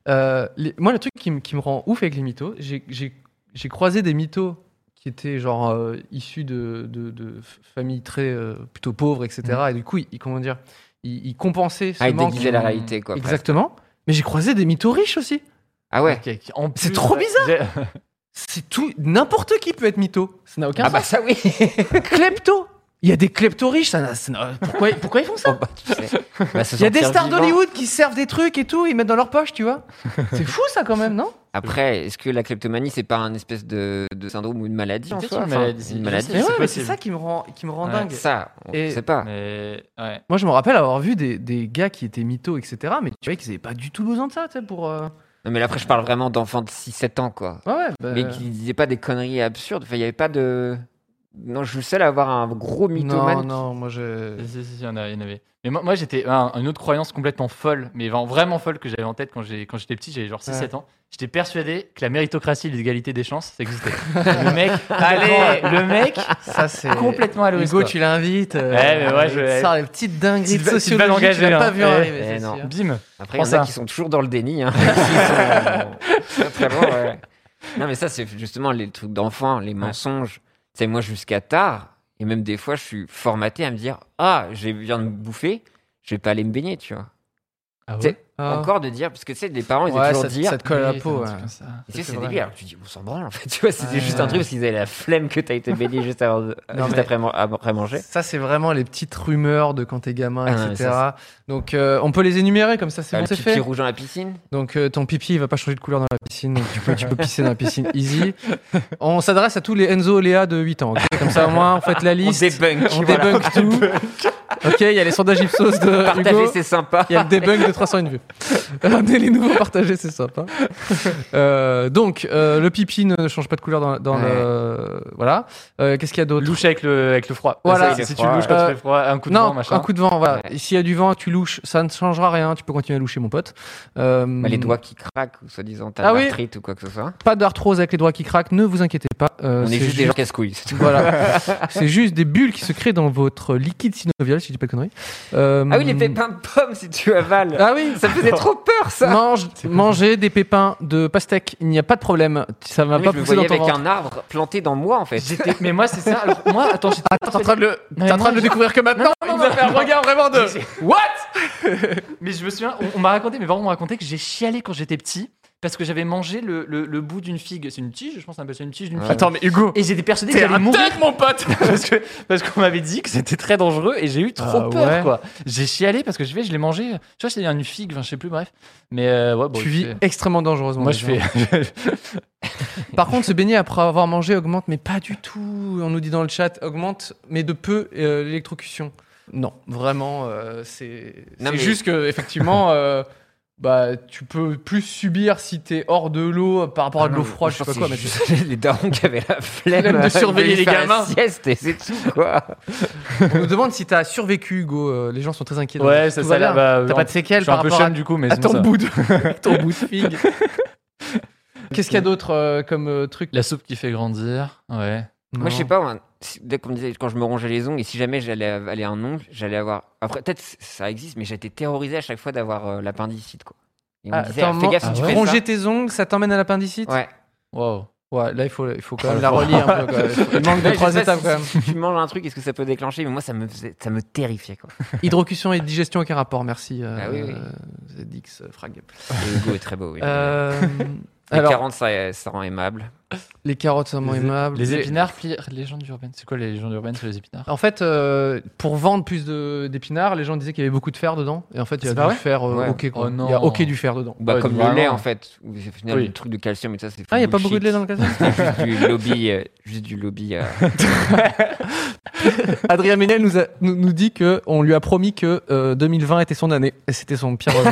Speaker 2: Euh, les- moi, le truc qui, me- qui me rend ouf avec les mythos, j'ai- j'ai j'ai croisé des mythos qui étaient genre euh, issus de, de- de f- familles très euh, plutôt pauvres, etc. Et du coup, ils, ils- comment dire, ils, ils compensaient ce
Speaker 4: Mm. Ah, il
Speaker 2: manque.
Speaker 4: déguisait la réalité, quoi. presque.
Speaker 2: Exactement. Mais j'ai croisé des mythos riches aussi.
Speaker 4: Ah ouais.
Speaker 3: Ok, qui- en
Speaker 2: C'est
Speaker 3: plus-
Speaker 2: trop bizarre.
Speaker 3: J'ai-
Speaker 2: C'est tout. N'importe qui peut être mytho. Ça n'a aucun
Speaker 4: Ah bah
Speaker 2: sens.
Speaker 4: ça oui.
Speaker 2: Klepto. Il y a des kleptoriches, ça, n'a- ça n'a- pourquoi, pourquoi ils font
Speaker 3: Oh
Speaker 2: ça
Speaker 3: bah,
Speaker 4: Il
Speaker 2: Il y a des stars d'Hollywood qui servent des trucs et tout, ils mettent dans leur poche, tu vois. C'est fou ça quand même, non
Speaker 4: Après, est-ce que la kleptomanie, c'est pas un espèce de, de syndrome ou une maladie en
Speaker 3: Peut-être
Speaker 4: soi
Speaker 3: une
Speaker 4: Enfin,
Speaker 3: maladie.
Speaker 4: Une
Speaker 3: Je
Speaker 4: maladie.
Speaker 3: sais
Speaker 2: Mais
Speaker 3: C'est
Speaker 2: ouais, mais c'est
Speaker 3: possible.
Speaker 2: ça qui me rend, qui me rend
Speaker 3: Ouais.
Speaker 2: dingue.
Speaker 4: Ça, on
Speaker 2: Et-
Speaker 4: sait pas.
Speaker 3: Mais ouais.
Speaker 2: Moi, je me rappelle avoir vu des, des gars qui étaient mythos, etc. Mais tu vois qu'ils n'avaient pas du tout besoin de ça, tu sais, pour. euh,
Speaker 4: Non, mais là, après, je parle vraiment d'enfants de 6-7 ans, quoi.
Speaker 2: Ouais, ouais. bah,
Speaker 4: Mais qui disaient pas des conneries absurdes. Enfin, il y avait pas de. Non, je suis le seul à avoir un gros mythomane.
Speaker 2: Non,
Speaker 4: qui-
Speaker 2: non, moi je.
Speaker 3: Si, si, si, il y en a- il y en avait. Mais moi, moi, j'étais un- une autre croyance complètement folle, mais vraiment- vraiment folle que j'avais en tête quand j'ai- quand j'étais petit, j'avais genre 6-7 ans. J'étais persuadé que la méritocratie et l'égalité des chances, ça existait. le mec,
Speaker 2: Allez
Speaker 3: le mec,
Speaker 2: Ça, c'est.
Speaker 3: Ah, complètement à l'ouest.
Speaker 2: Hugo, tu l'invites. euh,
Speaker 3: Ouais, mais ouais, je-
Speaker 2: il te sort les petites dingueries
Speaker 3: Petite
Speaker 2: de
Speaker 3: va- petite vanne
Speaker 2: sociologie. Je
Speaker 3: engagée,
Speaker 2: l'ai pas
Speaker 3: hein.
Speaker 2: vu
Speaker 3: Eh,
Speaker 2: arriver.
Speaker 4: eh
Speaker 2: c'est
Speaker 4: non.
Speaker 2: sûr.
Speaker 3: Bim.
Speaker 4: Après, il y en
Speaker 3: Prends
Speaker 4: a
Speaker 3: ça.
Speaker 4: qui sont toujours dans le déni. Hein. Ils sont très, très loin, ouais. Non, mais ça, c'est justement les trucs d'enfant, les mensonges. Tu sais, moi, jusqu'à tard, et même des fois, je suis formaté à me dire Ah, je viens de me bouffer, je vais pas aller me baigner, tu vois.
Speaker 3: Ah
Speaker 4: Tu sais,
Speaker 2: Ah.
Speaker 4: Encore de dire, parce que tu sais, les parents, ils
Speaker 2: Ouais,
Speaker 4: aiment toujours
Speaker 2: ça,
Speaker 4: dire.
Speaker 2: ça te colle à la
Speaker 3: Oui,
Speaker 2: peau. ouais.
Speaker 3: c'est un truc comme ça.
Speaker 4: Et Tu sais,
Speaker 2: c'est
Speaker 4: c'est
Speaker 2: vrai.
Speaker 4: débile. Alors, tu dis, on s'en branle, en fait. Tu vois, c'était
Speaker 2: Ouais,
Speaker 4: juste
Speaker 2: ouais,
Speaker 4: un truc parce qu'ils avaient la flemme que t'as été baigné juste, avant de-
Speaker 2: Non,
Speaker 4: juste
Speaker 2: mais-
Speaker 4: après, man- après manger.
Speaker 2: Ça, c'est vraiment les petites rumeurs de quand t'es gamin,
Speaker 4: Ah, mais
Speaker 2: etc. Donc, euh, on peut les énumérer comme ça, c'est
Speaker 4: Euh,
Speaker 2: bon,
Speaker 4: le
Speaker 2: c'est
Speaker 4: pipi
Speaker 2: fait.
Speaker 4: rouge dans la piscine.
Speaker 2: Donc, euh, ton pipi, il va pas changer de couleur dans la piscine. Donc, tu peux, tu peux pisser dans la piscine easy. On s'adresse à tous les Enzo Léa de 8 ans. ok comme ça, au moins, on fait la
Speaker 4: On
Speaker 2: liste.
Speaker 4: débunk.
Speaker 2: On
Speaker 4: voilà.
Speaker 2: débunk tout. ok, il y a les sondages Ipsos de
Speaker 4: Partager,
Speaker 2: Hugo.
Speaker 4: c'est sympa.
Speaker 2: Il y a le debunk de 301 vues. Ramenez les nouveaux partagés, c'est sympa. Euh, donc, euh, le pipi ne change pas de couleur dans, dans le. Voilà. Euh, Qu'est-ce qu'il y a d'autre
Speaker 3: Louche avec le, avec le froid.
Speaker 2: Voilà.
Speaker 3: Si, si tu
Speaker 4: Ouais.
Speaker 3: louches quand
Speaker 2: Euh,
Speaker 3: tu fais froid, un coup de
Speaker 2: non,
Speaker 3: vent, machin.
Speaker 2: un coup de vent, voilà.
Speaker 4: Ouais.
Speaker 2: Et S'il y a du vent, tu louches, ça ne changera rien, tu peux continuer à loucher, mon pote. Euh,
Speaker 4: Bah, les doigts qui craquent, ou soi-disant t'as
Speaker 2: Ah
Speaker 4: de
Speaker 2: oui.
Speaker 4: l'arthrite ou quoi que ce soit.
Speaker 2: Pas d'arthrose avec les doigts qui craquent, ne vous inquiétez pas. euh,
Speaker 4: On est
Speaker 2: c'est Mm.
Speaker 4: juste, des gens casse-couilles. c'est tout.
Speaker 2: Voilà. c'est juste des bulles qui se créent dans votre liquide synovial, si je dis pas de conneries. Euh,
Speaker 4: Ah oui, les pépins de pommes si tu avales.
Speaker 2: Ah oui,
Speaker 4: Ça faisait trop peur ça.
Speaker 2: Mange, manger des pépins de pastèque, il n'y a pas de problème. Ça ne va
Speaker 4: Mais
Speaker 2: pas
Speaker 4: Ah je me
Speaker 2: pousser dans
Speaker 4: voyais
Speaker 2: ton
Speaker 4: avec
Speaker 2: ventre.
Speaker 4: un arbre planté dans moi en fait.
Speaker 3: J'étais- Mais moi, c'est ça. Alors, moi, attends, j'étais.
Speaker 2: Attends, Ah, t'es en train de le,
Speaker 3: mais
Speaker 2: t'es en train
Speaker 3: moi,
Speaker 2: de le
Speaker 3: j'ai-
Speaker 2: découvrir que maintenant.
Speaker 4: Ah,
Speaker 3: non,
Speaker 2: il va
Speaker 3: non,
Speaker 2: faire un
Speaker 3: non.
Speaker 2: regard vraiment de.
Speaker 3: What Mais je me souviens, on, on m'a raconté, mais vraiment, on m'a raconté que j'ai chialé quand j'étais petit parce que j'avais mangé le, le- le bout d'une figue. C'est une tige, je pense, on appelle ça une tige d'une figue.
Speaker 2: Attends, mais Hugo,
Speaker 3: Et j'étais persuadé que
Speaker 2: t'es
Speaker 3: j'allais
Speaker 2: un
Speaker 3: mourir
Speaker 2: tête, mon pote.
Speaker 3: parce que parce qu'on m'avait dit que c'était très dangereux et j'ai eu trop
Speaker 2: Ah
Speaker 3: peur
Speaker 2: ouais.
Speaker 3: quoi. J'ai chialé parce que je vais, je l'ai mangé. Tu vois, c'est une figue, enfin, je sais plus, bref. Mais euh, ouais, bon,
Speaker 2: Tu
Speaker 3: je
Speaker 2: vis
Speaker 3: fais-
Speaker 2: extrêmement dangereusement.
Speaker 3: Moi, je
Speaker 2: déjà.
Speaker 3: fais.
Speaker 2: Par contre, se baigner après avoir mangé augmente, mais pas du tout. On nous dit dans le chat, augmente, mais de peu euh, l'électrocution. Non, vraiment, euh, c'est
Speaker 4: Non,
Speaker 2: c'est
Speaker 4: mais-
Speaker 2: juste que effectivement, euh, bah, tu peux plus subir si t'es hors de l'eau par rapport
Speaker 4: Ah
Speaker 2: à de l'eau froide, je sais pas quoi. Mais tu-
Speaker 4: les darons qui avaient la flemme
Speaker 2: Flemme de surveiller les
Speaker 4: faire la
Speaker 2: gamins.
Speaker 4: Sieste et c'est tout quoi.
Speaker 2: On nous demande si t'as survécu, Hugo. Euh, Les gens sont très inquiets.
Speaker 3: Ouais,
Speaker 2: Donc,
Speaker 3: ça,
Speaker 2: tout
Speaker 3: ça
Speaker 2: va
Speaker 3: là,
Speaker 2: bien.
Speaker 3: bah,
Speaker 2: T'as
Speaker 3: en-
Speaker 2: pas de
Speaker 3: Je
Speaker 2: séquelles
Speaker 3: suis un
Speaker 2: par
Speaker 3: peu
Speaker 2: rapport à,
Speaker 3: chum du coup, mais
Speaker 2: à
Speaker 3: sinon,
Speaker 2: ton
Speaker 3: ça-
Speaker 2: bout de ton bout de figue. Qu'est-ce qu'il y a d'autre euh, comme euh, truc
Speaker 3: La soupe qui fait grandir, ouais.
Speaker 4: Moi, je sais pas, moi, si- dès qu'on me disait, quand je me rongeais les ongles, et si jamais j'allais avaler un ongle, j'allais avoir. Après, peut-être c- ça existe, mais j'étais terrorisé à chaque fois d'avoir euh, l'appendicite, quoi. Et on me disait, ah, fais gaffe si tu fais ça.
Speaker 2: ronger tes ongles, ça t'emmène à l'appendicite.
Speaker 4: Ouais.
Speaker 3: Wow.
Speaker 2: Ouais, là il faut, il faut quand même la relier un peu. quoi. Il faut- Il manque de
Speaker 4: Ouais, je
Speaker 2: trois
Speaker 4: sais pas
Speaker 2: étapes
Speaker 4: si-
Speaker 2: quand même.
Speaker 4: si tu manges un truc, est-ce que ça peut déclencher Mais moi, ça me, faisait- ça me terrifiait, quoi.
Speaker 2: Hydrocution et digestion, aucun rapport, merci. euh,
Speaker 4: Ah oui, oui.
Speaker 2: euh, ZX, euh, Frag.
Speaker 4: Et Hugo est très beau, oui.
Speaker 2: Euh,
Speaker 4: Les
Speaker 2: alors,
Speaker 4: 40, ça, ça rend aimable.
Speaker 2: les carottes sont moins
Speaker 3: Les é-
Speaker 2: aimables.
Speaker 3: Les épinards, puis légende urbaine. C'est quoi les légendes urbaines sur les épinards
Speaker 2: En fait, euh, pour vendre plus de- d'épinards, les gens disaient qu'il y avait beaucoup de fer dedans. Et en fait, il y
Speaker 3: C'est
Speaker 2: a
Speaker 3: pas
Speaker 2: du
Speaker 3: vrai
Speaker 2: fer euh,
Speaker 4: Ouais.
Speaker 2: ok. quoi.
Speaker 3: Oh non.
Speaker 2: il y a ok du fer dedans.
Speaker 4: Ou Bah,
Speaker 3: Ouais,
Speaker 4: comme
Speaker 3: vraiment.
Speaker 4: le lait, en fait. Où, au final,
Speaker 3: Oui.
Speaker 4: le truc de calcium et tout ça, c'est
Speaker 2: Ah, il n'y a pas beaucoup de lait dans
Speaker 4: le
Speaker 2: le casino
Speaker 4: Juste du lobby. euh, juste du lobby. euh,
Speaker 2: Adrien Ménel nous, a- nous, nous dit que on lui a promis que euh, 2020 était son année. Et c'était son pire moment.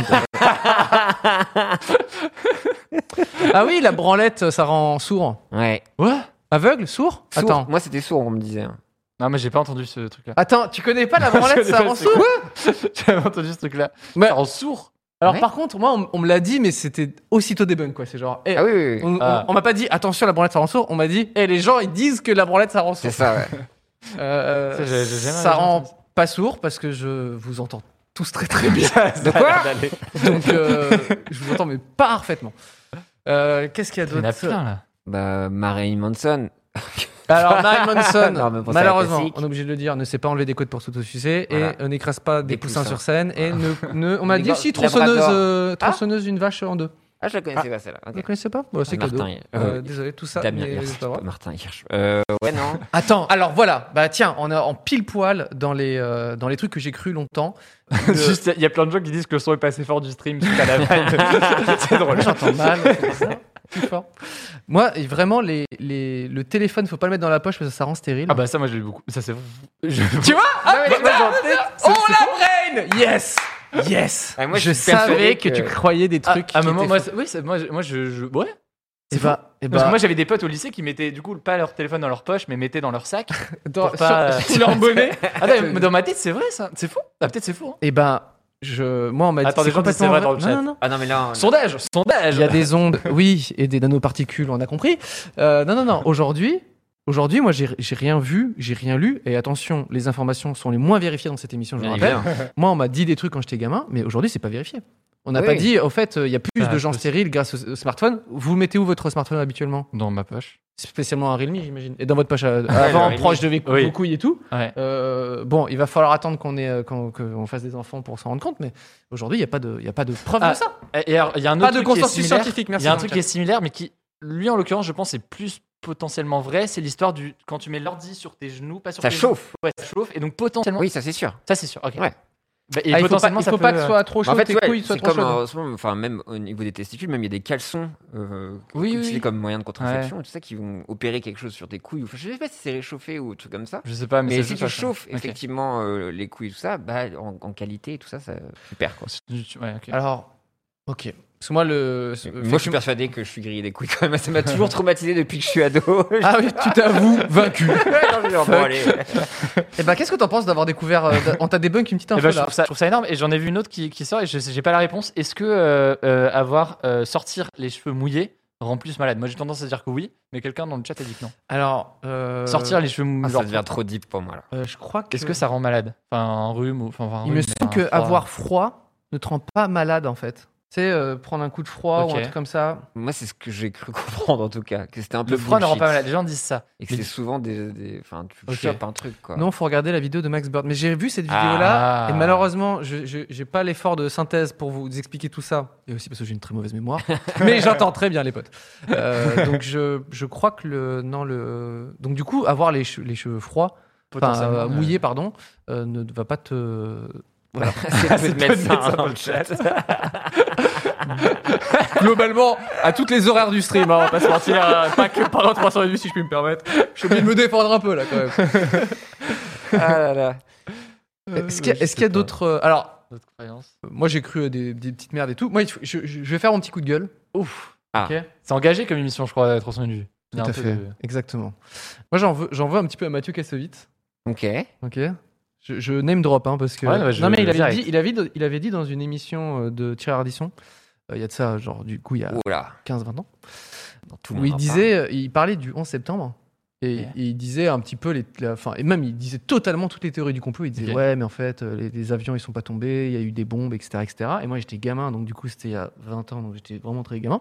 Speaker 2: ah oui, la branlette, ça rend sourd.
Speaker 4: Ouais.
Speaker 3: Ouais
Speaker 2: Aveugle Sourd,
Speaker 4: Sourd.
Speaker 2: Attends.
Speaker 4: Moi, c'était sourd, on me disait. hein.
Speaker 3: Non, mais j'ai pas entendu ce truc-là.
Speaker 2: Attends, tu connais pas la
Speaker 3: Ah,
Speaker 2: branlette, ça rend
Speaker 3: Je connais
Speaker 2: sourd
Speaker 3: J'avais entendu ce truc-là.
Speaker 2: Mais-
Speaker 3: Ça rend sourd.
Speaker 2: Alors
Speaker 4: Ouais.
Speaker 2: par contre, moi, on, on me l'a dit, mais c'était aussitôt débunk, quoi. C'est genre, eh,
Speaker 4: Ah oui, oui, oui.
Speaker 2: on, on-
Speaker 3: Ah.
Speaker 2: on m'a pas dit, attention, la branlette, ça rend sourd. On m'a dit, eh, les gens, ils disent que la branlette, ça rend
Speaker 4: C'est
Speaker 2: sourd.
Speaker 4: ça, ouais.
Speaker 2: Euh,
Speaker 3: Ça, j'ai- j'ai jamais
Speaker 2: ça
Speaker 3: entendu
Speaker 2: rend
Speaker 3: ça.
Speaker 2: pas sourd parce que je vous entends tous très très bien.
Speaker 4: De quoi
Speaker 2: Donc, euh, je vous entends, mais parfaitement. Euh, Qu'est-ce qu'il y a
Speaker 3: Il y en a
Speaker 2: d'autre
Speaker 3: plein, là.
Speaker 4: Bah, Marilyn Manson.
Speaker 2: Alors, Marilyn
Speaker 4: Non, mais
Speaker 2: Manson,
Speaker 4: bon, c'est la
Speaker 2: malheureusement,
Speaker 4: classique.
Speaker 2: on est obligé de le dire, ne sait pas enlever des côtes pour s'autosucer
Speaker 4: Voilà.
Speaker 2: et euh, n'écrase pas des,
Speaker 4: Des
Speaker 2: poussins,
Speaker 4: poussins. Ah.
Speaker 2: sur scène. Et ne, ne- on m'a
Speaker 4: Des
Speaker 2: dit
Speaker 4: gra-
Speaker 2: si
Speaker 4: labrador.
Speaker 2: tronçonneuse, euh, tronçonneuse une vache en deux.
Speaker 4: Ah, je la connaissais pas celle-là.
Speaker 2: Vous ne
Speaker 4: Ok.
Speaker 2: connaissez pas Bon, C'est cadeau.
Speaker 4: Martin,
Speaker 2: Euh,
Speaker 4: euh,
Speaker 2: désolé, tout ça.
Speaker 4: Damien
Speaker 2: mais
Speaker 4: Hirsch,
Speaker 2: c'est pas grave.
Speaker 4: pas Martin Hirsch. Euh, ouais, non.
Speaker 2: Attends, alors voilà, bah tiens, on est en pile poil dans les, euh, dans les trucs que j'ai cru longtemps.
Speaker 3: Juste, il y a plein de gens qui disent que le son est pas assez fort du stream suite à la vanne. C'est drôle.
Speaker 2: J'entends mal, c'est bizarre, plus fort. Moi, et vraiment, les, les, le téléphone, faut pas le mettre dans la poche parce que ça rend stérile.
Speaker 3: Ah bah ça, moi, je l'ai beaucoup. Ça, c'est.
Speaker 2: tu vois Ah,
Speaker 3: mais
Speaker 2: bah,
Speaker 3: tu vois,
Speaker 2: bah, On la brain Yes Yes
Speaker 4: Ah, moi,
Speaker 2: Je
Speaker 4: je suis persuadé
Speaker 2: savais que...
Speaker 4: que-
Speaker 2: tu croyais des trucs.
Speaker 3: Ah, à un
Speaker 2: qui
Speaker 3: moment,
Speaker 2: étaient
Speaker 3: moi,
Speaker 2: faux.
Speaker 3: c'est- oui, c'est- moi, je- moi, je, je- ouais.
Speaker 2: Eh bah, eh
Speaker 3: Parce
Speaker 2: bah,
Speaker 3: que moi, j'avais des potes au lycée qui mettaient du coup pas leur téléphone dans leur poche, mais mettaient dans leur sac.
Speaker 2: dans,
Speaker 3: pour pas- euh,
Speaker 2: sur- sur leur bonnet.
Speaker 3: Ah, non, mais dans ma tête, c'est vrai, ça. C'est fou. Ah, peut-être c'est fou. hein.
Speaker 2: Eh bah, je, moi, on m'a dit
Speaker 3: Attends,
Speaker 2: c'est
Speaker 3: les gens disent
Speaker 2: complètement
Speaker 3: c'est vrai
Speaker 2: vrai.
Speaker 3: dans le chat.
Speaker 2: Non, non, non.
Speaker 4: Ah non, mais là. on-
Speaker 3: Sondage, sondage.
Speaker 2: Il y a des ondes, oui, et des nanoparticules, on a compris. Euh, non, non, non. Aujourd'hui, aujourd'hui, moi, j'ai j'ai rien vu, j'ai rien lu. Et attention, les informations sont les moins vérifiées dans cette émission, je le
Speaker 4: Bien
Speaker 2: rappelle. Moi, on m'a dit des trucs quand j'étais gamin, mais aujourd'hui, c'est pas vérifié. On n'a
Speaker 4: Oui.
Speaker 2: pas dit, au fait, euh, il y a plus
Speaker 3: Ah,
Speaker 2: de gens
Speaker 3: possible.
Speaker 2: stériles grâce au, au smartphone. Vous mettez où votre smartphone habituellement
Speaker 3: Dans ma poche.
Speaker 2: Spécialement un Realme, j'imagine. Et dans votre poche euh, avant,
Speaker 4: Realme.
Speaker 2: proche de vos
Speaker 3: Oui.
Speaker 2: vos couilles et tout.
Speaker 3: Ouais.
Speaker 2: Euh, bon, il va falloir attendre qu'on ait, euh, qu'on, qu'on fasse des enfants pour s'en rendre compte, mais aujourd'hui, il n'y a pas de, il y a pas de preuve
Speaker 3: Ah,
Speaker 2: de ça.
Speaker 3: Et et alors, il y a un
Speaker 2: Pas
Speaker 3: autre
Speaker 2: de
Speaker 3: truc qui est
Speaker 2: consensus
Speaker 3: similaire.
Speaker 2: scientifique,
Speaker 3: Il
Speaker 2: merci.
Speaker 3: y a un truc qui est similaire, mais qui, lui, en l'occurrence, je pense, est plus potentiellement vrai. C'est l'histoire du quand tu mets l'ordi sur tes genoux, pas sur
Speaker 4: Ça
Speaker 3: tes
Speaker 4: chauffe.
Speaker 3: genoux. Ouais, ça chauffe. Et donc potentiellement,
Speaker 4: Oui, ça c'est sûr.
Speaker 3: ça c'est sûr. Ok.
Speaker 4: Ouais.
Speaker 3: Bah, et
Speaker 2: Ah, il faut pas,
Speaker 3: potentiellement,
Speaker 2: il
Speaker 3: ça
Speaker 2: faut
Speaker 3: peut- Bah,
Speaker 2: pas que ce soit trop chaud,
Speaker 4: en fait,
Speaker 2: tes
Speaker 4: ouais,
Speaker 2: couilles soient
Speaker 4: c'est
Speaker 2: trop
Speaker 4: comme
Speaker 2: chaudes.
Speaker 4: en ce moment, enfin même au niveau des testicules, même il y a des caleçons euh,
Speaker 3: Oui, oui,
Speaker 4: utilisés
Speaker 3: oui.
Speaker 4: comme moyen de contraception, et tout ça, qui vont opérer quelque chose sur tes couilles. Enfin, je sais pas si c'est réchauffé ou un truc comme ça.
Speaker 3: Je sais pas, mais,
Speaker 4: Mais
Speaker 3: c'est
Speaker 4: si
Speaker 3: juste
Speaker 4: tu
Speaker 2: hein.
Speaker 3: ça, ça.
Speaker 4: chauffes
Speaker 3: Ok.
Speaker 4: effectivement euh, les couilles et tout ça, bah, en, en qualité et tout ça, ça super quoi.
Speaker 3: Ouais, ok.
Speaker 2: Alors, ok. Parce que moi, le.
Speaker 4: Moi, je suis persuadé que je suis grillé des couilles quand même. Ça m'a toujours traumatisé depuis que je suis ado.
Speaker 2: Ah oui, tu t'avoues, vaincu.
Speaker 4: Non, genre, bon,
Speaker 2: Fuck.
Speaker 4: allez.
Speaker 2: Et bah, qu'est-ce que t'en penses d'avoir découvert. euh, d'a- on t'a débunk une petite
Speaker 3: Eh
Speaker 2: info
Speaker 3: ben, je,
Speaker 2: là
Speaker 3: trouve ça, je trouve ça énorme et j'en ai vu une autre qui, qui sort et je sais- j'ai pas la réponse. Est-ce que euh, euh, avoir euh, sortir les cheveux mouillés rend plus malade Moi j'ai tendance à dire que oui, mais quelqu'un dans le chat a dit que non.
Speaker 2: Alors. euh,
Speaker 3: Sortir les cheveux mouillés,
Speaker 4: Ah,
Speaker 3: genre,
Speaker 4: ça devient trop deep pour moi là.
Speaker 2: euh, je crois que.
Speaker 3: est-ce que ça rend malade Enfin un rhume ou enfin un
Speaker 2: Il
Speaker 3: rhume,
Speaker 2: me
Speaker 3: Ah mais
Speaker 2: semble
Speaker 3: un
Speaker 2: que
Speaker 3: froid.
Speaker 2: avoir froid ne te rend pas malade en fait. Tu sais, euh, prendre un coup de froid ou
Speaker 3: Ok.
Speaker 2: un truc comme ça.
Speaker 4: Moi, c'est ce que j'ai cru comprendre en tout cas, que c'était un peu
Speaker 3: le froid ne rend
Speaker 4: bullshit.
Speaker 3: pas malade. Les gens disent ça.
Speaker 4: Et que c'est souvent des, des- enfin, tu
Speaker 3: Ok.
Speaker 4: chopes un truc quoi.
Speaker 2: Non, faut regarder la vidéo de Max Bird. Mais j'ai vu cette vidéo-là,
Speaker 3: Ah.
Speaker 2: et malheureusement, je je- j'ai pas l'effort de synthèse pour vous expliquer tout ça. Et aussi parce que j'ai une très mauvaise mémoire. mais j'entends très bien les potes. Euh, donc je, je crois que le. Non, le. Donc du coup, avoir les, che- les cheveux froids, enfin
Speaker 3: Potentiellement.
Speaker 2: euh, mouillés, pardon, euh, ne va pas te.
Speaker 4: c'est peu de médecins,
Speaker 3: médecins
Speaker 4: hein,
Speaker 3: dans
Speaker 4: dans le chat.
Speaker 2: Globalement, à toutes les horaires du stream, hein, on va pas se mentir.
Speaker 3: pas que pendant 300 vues si je puis me permettre.
Speaker 2: J'ai oublié de me défendre un peu là quand même.
Speaker 4: Ah là là.
Speaker 2: Est-ce qu'il y a, est-ce qu'il y a d'autres. euh, Alors,
Speaker 3: D'autres croyances
Speaker 2: euh, moi j'ai cru à des, des petites merdes et tout. Moi, il faut- je, je- je vais faire mon petit coup de gueule.
Speaker 3: Ouf.
Speaker 4: Ah.
Speaker 3: Ok. C'est engagé comme émission, je crois, à 300 vues. Il y a un peu de-
Speaker 2: Exactement. Moi, j'en veux, j'en veux un petit peu à Mathieu Kassovitz.
Speaker 4: Ok.
Speaker 2: Ok. Je, je name drop hein, parce que.
Speaker 3: Ouais, ouais, je-
Speaker 2: non mais il
Speaker 3: je-
Speaker 2: avait,
Speaker 3: direct.
Speaker 2: dit, il, avait dit, il avait dit dans une émission euh, de Thierry Ardisson. euh, Il y a de ça, genre du coup, il y a
Speaker 4: Oula.
Speaker 2: 15-20 ans.
Speaker 4: Dans tout le
Speaker 2: Où
Speaker 4: monde
Speaker 2: il
Speaker 4: en
Speaker 2: disait, euh, il parlait du 11 septembre. Et,
Speaker 3: Ouais.
Speaker 2: et il disait un petit peu les, la- enfin, et même il disait totalement toutes les théories du complot. Il disait
Speaker 3: Ok.
Speaker 2: ouais, mais en fait, euh, les, les avions ils sont pas tombés, il y a eu des bombes, etc., etc. Et moi j'étais gamin, donc du coup c'était il y a 20 ans, donc j'étais vraiment très gamin.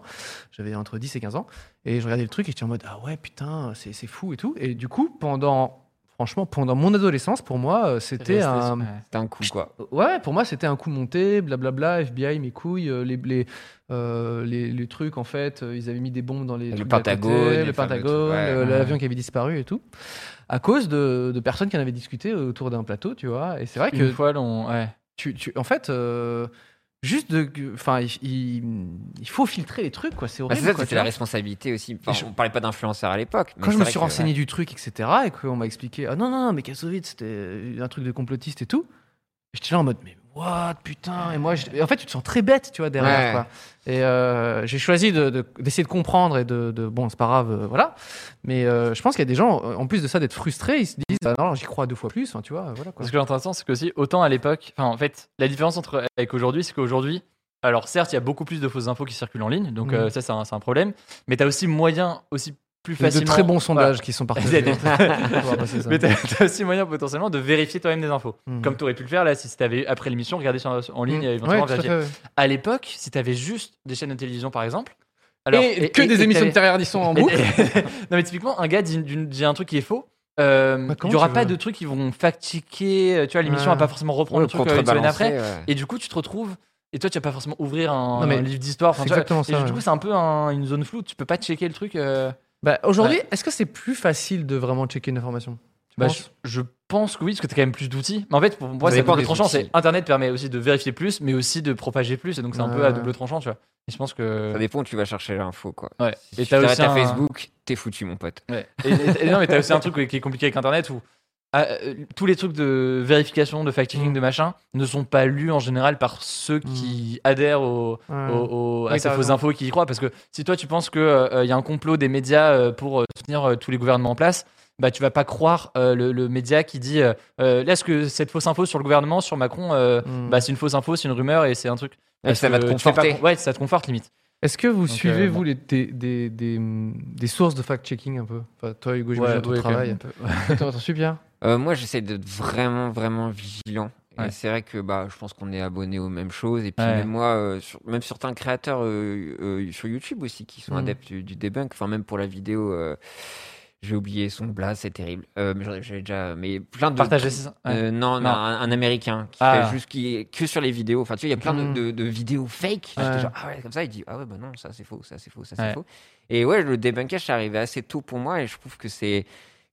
Speaker 2: J'avais entre 10 et 15 ans, et je regardais le truc et j'étais en mode ah ouais putain, c'est c'est fou et tout. Et du coup pendant, franchement pendant mon adolescence, pour moi euh, c'était
Speaker 3: Rester-
Speaker 2: un,
Speaker 3: ouais.
Speaker 4: parle. C'est un coup quoi. Bah,
Speaker 2: Ouais, pour moi, c'était un coup monté, blablabla, FBI, mes couilles, euh, les, les, euh, les, les trucs, en fait, euh, ils avaient mis des bombes dans les...
Speaker 4: Le
Speaker 2: trucs d'à côté,
Speaker 4: Pentagone, les
Speaker 2: le
Speaker 4: fameux
Speaker 2: Pentagone,
Speaker 4: trucs, ouais.
Speaker 2: euh,
Speaker 3: Ouais.
Speaker 2: l'avion qui avait disparu et tout, à cause de, de personnes qui en avaient discuté autour d'un plateau, tu vois. Et c'est vrai
Speaker 3: Une
Speaker 2: que,
Speaker 3: fois, on... ouais.
Speaker 2: tu, tu- en fait, euh, juste de... Enfin, il, il- il faut filtrer les trucs, quoi, c'est
Speaker 4: Bah,
Speaker 2: horrible.
Speaker 4: c'est ça,
Speaker 2: quoi,
Speaker 4: c'est
Speaker 2: tu
Speaker 4: la
Speaker 2: vois.
Speaker 4: responsabilité aussi. Enfin,
Speaker 2: Et je-
Speaker 4: On parlait pas d'influenceurs à l'époque. mais
Speaker 2: Quand je
Speaker 4: c'est
Speaker 2: me
Speaker 4: vrai
Speaker 2: suis
Speaker 4: que-
Speaker 2: renseigné du truc, etc., et qu'on m'a expliqué, ah non, non, non, mais Kassovitz, c'était un truc de complotiste et tout, j'étais là en mode, mais what, putain, et moi, je- et en fait, tu te sens très bête, tu vois, derrière,
Speaker 4: Ouais.
Speaker 2: quoi. Et euh, j'ai choisi de- de- d'essayer de, comprendre et de, de- bon, c'est pas grave, euh, voilà. Mais euh, je pense qu'il y a des gens, euh, en plus de ça, d'être frustrés, ils se disent, ah non, j'y crois deux fois plus, hein, tu vois, euh, voilà, quoi.
Speaker 3: Ce que j'entends, c'est que aussi, autant à l'époque, enfin, en fait, la différence entre avec aujourd'hui, c'est qu'aujourd'hui, alors certes, il y a beaucoup plus de fausses infos qui circulent en ligne,
Speaker 2: Mhm.
Speaker 3: donc euh, ça, c'est un, c'est un problème, mais t'as aussi moyen, aussi plus
Speaker 2: Il y a de
Speaker 3: facilement.
Speaker 2: très bons sondages
Speaker 3: Voilà.
Speaker 2: qui sont
Speaker 3: Il y a
Speaker 2: partagés.
Speaker 3: des-
Speaker 2: Pour passer ça.
Speaker 3: mais t'as t'as aussi moyen potentiellement de vérifier toi-même des infos.
Speaker 2: Mhm.
Speaker 3: Comme t'aurais pu le faire là, si t'avais après l'émission, regardé sur, en ligne et
Speaker 2: Mm. Ouais,
Speaker 3: éventuellement
Speaker 2: tout à
Speaker 3: vérifier.
Speaker 2: fait, ouais.
Speaker 3: À l'époque, si t'avais juste des chaînes de télévision par exemple,
Speaker 2: et, que des émissions de
Speaker 3: terre
Speaker 2: Terry Ardisson en boucle.
Speaker 3: non mais typiquement, un gars dit, d'une- dit un truc qui est faux. euh,
Speaker 2: Bah,
Speaker 3: il
Speaker 2: comment
Speaker 3: n'y aura
Speaker 2: tu
Speaker 3: pas
Speaker 2: veux
Speaker 3: de trucs qui vont fact-checker. euh, Tu vois, l'émission
Speaker 2: Ouais.
Speaker 3: va pas forcément reprendre
Speaker 4: Ouais,
Speaker 3: le truc euh, une semaine
Speaker 4: contrebalancer,
Speaker 3: après.
Speaker 4: ouais.
Speaker 3: Et du coup, tu te retrouves. Et toi, tu vas pas forcément ouvrir un,
Speaker 2: Non, mais
Speaker 3: un livre d'histoire. Enfin,
Speaker 2: c'est
Speaker 3: tu vois,
Speaker 2: exactement
Speaker 3: et
Speaker 2: ça,
Speaker 3: du coup,
Speaker 2: ouais.
Speaker 3: c'est un peu un- une zone floue. Tu peux pas checker le truc. euh,
Speaker 2: Bah, Aujourd'hui, est-ce que c'est plus facile de vraiment checker une information Tu
Speaker 3: Bah, je,
Speaker 2: penses
Speaker 3: je pense que oui, parce que t'as quand même plus d'outils. Mais en fait, pour moi,
Speaker 2: Ça
Speaker 3: c'est un
Speaker 2: dépend
Speaker 3: double
Speaker 2: des
Speaker 3: tranchant.
Speaker 2: outils.
Speaker 3: C'est Internet permet aussi de vérifier plus, mais aussi de propager plus. Et donc, c'est un peu
Speaker 2: Ouais.
Speaker 3: à double tranchant, tu vois. Et je pense que.
Speaker 4: Ça dépend où tu vas chercher l'info, quoi.
Speaker 3: Ouais.
Speaker 4: Si
Speaker 3: Et
Speaker 4: tu
Speaker 3: t'as
Speaker 4: t'arrêtes
Speaker 3: aussi
Speaker 4: à
Speaker 3: un-
Speaker 4: Facebook, t'es foutu, mon pote.
Speaker 3: Ouais. Et, et- et non, mais t'as aussi un truc qui est compliqué avec Internet où ah, euh, tous les trucs de vérification, de fact-checking,
Speaker 2: Mm.
Speaker 3: de machin, ne sont pas lus en général par ceux
Speaker 4: Mm.
Speaker 3: qui adhèrent au,
Speaker 2: Ouais.
Speaker 3: au- au- à
Speaker 2: Oui,
Speaker 3: ces
Speaker 2: t'as
Speaker 3: fausses
Speaker 2: raison.
Speaker 3: infos qui y croient. Parce que si toi, tu penses qu'il y a un complot des médias euh, pour euh, soutenir euh, tous les gouvernements en place, bah, tu vas pas croire euh, le, le média qui dit euh, Euh, là, est-ce que cette fausse info sur le gouvernement, sur Macron, euh,
Speaker 2: Mm.
Speaker 3: bah, c'est une fausse info, c'est une rumeur et c'est un truc.
Speaker 4: Et ça va te
Speaker 3: que tu fais pas-
Speaker 4: conforter.
Speaker 3: Ouais, ça te conforte limite.
Speaker 2: Est-ce que vous
Speaker 3: Donc,
Speaker 2: suivez,
Speaker 3: euh,
Speaker 2: vous,
Speaker 3: bon.
Speaker 2: les, des, des, des, hmm, des sources de fact-checking un peu Enfin, Toi, Hugo,
Speaker 3: Ouais,
Speaker 2: j'imagine ton
Speaker 3: ouais, quand
Speaker 2: travail.
Speaker 3: même.
Speaker 2: Attends, t'en suis bien
Speaker 4: Euh, moi, j'essaie d'être vraiment, vraiment vigilant. Et
Speaker 3: Ouais.
Speaker 4: C'est vrai que bah, je pense qu'on est abonné aux mêmes choses. Et puis,
Speaker 3: Ouais.
Speaker 4: même moi, euh, sur, même certains créateurs euh, euh, sur YouTube aussi qui sont
Speaker 3: Mm.
Speaker 2: Mhm.
Speaker 4: adeptes du, du debunk. Enfin, même pour la vidéo, euh, j'ai oublié son blaze, c'est terrible. Euh, mais j'en ai- j'avais déjà. Mais plein de.
Speaker 3: Partager, c'est ça. Ouais.
Speaker 4: Euh, non, non,
Speaker 3: Non.
Speaker 4: Un, un américain qui
Speaker 3: Ah. Mm.
Speaker 4: fait juste qui est que sur les vidéos. Enfin, tu vois, il y a plein de-
Speaker 2: Mhm.
Speaker 4: de, de vidéos fake.
Speaker 2: Ouais.
Speaker 4: J'étais genre, ah ouais, comme ça, il dit ah ouais, bah non, ça c'est faux, ça c'est faux, ça c'est
Speaker 3: Ouais.
Speaker 4: faux. Et ouais, le débunkage, c'est arrivé assez tôt pour moi et je trouve que c'est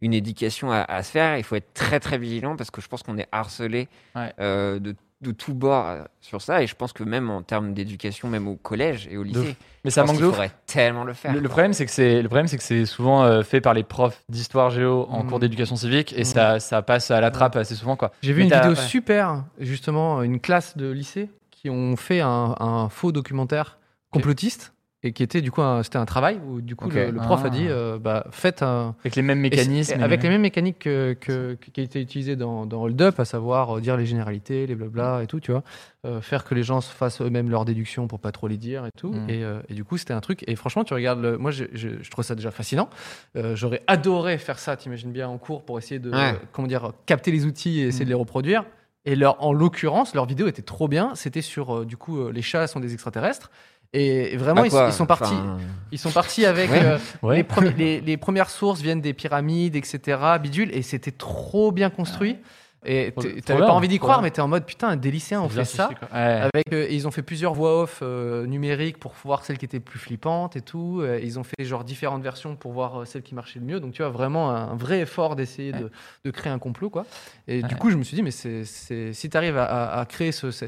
Speaker 4: une éducation à, à se faire. Il faut être très très vigilant parce que je pense qu'on est harcelé
Speaker 3: Ouais.
Speaker 4: euh, de, de tous bords euh, sur ça et je pense que même en termes d'éducation, même au collège et au
Speaker 3: ouf.
Speaker 4: lycée,
Speaker 3: Mais
Speaker 4: je
Speaker 3: ça
Speaker 4: pense
Speaker 3: manque
Speaker 4: qu'il
Speaker 3: de ouf.
Speaker 4: faudrait tellement le faire.
Speaker 3: Le, le
Speaker 4: quoi.
Speaker 3: problème, c'est que c'est le problème, c'est que c'est souvent euh, fait par les profs d'histoire géo en
Speaker 2: Mm.
Speaker 3: cours d'éducation civique et ça, ça passe à la trappe assez souvent quoi.
Speaker 2: J'ai vu
Speaker 3: Mais
Speaker 2: une
Speaker 3: t'as-
Speaker 2: vidéo
Speaker 3: ouais.
Speaker 2: super, justement, une classe de lycée qui ont fait un, un faux documentaire complotiste et qui était du coup un- c'était un travail où du coup
Speaker 4: Ok.
Speaker 2: le, le prof
Speaker 3: Ah.
Speaker 2: a dit euh, bah faites un
Speaker 3: avec les mêmes mécanismes.
Speaker 2: et-
Speaker 3: et-
Speaker 2: avec les mêmes mécaniques que, que- que- qui a été utilisée dans, dans Hold Up à savoir euh, dire les généralités les blabla et tout tu vois Euh, faire que les gens se fassent eux-mêmes leurs déductions pour pas trop les dire et tout
Speaker 3: Mm.
Speaker 2: et, euh, et du coup c'était un truc et franchement tu regardes le- moi je, je- je trouve ça déjà fascinant Euh, j'aurais adoré faire ça t'imagines bien en cours pour essayer de
Speaker 4: Ouais.
Speaker 2: euh, comment dire capter les outils et essayer
Speaker 3: Mm.
Speaker 2: de les reproduire et leur, en l'occurrence, leur vidéo était trop bien. C'était sur, euh, du coup, euh, les chats sont des extraterrestres. Et vraiment,
Speaker 4: Bah,
Speaker 2: ils-
Speaker 4: quoi,
Speaker 2: ils, sont partis,
Speaker 4: enfin,
Speaker 2: ils sont partis avec
Speaker 4: Ouais.
Speaker 2: euh,
Speaker 3: Ouais.
Speaker 2: Les, premi- les- les premières sources viennent des pyramides, etc. Bidule, et c'était trop bien construit. Et
Speaker 3: Trop-
Speaker 2: t-
Speaker 3: trop
Speaker 2: t'avais
Speaker 3: bien,
Speaker 2: pas envie d'y
Speaker 3: trop
Speaker 2: croire,
Speaker 3: bien.
Speaker 2: mais t'es en mode putain, des lycéens ont fait ça. Avec, euh, ils ont fait plusieurs voix off euh, numériques pour voir celles qui étaient plus flippantes et tout. Euh, ils ont fait genre différentes versions pour voir euh, celles qui marchaient le mieux. Donc tu vois vraiment un vrai effort d'essayer de, de créer un complot quoi. Et du coup je me suis dit mais c'est c'est- si t'arrives à, à- à créer ce, ce-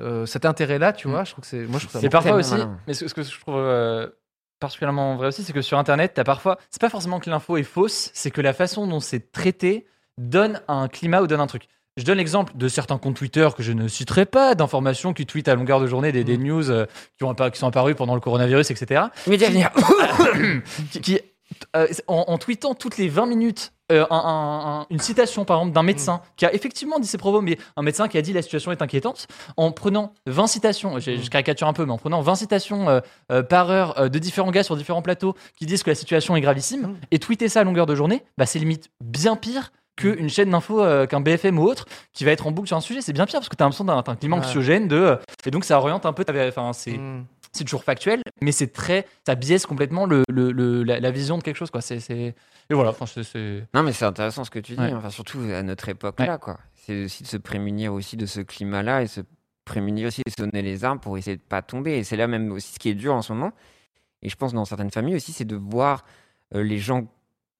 Speaker 2: euh, cet intérêt là tu vois je trouve que c'est moi je trouve ça
Speaker 3: Et Mm. parfois
Speaker 4: tellement
Speaker 3: aussi,
Speaker 4: malin.
Speaker 3: mais ce, ce que je trouve euh, particulièrement vrai aussi, c'est que sur Internet, t'as parfois, c'est pas forcément que l'info est fausse, c'est que la façon dont c'est traité donne un climat ou donne un truc. Je donne l'exemple de certains comptes Twitter que je ne citerai pas, d'informations qui tweetent à longueur de journée des,
Speaker 2: Mm.
Speaker 3: des news euh, qui, ont appa- qui sont apparues pendant le coronavirus, etc.
Speaker 4: Mais dis à venir.
Speaker 3: qui, qui- euh, en, en tweetant toutes les 20 minutes euh, un- un- un- une citation, par exemple, d'un
Speaker 2: Mm.
Speaker 3: médecin qui a effectivement dit ses propos, mais un médecin qui a dit la situation est inquiétante, en prenant 20 citations, je,
Speaker 2: Mm.
Speaker 3: je caricature un peu, mais en prenant 20 citations euh, euh, par heure euh, de différents gars sur différents plateaux qui disent que la situation est gravissime,
Speaker 2: Mm.
Speaker 3: et tweeter ça à longueur de journée, bah, c'est limite bien pire
Speaker 2: Mm.
Speaker 3: qu'une chaîne d'infos, euh, qu'un BFM ou autre, qui va être en boucle sur un sujet. C'est bien pire parce que tu as l'impression d'un d'un climat
Speaker 2: Ouais.
Speaker 3: anxiogène, de, euh, et donc ça oriente un peu, ta- enfin, c'est
Speaker 2: Mm.
Speaker 3: c'est toujours factuel, mais c'est très, ça biaise complètement le, le- le- la, la vision de quelque chose, quoi. C'est, c'est- et voilà, enfin, c'est, c'est-
Speaker 4: Non, mais c'est intéressant ce que tu dis,
Speaker 3: Ouais.
Speaker 4: enfin, surtout à notre époque-là, quoi. C'est aussi de se prémunir aussi de ce climat-là et se prémunir aussi de sonner les armes pour essayer de pas tomber. Et c'est là même aussi ce qui est dur en ce moment. Et je pense dans certaines familles aussi, c'est de voir euh, les gens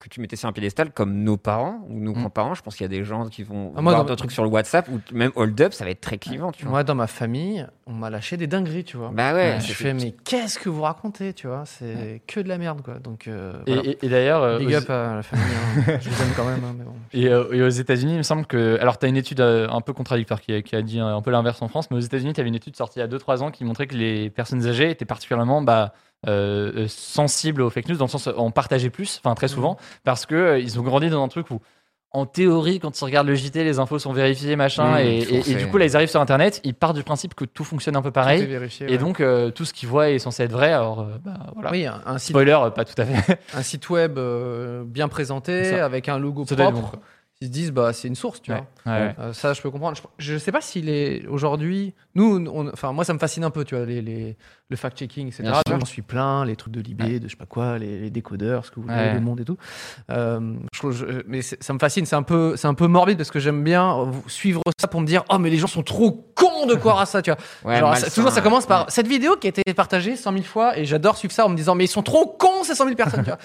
Speaker 4: que tu mettais sur un piédestal comme nos parents ou nos
Speaker 3: Mm.
Speaker 4: grands-parents. Je pense qu'il y a des gens qui vont
Speaker 2: Ah, moi,
Speaker 4: voir
Speaker 2: dans-
Speaker 4: d'autres trucs sur le WhatsApp ou même Hold Up, ça va être très clivant, tu vois.
Speaker 2: moi dans ma famille on m'a lâché des dingueries tu vois
Speaker 4: Bah ouais,
Speaker 3: Ouais,
Speaker 4: c'est-
Speaker 2: je fais mais qu'est-ce que vous racontez tu vois c'est que de la merde quoi donc euh,
Speaker 3: Et,
Speaker 2: voilà.
Speaker 3: et- et d'ailleurs, euh,
Speaker 2: Big
Speaker 3: aux-
Speaker 2: up à la famille, hein. je vous aime quand même, hein, mais bon.
Speaker 3: et, euh, et aux États-Unis, il me semble que, alors, tu as une étude euh, un peu contradictoire qui, a- qui a dit euh, un peu l'inverse en France, mais aux États-Unis, tu avais une étude sortie il y a 2-3 ans qui montrait que les personnes âgées étaient particulièrement bah, euh, euh, sensibles aux fake news, dans le sens euh, en partageaient plus, enfin très souvent, parce que euh, ils ont grandi dans un truc où. En théorie, quand ils regardent le JT, les infos sont vérifiées, machin,
Speaker 4: Mmh,
Speaker 3: et,
Speaker 4: ils font
Speaker 3: et- et
Speaker 4: ça.
Speaker 3: du coup, là, ils arrivent sur Internet, ils partent du principe que tout fonctionne un peu pareil,
Speaker 2: Tout est vérifié,
Speaker 3: Et
Speaker 2: ouais.
Speaker 3: donc, euh, tout ce qu'ils voient est censé être vrai. Alors, euh, bah, voilà.
Speaker 2: oui, un, un site,
Speaker 3: Spoiler, euh, pas tout à fait.
Speaker 2: un site web euh, bien présenté,
Speaker 3: C'est ça.
Speaker 2: avec un logo
Speaker 3: Ça doit être
Speaker 2: propre,
Speaker 3: bon,
Speaker 2: ils se disent bah c'est une source, tu
Speaker 3: Ouais.
Speaker 2: vois.
Speaker 3: Ouais,
Speaker 2: Euh, ça, je peux comprendre. Je, je sais pas s'il est aujourd'hui. Nous, on- enfin, moi, ça me fascine un peu, tu vois, les, les- le fact-checking, etc.
Speaker 4: Bien sûr.
Speaker 2: J'en suis plein, les trucs de Libé, de je sais pas quoi, les, les décodeurs, ce que vous voulez,
Speaker 3: Ouais.
Speaker 2: le monde et tout. Euh, je trouve- je- mais c'est- ça me fascine. C'est un peu, c'est un peu morbide parce que j'aime bien euh, suivre ça pour me dire, oh, mais les gens sont trop cons de croire à ça, tu vois.
Speaker 4: Ouais, hein.
Speaker 2: Genre,
Speaker 4: malsain,
Speaker 2: ça- toujours, ça
Speaker 4: ouais.
Speaker 2: commence par cette vidéo qui a été partagée 100 000 fois et j'adore suivre ça en me disant mais ils sont trop cons ces 100 000 personnes. tu vois.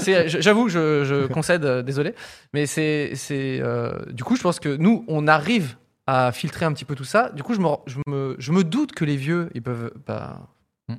Speaker 2: C'est- je- J'avoue, je, je concède, euh, désolé, mais c'est c'est euh, du coup je pense que nous on arrive à filtrer un petit peu tout ça. Du coup je me rends- je me, je me doute que les vieux ils peuvent pas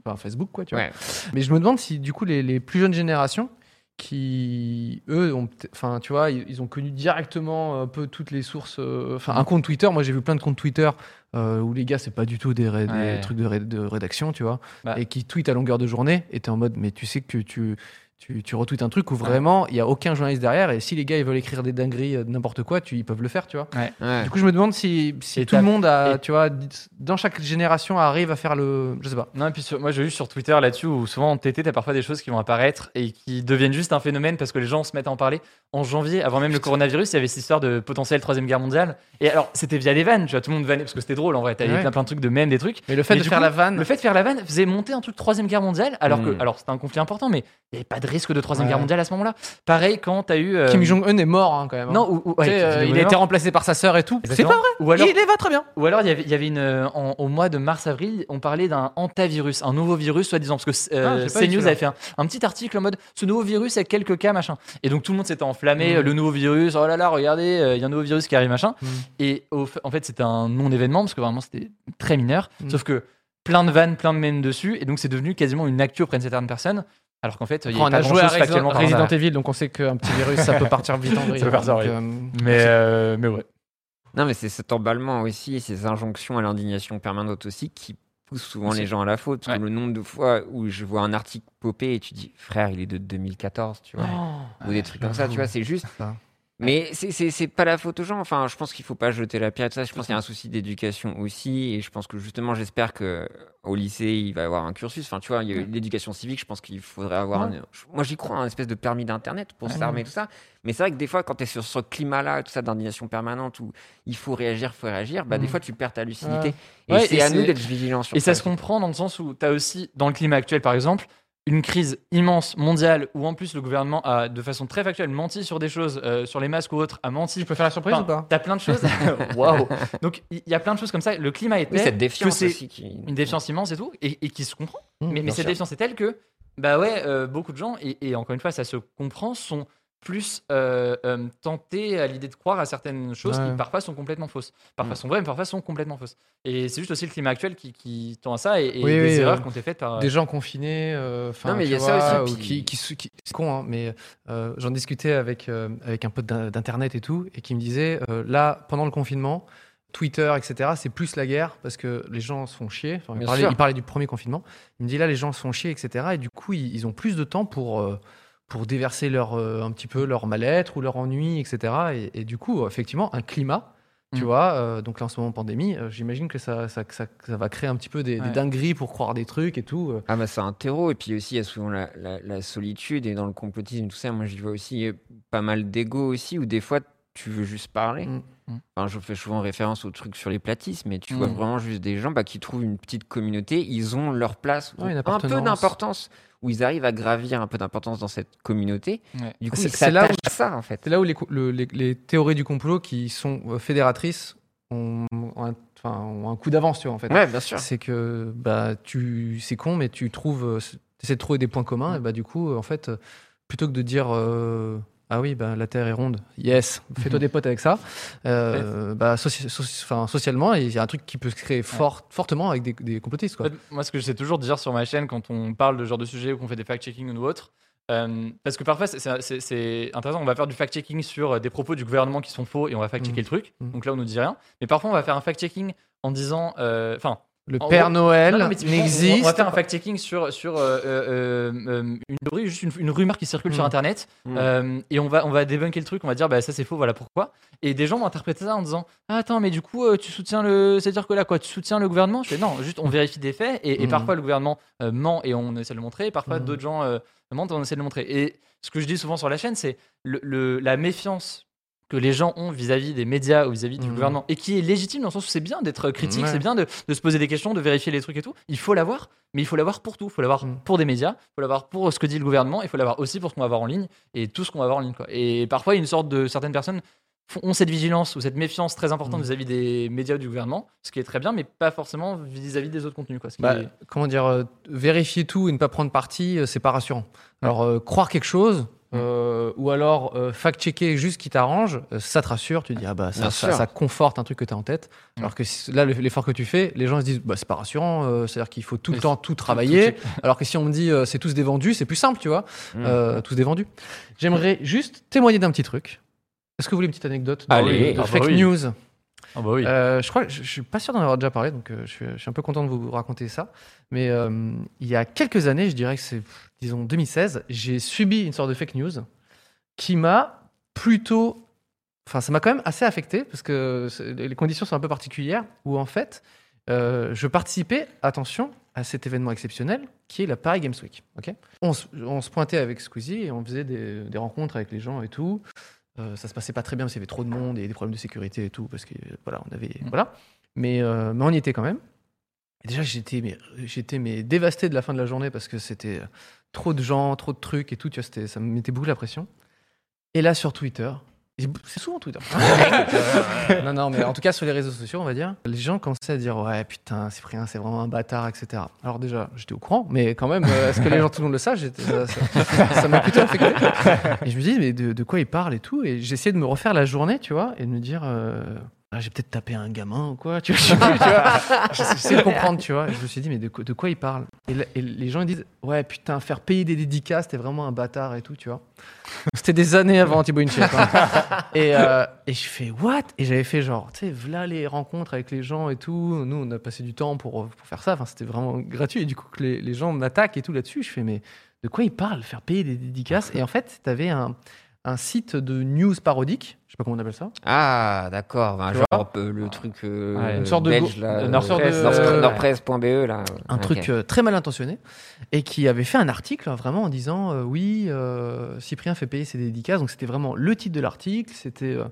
Speaker 2: pas Facebook quoi tu vois.
Speaker 4: Ouais.
Speaker 2: Mais je me demande si du coup les, les plus jeunes générations qui eux ont peut-être- enfin tu vois ils, ils ont connu directement un peu toutes les sources euh, enfin un compte Twitter moi j'ai vu plein de comptes Twitter euh, où les gars c'est pas du tout des, ré- des
Speaker 3: Ouais.
Speaker 2: trucs de, ré- de rédaction tu vois
Speaker 3: Bah.
Speaker 2: et qui tweetent à longueur de journée et t'es en mode mais tu sais que tu tu, tu retweets un truc où vraiment il y a aucun journaliste derrière et si les gars ils veulent écrire des dingueries euh, de n'importe quoi tu, ils peuvent le faire tu vois
Speaker 4: Ouais.
Speaker 2: du coup je me demande si, si
Speaker 3: Et
Speaker 2: tout le
Speaker 3: t'as-
Speaker 2: monde a,
Speaker 3: et-
Speaker 2: tu vois dit- dans chaque génération arrive à faire le je sais pas
Speaker 3: Non, et puis sur- moi j'ai vu sur Twitter là-dessus où souvent en TT, t'as parfois des choses qui vont apparaître et qui deviennent juste un phénomène parce que les gens se mettent à en parler. En janvier, avant même le coronavirus, il y avait cette histoire de potentielle troisième guerre mondiale. Et alors, c'était via les vannes, tu vois, tout le monde vannait parce que c'était drôle en vrai. T'avais
Speaker 2: Ouais.
Speaker 3: plein, plein de trucs de mèmes, des trucs.
Speaker 2: mais le fait
Speaker 3: Mais
Speaker 2: de
Speaker 3: du
Speaker 2: faire
Speaker 3: coup,
Speaker 2: la vanne
Speaker 3: Le fait de faire la vanne faisait monter un truc troisième guerre mondiale alors
Speaker 4: Mm.
Speaker 3: que alors c'était un conflit important, mais il n'y avait pas de risque de troisième
Speaker 2: Hmm. Ouais.
Speaker 3: guerre mondiale à ce moment-là. Pareil quand t'as eu. euh,
Speaker 2: Kim Jong-un est mort hein, quand même hein.
Speaker 3: Non, ou, ou- ouais,
Speaker 2: Tu sais, euh,
Speaker 3: Kim
Speaker 2: il
Speaker 3: Jong-un
Speaker 2: a
Speaker 3: est
Speaker 2: été
Speaker 3: mort.
Speaker 2: remplacé par sa sœur et tout. C'est
Speaker 3: Exactement.
Speaker 2: pas vrai.
Speaker 3: Ou alors,
Speaker 2: il les va très bien.
Speaker 3: Ou alors, il y avait, il y avait une, euh, en- au mois de mars-avril, on parlait d'un antavirus, un nouveau virus, soi-disant, parce que
Speaker 2: Ah,
Speaker 3: euh,
Speaker 2: j'ai pas eu
Speaker 3: CNews
Speaker 2: celui-là.
Speaker 3: avait fait un, un petit article en mode ce nouveau virus avec quelques cas, machin. Et donc, tout le monde s'était enflammé,
Speaker 2: Mm.
Speaker 3: euh, le nouveau virus, oh là là, regardez, euh, il y a un nouveau virus qui arrive, machin.
Speaker 2: Mm.
Speaker 3: Et au fa- en fait, c'était un non-événement, parce que vraiment, c'était très mineur.
Speaker 2: Mm.
Speaker 3: Sauf que plein de vannes, plein de mèmes dessus, et donc, c'est devenu quasiment une actu auprès de certaines personnes, alors qu'en fait, il y
Speaker 2: on
Speaker 3: avait
Speaker 2: a
Speaker 3: pas
Speaker 2: joué à
Speaker 3: grand-chose
Speaker 2: Resident,
Speaker 3: factuellement par
Speaker 2: Resident
Speaker 3: rapport à-
Speaker 2: Evil, donc on sait qu'un petit virus, ça peut partir vite en vrille.
Speaker 3: Ça peut partir en
Speaker 2: Donc,
Speaker 3: vrille.
Speaker 2: euh,
Speaker 3: Mais, euh, mais ouais.
Speaker 4: Non, mais c'est cet emballement aussi, ces injonctions à l'indignation permanente aussi qui poussent souvent les gens à la faute. Parce que le nombre de fois où je vois un article popper et tu dis, frère, il est de 2014, tu vois,
Speaker 2: Oh.
Speaker 4: ou des trucs comme ça, tu vois, c'est juste.
Speaker 2: Ça.
Speaker 4: Mais c'est- c'est c'est pas la faute aux gens. Enfin, je pense qu'il faut pas jeter la pierre. et tout ça. Je pense qu'il y a un souci d'éducation aussi. Et je pense que justement, j'espère que au lycée, il va y avoir un cursus. Enfin, tu vois, il y a l'éducation civique. Je pense qu'il faudrait avoir. un- Moi, j'y crois, un espèce de permis d'internet pour s'armer tout ça. Mais c'est vrai que des fois, quand tu es sur ce climat-là, tout ça d'indignation permanente, où il faut réagir, faut réagir, bah des fois, tu perds ta lucidité. Et
Speaker 3: Mm. Ouais,
Speaker 4: c'est
Speaker 3: et
Speaker 4: à
Speaker 3: c'est-
Speaker 4: nous d'être vigilants sur
Speaker 3: Et ça se comprend dans le sens où tu as aussi, dans le climat actuel par exemple, une crise immense mondiale où en plus le gouvernement a de façon très factuelle menti sur des choses, euh, sur les masques ou autres, a menti.
Speaker 2: Tu peux faire la surprise ou pas
Speaker 3: T'as plein de choses. Waouh Donc il y a plein de choses comme ça. Le climat est
Speaker 4: Oui,
Speaker 3: tel
Speaker 4: cette
Speaker 3: que
Speaker 4: défiance
Speaker 3: c'est
Speaker 4: aussi. qui-
Speaker 3: une défiance immense et tout, et, et qui se comprend.
Speaker 2: Mmh,
Speaker 3: mais mais
Speaker 2: bien
Speaker 3: cette
Speaker 2: sûr.
Speaker 3: défiance est telle que, bah ouais, euh, beaucoup de gens, et, et encore une fois, ça se comprend, sont plus euh, euh, tentés à l'idée de croire à certaines choses
Speaker 2: Ouais.
Speaker 3: qui parfois sont complètement fausses. Parfois
Speaker 4: Mm.
Speaker 3: sont vraies, mais parfois sont complètement fausses. Et c'est juste aussi le climat actuel qui, qui tend à ça et, et
Speaker 2: Oui,
Speaker 3: des
Speaker 2: oui,
Speaker 3: erreurs
Speaker 2: euh,
Speaker 3: qui ont été faites par.
Speaker 2: Des gens confinés, euh, enfin,
Speaker 4: Non, mais
Speaker 2: tu
Speaker 4: il y a
Speaker 2: vois,
Speaker 4: ça aussi,
Speaker 2: ou
Speaker 4: puis-
Speaker 2: qui, qui, qui- c'est con, hein, mais euh, j'en discutais avec, euh, avec un pote d'in- d'internet et tout, et qui me disait euh, là, pendant le confinement, Twitter, etc., c'est plus la guerre parce que les gens se font chier. Enfin, il,
Speaker 4: Bien
Speaker 2: parlait,
Speaker 4: sûr.
Speaker 2: il parlait du premier confinement. Il me dit là, les gens se font chier, etc., et du coup, ils, ils ont plus de temps pour. euh, pour déverser leur, euh, un petit peu leur mal-être ou leur ennui, etc. Et, et du coup, effectivement, un climat, tu
Speaker 3: Mm.
Speaker 2: vois, euh, donc là en ce moment pandémie, euh, j'imagine que ça, ça, que ça, que ça va créer un petit peu des, des
Speaker 3: Ouais.
Speaker 2: dingueries pour croire des trucs et tout. euh.
Speaker 4: Ah bah c'est un terreau et puis aussi il y a souvent la, la- la solitude et dans le complotisme tout ça moi j'y vois aussi euh, pas mal d'ego aussi où des fois tu veux juste parler.
Speaker 2: Mm.
Speaker 3: Mm.
Speaker 4: Enfin, je fais souvent référence au truc sur les platistes mais tu vois
Speaker 3: Mm.
Speaker 4: vraiment juste des gens bah, qui trouvent une petite communauté, ils ont leur place,
Speaker 2: Ouais, une
Speaker 4: un peu
Speaker 2: appartenance.
Speaker 4: d'importance où ils arrivent à gravir un peu d'importance dans cette communauté.
Speaker 3: Ouais.
Speaker 4: Du coup
Speaker 2: C'est-
Speaker 4: ils
Speaker 2: c'est là où-
Speaker 4: s'attachent à ça en fait.
Speaker 2: C'est là où les, co- le- les- les théories du complot qui sont euh, fédératrices ont, ont un, enfin, ont un coup d'avance, tu vois, en fait.
Speaker 4: Ouais bien sûr.
Speaker 2: C'est que bah, tu, c'est con, mais tu trouves, essaies de trouver des points communs, et bah, du coup, euh, en fait, euh, plutôt que de dire. euh, ah oui, bah, la Terre est ronde. Yes, fais-toi des potes avec ça. Euh, bah, soci- soci- enfin, socialement, il y a un truc qui peut se créer fort, fortement avec des, des complotistes. Quoi.
Speaker 3: En fait, moi, ce que j'essaie toujours de dire sur ma chaîne quand on parle de ce genre de sujet ou qu'on fait des fact-checking ou autre, euh, parce que parfois c'est- c'est c'est- c'est intéressant, on va faire du fact-checking sur euh, des propos du gouvernement qui sont faux et on va fact-checker
Speaker 2: Mhm.
Speaker 3: le truc,
Speaker 2: Mhm.
Speaker 3: donc là on nous dit rien, mais parfois on va faire un fact-checking en disant, euh, enfin,
Speaker 2: Le
Speaker 3: en
Speaker 2: Père
Speaker 3: gros-
Speaker 2: Noël
Speaker 3: non, non, mais typiquement, on-
Speaker 2: n'existe.
Speaker 3: On va faire un fact-checking sur, sur euh, euh, euh, une théorie, juste une, une rumeur qui circule
Speaker 2: Mm.
Speaker 3: sur Internet.
Speaker 4: Mm.
Speaker 3: euh, et on va, on va débunker le truc, on va dire, bah ça c'est faux, voilà pourquoi. Et des gens vont interpréter ça en disant, ah, attends, mais du coup, euh, tu soutiens le. C'est-à-dire que là, quoi, tu soutiens le gouvernement Je fais, non, juste on vérifie des faits. Et, et
Speaker 2: Mm.
Speaker 3: parfois, le gouvernement euh, ment et on essaie de le montrer. Et parfois,
Speaker 2: Mm.
Speaker 3: d'autres gens euh, mentent et on essaie de le montrer. Et ce que je dis souvent sur la chaîne, c'est le, le- la méfiance que les gens ont vis-à-vis des médias ou vis-à-vis
Speaker 2: Mm.
Speaker 3: du gouvernement et qui est légitime dans le sens où c'est bien d'être critique,
Speaker 2: Ouais.
Speaker 3: c'est bien de, de se poser des questions, de vérifier les trucs et tout. Il faut l'avoir, mais il faut l'avoir pour tout. Il faut l'avoir
Speaker 2: Mm.
Speaker 3: pour des médias, il faut l'avoir pour ce que dit le gouvernement, et il faut l'avoir aussi pour ce qu'on va avoir en ligne et tout ce qu'on va avoir en ligne. Quoi. Et parfois, il y a une sorte de certaines personnes font- ont cette vigilance ou cette méfiance très importante
Speaker 2: Mm.
Speaker 3: vis-à-vis des médias ou du gouvernement, ce qui est très bien, mais pas forcément vis-à-vis des autres contenus. Quoi, ce qui
Speaker 2: Bah,
Speaker 3: est-
Speaker 2: comment dire, euh, vérifier tout et ne pas prendre parti, euh, c'est pas rassurant. Alors, euh, croire quelque chose, euh, ou alors euh, fact-checker juste ce qui t'arrange, euh, ça te rassure, tu dis, ah bah ça,
Speaker 4: Bien
Speaker 2: ça,
Speaker 4: sûr.
Speaker 2: ça conforte un truc que t'as en tête. Alors que si- là, le- l'effort que tu fais, les gens se disent, bah c'est pas rassurant, euh, c'est-à-dire qu'il faut tout le
Speaker 3: Oui,
Speaker 2: temps tout travailler. alors que si on me dit, euh, c'est tous des vendus, c'est plus simple, tu vois,
Speaker 4: Mm.
Speaker 2: euh, tous des vendus. J'aimerais juste témoigner d'un petit truc. Est-ce que vous voulez une petite anecdote de-
Speaker 4: Allez.
Speaker 2: de
Speaker 3: Ah bah
Speaker 2: fake
Speaker 3: oui.
Speaker 2: news
Speaker 3: Ah bah oui.
Speaker 2: euh, je crois, je, je suis pas sûr d'en avoir déjà parlé, donc euh, je, suis, je suis un peu content de vous raconter ça. Mais euh, il y a quelques années, je dirais que c'est, pff, disons, 2016, j'ai subi une sorte de fake news qui m'a plutôt, enfin, ça m'a quand même assez affecté parce que c'est- les conditions sont un peu particulières. Où en fait, euh, je participais, attention, à cet événement exceptionnel qui est la Paris Games Week. ok on, se, on se pointait avec Squeezie et on faisait des, des rencontres avec les gens et tout. Euh, ça se passait pas très bien parce qu'il y avait trop de monde et des problèmes de sécurité et tout parce que euh, voilà on avait voilà mais euh, mais on y était quand même et déjà j'étais mais j'étais mais dévasté de la fin de la journée parce que c'était euh, trop de gens trop de trucs et tout tu vois c'était- ça me mettait beaucoup la pression et là sur Twitter et b- c'est souvent Twitter non non mais en tout cas sur les réseaux sociaux on va dire les gens commençaient à dire ouais putain Cyprien c'est vraiment un bâtard etc alors déjà j'étais au courant mais quand même euh, est-ce que les gens tout le monde le savent J'étais- ça- ça ça m'a plutôt affecté et je me dis, mais de, de quoi il parle et tout. Et j'essayais de me refaire la journée, tu vois, et de me dire, euh, Ah, j'ai peut-être tapé un gamin ou quoi. Tu vois, je sais plus, tu vois. J'essayais de comprendre, tu vois. Et je me suis dit, mais de, quoi- de quoi il parle et, là- et les gens ils disent, ouais, putain, faire payer des dédicaces, t'es vraiment un bâtard et tout, tu vois. C'était des années avant Thibaut InShape. hein. Et, euh, et je fais, what Et j'avais fait genre, tu sais, voilà les rencontres avec les gens et tout. Nous, on a passé du temps pour, pour faire ça. Enfin, c'était vraiment gratuit. Et du coup, que les, les gens m'attaquent et tout là-dessus, je fais, mais de quoi il parle, faire payer des dédicaces. Et en fait, tu avais un, un site de news parodique, je sais pas comment on appelle ça.
Speaker 4: Ah, d'accord. Ben,
Speaker 2: Tu
Speaker 4: genre
Speaker 2: vois
Speaker 4: un peu le truc euh,
Speaker 3: Ouais,
Speaker 2: une sorte de
Speaker 4: belge,
Speaker 2: go-
Speaker 4: là,
Speaker 3: de
Speaker 4: euh,
Speaker 3: Nordpresse,
Speaker 4: Nordpresse,
Speaker 2: euh,
Speaker 4: Nordpresse.be, là.
Speaker 2: Un
Speaker 4: Ok.
Speaker 2: truc euh, très mal intentionné. Et qui avait fait un article hein, vraiment en disant euh, Oui, euh, Cyprien fait payer ses dédicaces. Donc c'était vraiment le titre de l'article. C'était euh,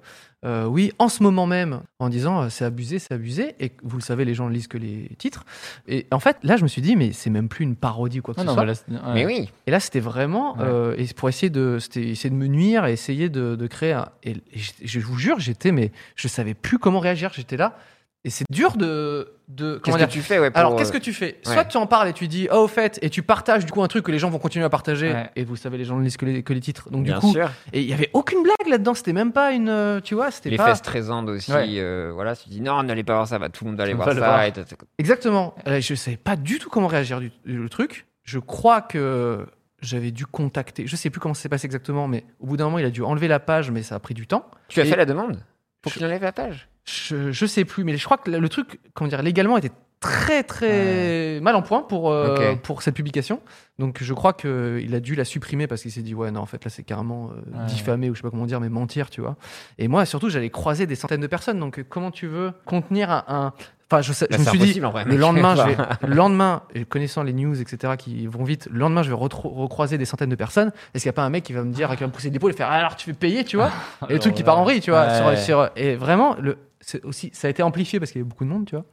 Speaker 2: euh, Oui, en ce moment même, en disant euh, C'est abusé, c'est abusé. Et vous le savez, les gens ne lisent que les titres. Et en fait, là, je me suis dit Mais c'est même plus une parodie ou quoi que
Speaker 3: Non,
Speaker 2: ce
Speaker 3: non,
Speaker 2: soit.
Speaker 3: mais là, c'est- ouais.
Speaker 4: Mais oui.
Speaker 2: Et là, c'était vraiment
Speaker 3: Ouais.
Speaker 2: euh, et c'est pour essayer de, c'était essayer de me nuire et essayer de, de créer. Un, et, et j- je vous jure, j'étais, mais je savais plus comment réagir. J'étais là. Et c'est dur de. de
Speaker 4: Qu'est-ce
Speaker 2: comment
Speaker 4: que
Speaker 2: dire
Speaker 4: tu fais ouais, pour,
Speaker 2: Alors, qu'est-ce
Speaker 4: euh,
Speaker 2: que tu fais
Speaker 4: ouais.
Speaker 2: Soit tu en parles et tu dis, ah, au fait, et tu partages du coup un truc que les gens vont continuer à partager.
Speaker 3: Ouais.
Speaker 2: Et vous savez, les gens ne lisent que les, que les titres. Donc,
Speaker 4: Bien
Speaker 2: du coup,
Speaker 4: sûr.
Speaker 2: et il y avait aucune blague là-dedans. C'était même pas une. euh, Tu vois, c'était
Speaker 4: Les
Speaker 2: pas.
Speaker 4: fesses trésandes aussi.
Speaker 3: Ouais.
Speaker 4: euh, voilà, tu dis non, n'allez pas voir ça, bah, tout le monde va aller
Speaker 3: On
Speaker 4: voir
Speaker 3: va
Speaker 4: ça.
Speaker 3: le voir.
Speaker 4: et tout, tout, tout.
Speaker 2: Exactement. Euh, Je savais pas du tout comment réagir du, le truc. Je crois que j'avais dû contacter. Je sais plus comment ça s'est passé exactement, mais au bout d'un moment, il a dû enlever la page, mais ça a pris du temps.
Speaker 4: Tu as
Speaker 2: Et-
Speaker 4: fait la demande pour
Speaker 2: Je-
Speaker 4: qu'il enlève la page
Speaker 2: Je, je sais plus, mais je crois que le truc, comment dire, légalement était très très mal en point pour euh,
Speaker 4: Ok.
Speaker 2: pour cette publication. Donc je crois que il a dû la supprimer parce qu'il s'est dit ouais non en fait là c'est carrément euh,
Speaker 3: Ouais.
Speaker 2: diffamer ou je sais pas comment dire mais mentir tu vois. Et moi surtout j'allais croiser des centaines de personnes donc euh, comment tu veux contenir un, un- enfin je, sais-
Speaker 4: Bah,
Speaker 2: je me
Speaker 4: c'est
Speaker 2: suis dit
Speaker 4: impossible, en vrai,
Speaker 2: le
Speaker 4: mec.
Speaker 2: lendemain je
Speaker 4: Enfin,
Speaker 2: vais, le lendemain et connaissant les news etc qui vont vite le lendemain je vais retro- recroiser des centaines de personnes est-ce qu'il n'y a pas un mec qui va me dire qui va me pousser l'épaule et faire Ah, alors tu fais payer tu vois et le
Speaker 3: Alors
Speaker 2: truc qui
Speaker 3: là.
Speaker 2: part en vrille, tu vois. sur-
Speaker 3: Ouais.
Speaker 2: sur- et vraiment, le, c'est aussi, ça a été amplifié parce qu'il y avait beaucoup de monde, tu vois.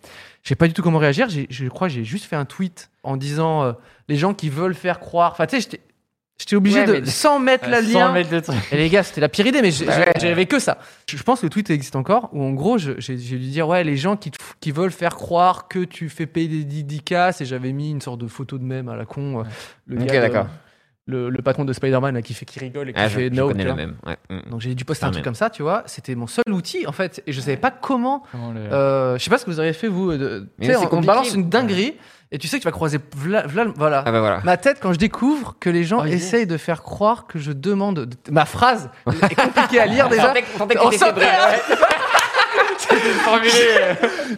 Speaker 2: Je sais pas du tout comment réagir. j'ai- Je crois que j'ai juste fait un tweet en disant euh, les gens qui veulent faire croire. Enfin, tu sais, j'étais- j'étais obligé
Speaker 4: Ouais, mais- euh,
Speaker 2: de sans mettre la
Speaker 3: Sans
Speaker 2: lien.
Speaker 3: mettre de trucs.
Speaker 2: Et les gars, c'était la pire idée, mais j'ai-
Speaker 4: Bah
Speaker 2: j'ai-
Speaker 4: ouais.
Speaker 2: j'avais que ça. Je je pense que le tweet existe encore, où en gros, je- j'ai j'ai dû dire, ouais, les gens qui, te f- qui veulent faire croire que tu fais payer des dédicaces, et j'avais mis une sorte de photo de même à la con. euh, Le,
Speaker 4: Ok,
Speaker 2: gars de-
Speaker 4: d'accord.
Speaker 2: le, le patron de Spider-Man là, qui, fait, qui rigole et qui
Speaker 4: Ah, je,
Speaker 2: fait
Speaker 4: je
Speaker 2: no.
Speaker 4: connais
Speaker 2: tu
Speaker 4: le
Speaker 2: vois.
Speaker 4: même. ouais. Mm.
Speaker 2: Donc j'ai dû poster un
Speaker 4: Putain,
Speaker 2: truc
Speaker 4: mais-
Speaker 2: comme ça, tu vois. C'était mon seul outil en fait, et je savais pas comment.
Speaker 3: Comment le-
Speaker 2: euh, je sais pas ce que vous auriez fait vous. euh, de-
Speaker 4: Mais
Speaker 2: tu sais,
Speaker 4: c'est
Speaker 2: on- on,
Speaker 4: compliqué.
Speaker 2: balance une dinguerie, et tu sais que tu vas croiser vla- vla- voilà.
Speaker 4: Ah bah voilà.
Speaker 2: Ma tête quand je découvre que les gens
Speaker 3: Oh, yes.
Speaker 2: essayent de faire croire que je demande de- ma phrase est compliquée à lire déjà.
Speaker 4: Tentez- tentez que
Speaker 2: On
Speaker 4: t'essaies
Speaker 2: s'en
Speaker 4: de rire, ouais.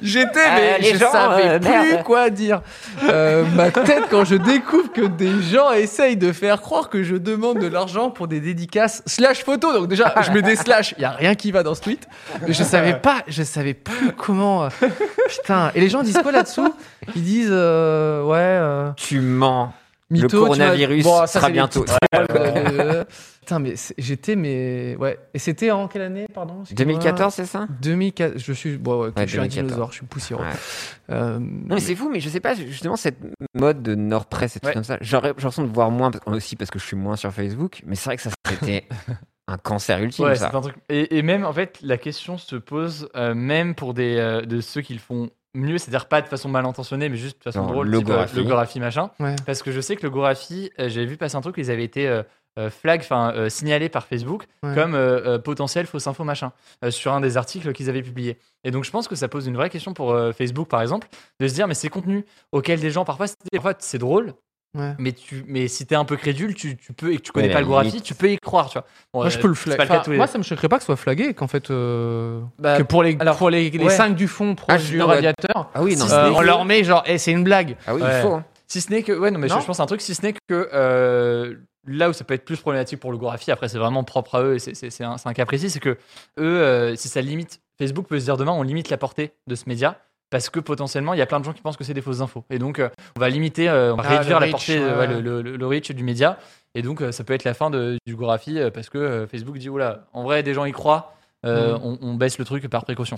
Speaker 2: J'étais
Speaker 4: Euh,
Speaker 2: mais
Speaker 4: les
Speaker 2: je
Speaker 4: gens,
Speaker 2: savais
Speaker 4: euh,
Speaker 2: plus
Speaker 4: merde.
Speaker 2: quoi dire. Euh, ma tête quand je découvre que des gens essayent de faire croire que je demande de l'argent pour des dédicaces slash photos. Donc déjà je mets des slash, il y a rien qui va dans ce tweet. Je savais pas, je savais plus comment. euh, Putain. Et les gens disent quoi là-dessous Ils disent euh, ouais. euh,
Speaker 4: Tu mens.
Speaker 2: Mytho,
Speaker 4: le
Speaker 2: tu vois.
Speaker 4: coronavirus
Speaker 2: Bon, ça,
Speaker 4: sera
Speaker 2: c'est les
Speaker 3: Ah
Speaker 4: bientôt.
Speaker 2: petites- Euh, Putain, mais c'est- j'étais, mais. Ouais. Et c'était en quelle année, pardon Excuse-moi.
Speaker 4: 2014, c'est ça
Speaker 2: 2004. Je suis. Bon, ouais, ok,
Speaker 4: Ouais,
Speaker 2: je suis un
Speaker 4: 2014.
Speaker 2: dinosaure, je suis poussiéreux.
Speaker 4: Ouais.
Speaker 2: Euh,
Speaker 4: Non mais c'est fou, mais je sais pas, justement cette mode de Nord-Presse et tout
Speaker 3: Ouais.
Speaker 4: comme ça, j'aurais j'ai l'impression de voir moins, parce- aussi parce que je suis moins sur Facebook, mais c'est vrai que ça c'était un cancer ultime
Speaker 3: Ouais,
Speaker 4: ça.
Speaker 3: c'est un truc- Et, et même, en fait, la question se pose euh, même pour des, euh, de ceux qui le font mieux, c'est-à-dire pas de façon mal intentionnée, mais juste de façon
Speaker 4: Non,
Speaker 3: drôle,
Speaker 4: logographie.
Speaker 3: type, euh, logographie, machin.
Speaker 2: Ouais.
Speaker 3: Parce que je sais que logographie, euh, j'avais vu passer un truc où ils avaient été euh, euh, flag, enfin euh, signalés par Facebook
Speaker 2: Ouais.
Speaker 3: comme euh, euh, potentiel fausse info, machin, euh, sur un des articles qu'ils avaient publié. Et donc, je pense que ça pose une vraie question pour euh, Facebook, par exemple, de se dire, mais ces contenus auxquels des gens, parfois, c'est- parfois, c'est drôle.
Speaker 2: Ouais.
Speaker 3: Mais, tu, mais si t'es un peu crédule, tu, tu peux et que tu connais
Speaker 4: Ouais,
Speaker 3: pas
Speaker 4: la
Speaker 3: le graphie,
Speaker 4: limite.
Speaker 3: tu peux y croire, tu vois. Bon,
Speaker 2: Moi,
Speaker 3: euh,
Speaker 2: je peux le
Speaker 3: c'est
Speaker 2: flag.
Speaker 3: pas cas de
Speaker 2: enfin,
Speaker 3: tous les-
Speaker 2: moi, ça me choquerait pas que ce soit flagué, qu'en fait. euh,
Speaker 3: Bah,
Speaker 2: que pour les,
Speaker 3: alors,
Speaker 2: pour les, les
Speaker 3: ouais.
Speaker 2: 5 du fond proche
Speaker 4: Ah, je-
Speaker 2: du
Speaker 4: non, ouais.
Speaker 2: radiateur,
Speaker 4: Ah oui, non,
Speaker 3: Si
Speaker 2: euh,
Speaker 3: ce n'est
Speaker 2: on
Speaker 3: que-
Speaker 2: leur met genre, eh, c'est une blague.
Speaker 4: ah oui, il
Speaker 3: Ouais.
Speaker 4: faut. hein.
Speaker 3: Si ce n'est que. Ouais, non, mais je-
Speaker 2: Non.
Speaker 3: je pense à un truc, si ce n'est que euh, là où ça peut être plus problématique pour le Gorafi, après c'est vraiment propre à eux et c'est- c'est c'est un, c'est un cas précis, c'est que eux, euh, si ça limite. Facebook peut se dire demain, on limite la portée de ce média parce que potentiellement, il y a plein de gens qui pensent que c'est des fausses infos. Et donc, euh, on va limiter, euh, on va
Speaker 2: Ah, le
Speaker 3: réduire la
Speaker 2: reach,
Speaker 3: portée,
Speaker 2: ouais.
Speaker 3: euh, ouais, le, le- le- le reach du média. Et donc, euh, ça peut être la fin de- du Gorafi euh, parce que euh, Facebook dit oula, en vrai, des gens y croient, euh,
Speaker 2: Mm.
Speaker 3: on, on baisse le truc par précaution.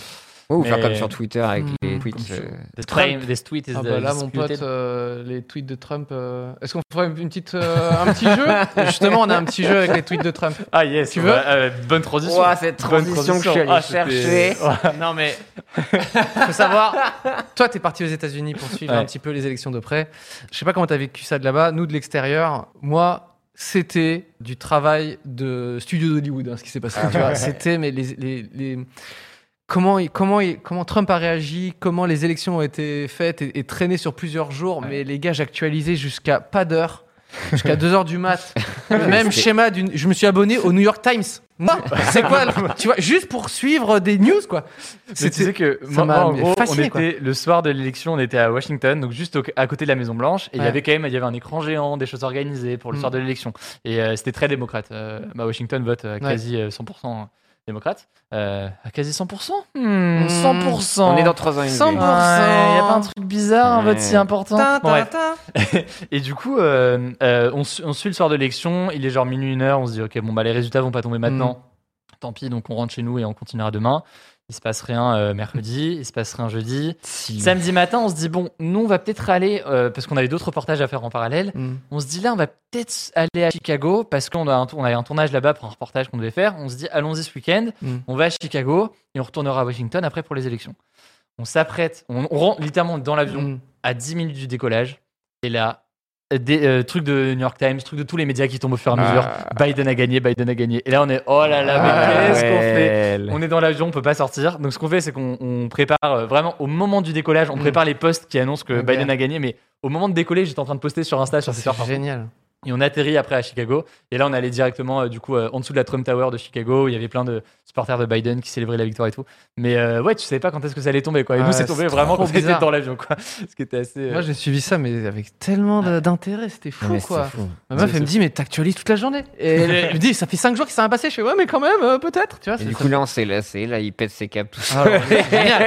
Speaker 4: Ou faire
Speaker 3: Mais-
Speaker 4: comme sur Twitter avec
Speaker 2: Hmm,
Speaker 4: les
Speaker 3: comme
Speaker 4: tweets.
Speaker 3: sur-
Speaker 4: euh,
Speaker 3: This
Speaker 2: Euh, Trump.
Speaker 3: claim, this tweet is
Speaker 2: Ah bah là, mon
Speaker 3: disputed.
Speaker 2: pote, euh, les tweets de Trump. euh, Est-ce qu'on ferait une petite, euh, un petit jeu Justement, on a un petit jeu avec les tweets de Trump.
Speaker 3: Ah yes,
Speaker 2: Tu
Speaker 3: on
Speaker 2: veux
Speaker 3: va- euh, Bonne transition.
Speaker 4: Ouah, cette
Speaker 3: Bonne
Speaker 4: transition que je suis allé
Speaker 3: Ah, c'était-
Speaker 4: chercher.
Speaker 3: Ouais.
Speaker 2: non, mais faut savoir. Toi, t'es parti aux États-Unis pour suivre
Speaker 3: Ouais.
Speaker 2: un petit peu les élections de près. Je sais pas comment t'as vécu ça de là-bas. Nous, de l'extérieur, moi, c'était du travail de studio d'Hollywood, hein, ce qui s'est passé. tu vois. C'était, mais les. les- les- Comment, il- comment, il- comment Trump a réagi, comment les élections ont été faites et, et traînées sur plusieurs jours. Mais les gars, j'actualisais jusqu'à pas d'heure, jusqu'à 2 heures du mat. Le même
Speaker 4: C'était-
Speaker 2: schéma d'une. Je me suis abonné au New York Times. Moi, c'est quoi le- Tu vois, juste pour suivre des news, quoi.
Speaker 3: Mais tu sais que
Speaker 2: ça
Speaker 3: moi,
Speaker 2: m'a,
Speaker 3: moi, en
Speaker 2: mais,
Speaker 3: gros,
Speaker 2: fasciné,
Speaker 3: on était le soir de l'élection, on était à Washington, donc juste au- à côté de la Maison Blanche, et il
Speaker 2: Ouais.
Speaker 3: y avait quand même, il y avait un écran géant, des choses organisées pour le
Speaker 2: Mm.
Speaker 3: soir de l'élection, et euh, c'était très démocrate. Euh, bah, Washington vote euh,
Speaker 2: Ouais.
Speaker 3: quasi euh, 100% démocrate, Euh, à quasi 100%.
Speaker 2: Hmm,
Speaker 3: 100%.
Speaker 4: On est dans 3 ans et
Speaker 3: Il y
Speaker 4: demi.
Speaker 3: a pas un truc bizarre, un vote
Speaker 4: Ouais.
Speaker 3: si important.
Speaker 2: Tin,
Speaker 3: Bon,
Speaker 2: tin,
Speaker 3: bref.
Speaker 2: tin.
Speaker 3: Et du coup, euh, euh, on, su- on suit le soir de l'élection, il est genre minuit, une heure, on se dit, ok, bon, bah, les résultats vont pas tomber maintenant, tant pis, donc on rentre chez nous et on continuera demain. Il se passe rien euh, mercredi, il se passe rien jeudi.
Speaker 4: Si.
Speaker 3: Samedi matin, on se dit, bon, nous, on va peut-être aller, euh, parce qu'on avait d'autres reportages à faire en parallèle,
Speaker 2: Mm.
Speaker 3: on se dit là, on va peut-être aller à Chicago parce qu'on a un, tour- on avait un tournage là-bas pour un reportage qu'on devait faire. On se dit, allons-y ce week-end,
Speaker 2: Mm.
Speaker 3: on va à Chicago et on retournera à Washington après pour les élections. On s'apprête, on, on rentre littéralement dans l'avion
Speaker 2: Mm.
Speaker 3: à 10 minutes du décollage. Et là, euh, des euh, trucs de New York Times, trucs de tous les médias qui tombent au
Speaker 4: Ah,
Speaker 3: fur et à mesure.
Speaker 2: Ah.
Speaker 3: Biden a gagné, Biden a gagné. Et là, on est oh là là, mais qu'est-ce qu'on fait on est dans l'avion, on peut pas sortir. Donc ce qu'on fait, c'est qu'on on prépare euh, vraiment au moment du décollage, on
Speaker 2: Mm.
Speaker 3: prépare les posts qui annoncent que
Speaker 2: Ok.
Speaker 3: Biden a gagné. Mais au moment de décoller, j'étais en train de poster sur Insta, sur Twitter,
Speaker 2: C'est
Speaker 3: partout.
Speaker 2: génial.
Speaker 3: Et on atterrit après à Chicago. Et là, on allait directement, euh, du coup, euh, en dessous de la Trump Tower de Chicago. où Il y avait plein de supporters de Biden qui célébraient la victoire et tout. Mais euh, ouais, tu savais pas quand est-ce que ça allait tomber, quoi. Et
Speaker 2: Ouais,
Speaker 3: nous, c'est tombé
Speaker 2: c'est
Speaker 3: vraiment
Speaker 2: trop
Speaker 3: quand on était
Speaker 2: bizarre.
Speaker 3: dans l'avion, quoi. Ce qui était assez. euh,
Speaker 2: Moi, j'ai suivi ça, mais avec tellement
Speaker 4: Ah.
Speaker 2: de- d'intérêt, c'était fou, quoi. Ma meuf,
Speaker 3: C'est
Speaker 2: elle me dit, mais t'actualises toute la journée. Et elle elle me dit, ça fait 5 jours qu'il s'est rien passé. Je fais, ouais, mais quand même, euh, peut-être. Tu vois,
Speaker 4: Et
Speaker 2: c'est
Speaker 4: du coup là on s'est lassé, là il pète ses câbles tout
Speaker 2: Ah, ouais, c'est génial.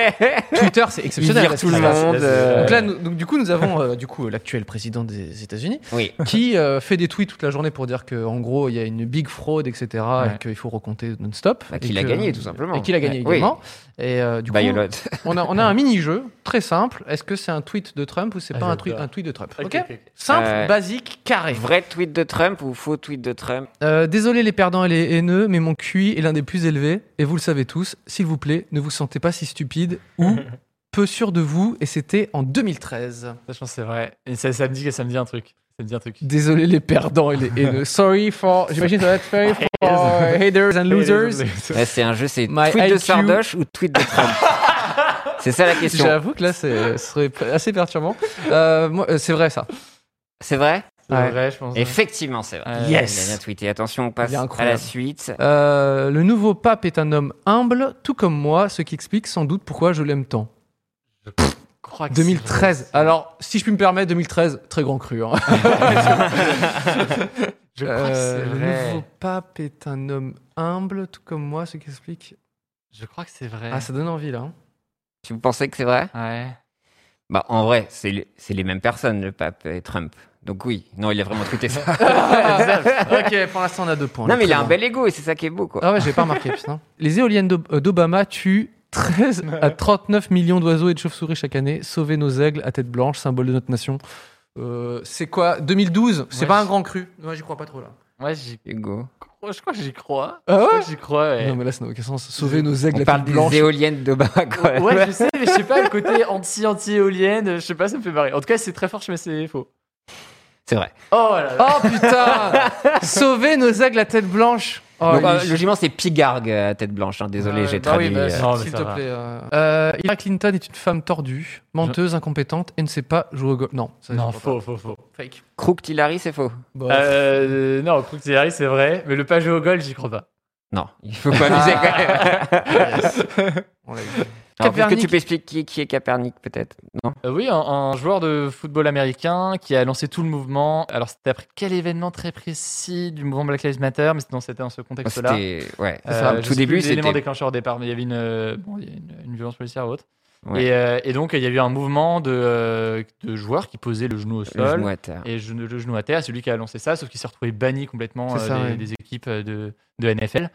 Speaker 2: Twitter, c'est
Speaker 4: Il
Speaker 2: exceptionnel.
Speaker 4: vire
Speaker 2: là, ce
Speaker 4: tout
Speaker 2: qui
Speaker 4: le
Speaker 2: se passe.
Speaker 4: monde.
Speaker 3: là,
Speaker 4: euh,
Speaker 2: Donc là, nous- donc, du coup, nous avons euh, du coup euh, l'actuel président des États-Unis
Speaker 4: Oui.
Speaker 2: qui euh, fait des tweets toute la journée pour dire que en gros, il y a une big fraude, etc.,
Speaker 3: Ouais.
Speaker 2: et qu'il faut recompter non-stop.
Speaker 4: Bah,
Speaker 2: Et
Speaker 4: qu'il a
Speaker 2: que-
Speaker 4: gagné, tout simplement.
Speaker 2: Et qu'il a gagné
Speaker 4: Ouais, oui. Bah,
Speaker 2: également. Et euh, du coup,
Speaker 4: Biolot.
Speaker 2: On a, on a un mini-jeu très simple. Est-ce que c'est un tweet de Trump ou c'est
Speaker 3: Ah,
Speaker 2: pas un
Speaker 3: j'adore.
Speaker 2: tweet, un tweet de Trump
Speaker 3: ok,
Speaker 2: Ok.
Speaker 3: ok, ok.
Speaker 2: Simple,
Speaker 4: Ouais.
Speaker 2: basique, carré.
Speaker 4: Vrai tweet de Trump ou faux tweet de Trump
Speaker 2: Euh, désolé les perdants et les haineux, mais mon QI est l'un des plus élevés et vous le savez tous. S'il vous plaît, ne vous sentez pas si stupide ou peu sûr de vous. Et c'était en 2013.
Speaker 3: Ça, je pense que c'est vrai. Et ça, ça me dit, ça me dit un truc. Ça me dit un truc.
Speaker 2: Désolé les perdants et les haineux. Sorry for. J'imagine ça va être sorry for haters and losers.
Speaker 4: Ouais, C'est un jeu, c'est
Speaker 2: My
Speaker 4: tweet de
Speaker 2: IQ.
Speaker 4: Sardoche ou tweet de Trump C'est ça la question.
Speaker 2: J'avoue que là, c'est- ce serait assez perturbant. Euh, moi, euh, c'est vrai ça.
Speaker 4: C'est vrai
Speaker 3: C'est
Speaker 2: Ouais.
Speaker 3: vrai, je pense.
Speaker 4: Effectivement, c'est vrai.
Speaker 3: Ouais.
Speaker 2: Yes.
Speaker 4: Il a bien tweeté. Attention, on passe
Speaker 2: Il est
Speaker 4: à
Speaker 2: incroyable.
Speaker 4: la suite.
Speaker 2: Euh, le nouveau pape est un homme humble, tout comme moi, ce qui explique sans doute pourquoi je l'aime tant.
Speaker 3: Je crois que c'est vrai.
Speaker 2: 2013. Alors, si je puis me permettre, 2013, très grand cru. hein.
Speaker 3: Je crois que c'est
Speaker 2: Euh, le
Speaker 3: vrai.
Speaker 2: nouveau pape est un homme humble, tout comme moi, ce qui explique.
Speaker 3: Je crois que c'est vrai.
Speaker 2: Ah, ça donne envie là. hein.
Speaker 4: Tu pensais que c'est vrai
Speaker 3: Ouais.
Speaker 4: Bah, en vrai, c'est le- c'est les mêmes personnes, le pape et Trump. Donc oui, non, il a vraiment tweeté ça.
Speaker 2: ok, pour l'instant, on a deux points.
Speaker 4: non, mais il a
Speaker 2: Très
Speaker 4: un
Speaker 2: bien.
Speaker 4: bel ego et c'est ça qui est beau, quoi.
Speaker 2: Ah ouais, j'ai pas remarqué, putain. Les éoliennes d'Ob- euh, d'Obama tuent 13 à 39 millions d'oiseaux et de chauves-souris chaque année. Sauvez nos aigles à tête blanche, symbole de notre nation. Euh, c'est quoi 2012 C'est
Speaker 3: Ouais,
Speaker 2: pas un
Speaker 3: je-
Speaker 2: grand cru. Moi, j'y crois pas trop là.
Speaker 3: Moi, j'y
Speaker 4: Ego.
Speaker 3: crois, je crois que j'y crois.
Speaker 2: Ah
Speaker 3: Je crois
Speaker 2: ouais
Speaker 3: que J'y crois, ouais.
Speaker 2: Non, mais là, ça n'a aucun sens. Sauver nos aigles
Speaker 4: On
Speaker 2: à
Speaker 4: parle
Speaker 2: tête
Speaker 4: des
Speaker 2: blanche.
Speaker 4: éoliennes d'Obama, quand même.
Speaker 3: Ouais, je sais, mais je sais pas, le côté anti-anti-éolienne, je sais pas, ça me fait marrer. En tout cas, c'est très fort, mais c'est faux.
Speaker 4: C'est vrai.
Speaker 3: Oh là là.
Speaker 2: Oh putain Sauver nos aigles à tête blanche. Oh,
Speaker 4: Donc, euh,
Speaker 2: les-
Speaker 4: logiquement, c'est Pigargue à tête blanche. hein. Désolé,
Speaker 2: Ouais,
Speaker 4: j'ai
Speaker 2: bah
Speaker 4: traduit.
Speaker 2: oui, bah,
Speaker 4: euh,
Speaker 3: Non, mais
Speaker 2: S'il
Speaker 3: ça
Speaker 2: te
Speaker 3: va.
Speaker 2: plaît. euh. Euh, Hillary Clinton est une femme tordue, menteuse, incompétente et ne sait pas jouer au golf. Non, ça,
Speaker 3: Non,
Speaker 2: je crois
Speaker 3: faux, faux, faux.
Speaker 2: pas. Fake.
Speaker 4: Crooked Hillary, c'est faux.
Speaker 2: Bon.
Speaker 3: Euh, non, Crooked c'est vrai, mais le page au goal, j'y crois pas.
Speaker 4: Non, il faut pas abuser quand même.
Speaker 2: On l'a eu.
Speaker 4: Alors, Est-ce que tu
Speaker 2: Capernic.
Speaker 4: peux expliquer qui, qui est Capernic, peut-être Non
Speaker 3: Euh, oui, un, un joueur de football américain qui a lancé tout le mouvement. Alors, c'était après quel événement très précis du mouvement Black Lives Matter, mais c'était dans, c'était dans ce contexte-là.
Speaker 4: C'était. Ouais,
Speaker 3: Euh,
Speaker 4: ça, au
Speaker 3: je
Speaker 4: tout
Speaker 3: sais plus
Speaker 4: début,
Speaker 3: l'élément
Speaker 4: c'était.
Speaker 3: déclencheur au départ, mais il y avait une, euh, bon, il y a une, une violence policière ou autre.
Speaker 4: Ouais.
Speaker 3: Et, euh, et donc, il y a eu un mouvement de, euh, de joueurs qui posaient le genou au
Speaker 4: Le
Speaker 3: sol.
Speaker 4: genou à
Speaker 2: Ah.
Speaker 4: terre.
Speaker 3: et je- le genou à terre, celui qui a lancé ça, sauf qu'il s'est retrouvé banni complètement
Speaker 2: C'est
Speaker 3: euh,
Speaker 2: ça,
Speaker 3: des,
Speaker 2: ouais.
Speaker 3: des équipes euh, de, de NFL.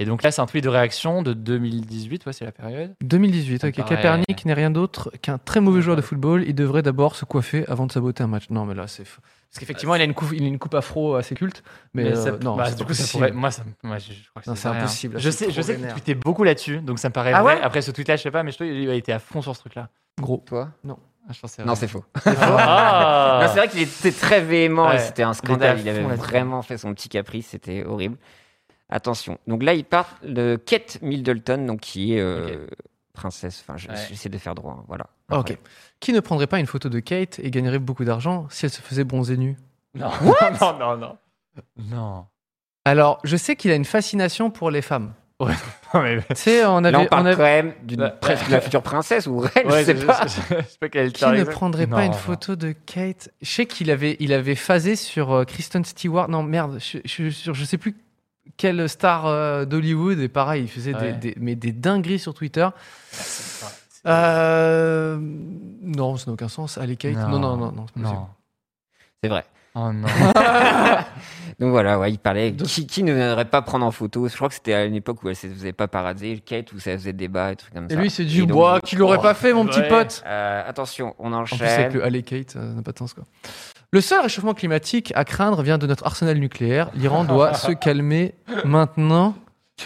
Speaker 3: Et donc là, c'est un tweet de réaction de 2018, ouais, c'est la période.
Speaker 2: 2018,
Speaker 3: Ça me
Speaker 2: ok.
Speaker 3: paraît-
Speaker 2: Kaepernick n'est rien d'autre qu'un très mauvais joueur de football. Il devrait d'abord se coiffer avant de saboter un match. Non, mais là, c'est. fou. Parce qu'effectivement, il, a une coupe- il a une coupe afro assez culte. Mais, euh,
Speaker 3: ça-
Speaker 2: non,
Speaker 3: bah,
Speaker 2: c'est
Speaker 3: du
Speaker 2: pas
Speaker 3: coup, ça
Speaker 2: possible.
Speaker 3: pourrait- moi, ça me- moi, je, je crois que
Speaker 2: Non, c'est
Speaker 3: vrai, hein.
Speaker 2: impossible, là,
Speaker 3: Je
Speaker 2: c'est
Speaker 3: sais, je
Speaker 2: trop
Speaker 3: sais que tu
Speaker 2: vénère.
Speaker 3: tweetais beaucoup là-dessus, donc ça me paraît
Speaker 2: Ah
Speaker 3: vrai.
Speaker 2: ouais
Speaker 3: Après ce tweet-là, je sais pas, mais je trouve qu'il a été à fond sur ce truc-là.
Speaker 2: Gros.
Speaker 4: Toi
Speaker 3: Ah, je pense que
Speaker 4: Non,
Speaker 3: vrai.
Speaker 4: c'est faux.
Speaker 3: Ah
Speaker 4: Non, c'est vrai qu'il était très véhément et
Speaker 3: Ouais.
Speaker 4: c'était un
Speaker 3: Il
Speaker 4: scandale. Il
Speaker 3: était à
Speaker 4: avait
Speaker 3: fond là-dessus.
Speaker 4: vraiment fait son petit caprice, c'était horrible. Attention. Donc là, il part de Kate Middleton, donc qui est euh, princesse. Enfin, je-
Speaker 3: Ouais.
Speaker 4: j'essaie de faire droit. hein, Voilà.
Speaker 2: Ah, Ok. Qui ne prendrait pas une photo de Kate et gagnerait beaucoup d'argent si elle se faisait bronzer nue
Speaker 3: Non. non, non, non. Non.
Speaker 2: Alors, je sais qu'il a une fascination pour les femmes.
Speaker 3: Non, mais-
Speaker 2: tu sais, on avait.
Speaker 4: Là, on parle
Speaker 2: on avait-
Speaker 4: quand même d'une
Speaker 3: Ouais.
Speaker 4: presque de la future princesse ou reine,
Speaker 3: Ouais,
Speaker 4: je sais pas.
Speaker 3: Je, je sais pas
Speaker 2: Qui ne prendrait pas une photo de Kate Je sais qu'il avait, il avait phasé sur euh, Kristen Stewart. Non, merde, je, je, je- je sais plus quelle star euh, d'Hollywood. Et pareil, il faisait
Speaker 3: Ouais.
Speaker 2: des, des- mais des dingueries sur Twitter. Euh, non, ça n'a aucun sens. Allez, Kate. Non, non, non, non, c'est pas possible.
Speaker 3: non.
Speaker 4: C'est vrai.
Speaker 3: Oh non.
Speaker 4: Donc voilà, ouais, il parlait. Qui, qui ne viendrait pas prendre en photo Je crois que c'était à une époque où elle se faisait pas parader, Kate, où ça faisait débat et trucs comme
Speaker 2: Et
Speaker 4: ça.
Speaker 2: lui, c'est du
Speaker 4: donc,
Speaker 2: bois. Tu l'aurais
Speaker 3: Oh,
Speaker 2: pas fait, mon petit
Speaker 3: ouais.
Speaker 2: pote.
Speaker 4: euh, attention, on
Speaker 2: En plus, avec
Speaker 4: enchaîne.
Speaker 2: le Allez, Kate, ça n'a pas de sens, quoi. Le seul réchauffement climatique à craindre vient de notre arsenal nucléaire. L'Iran doit se calmer maintenant.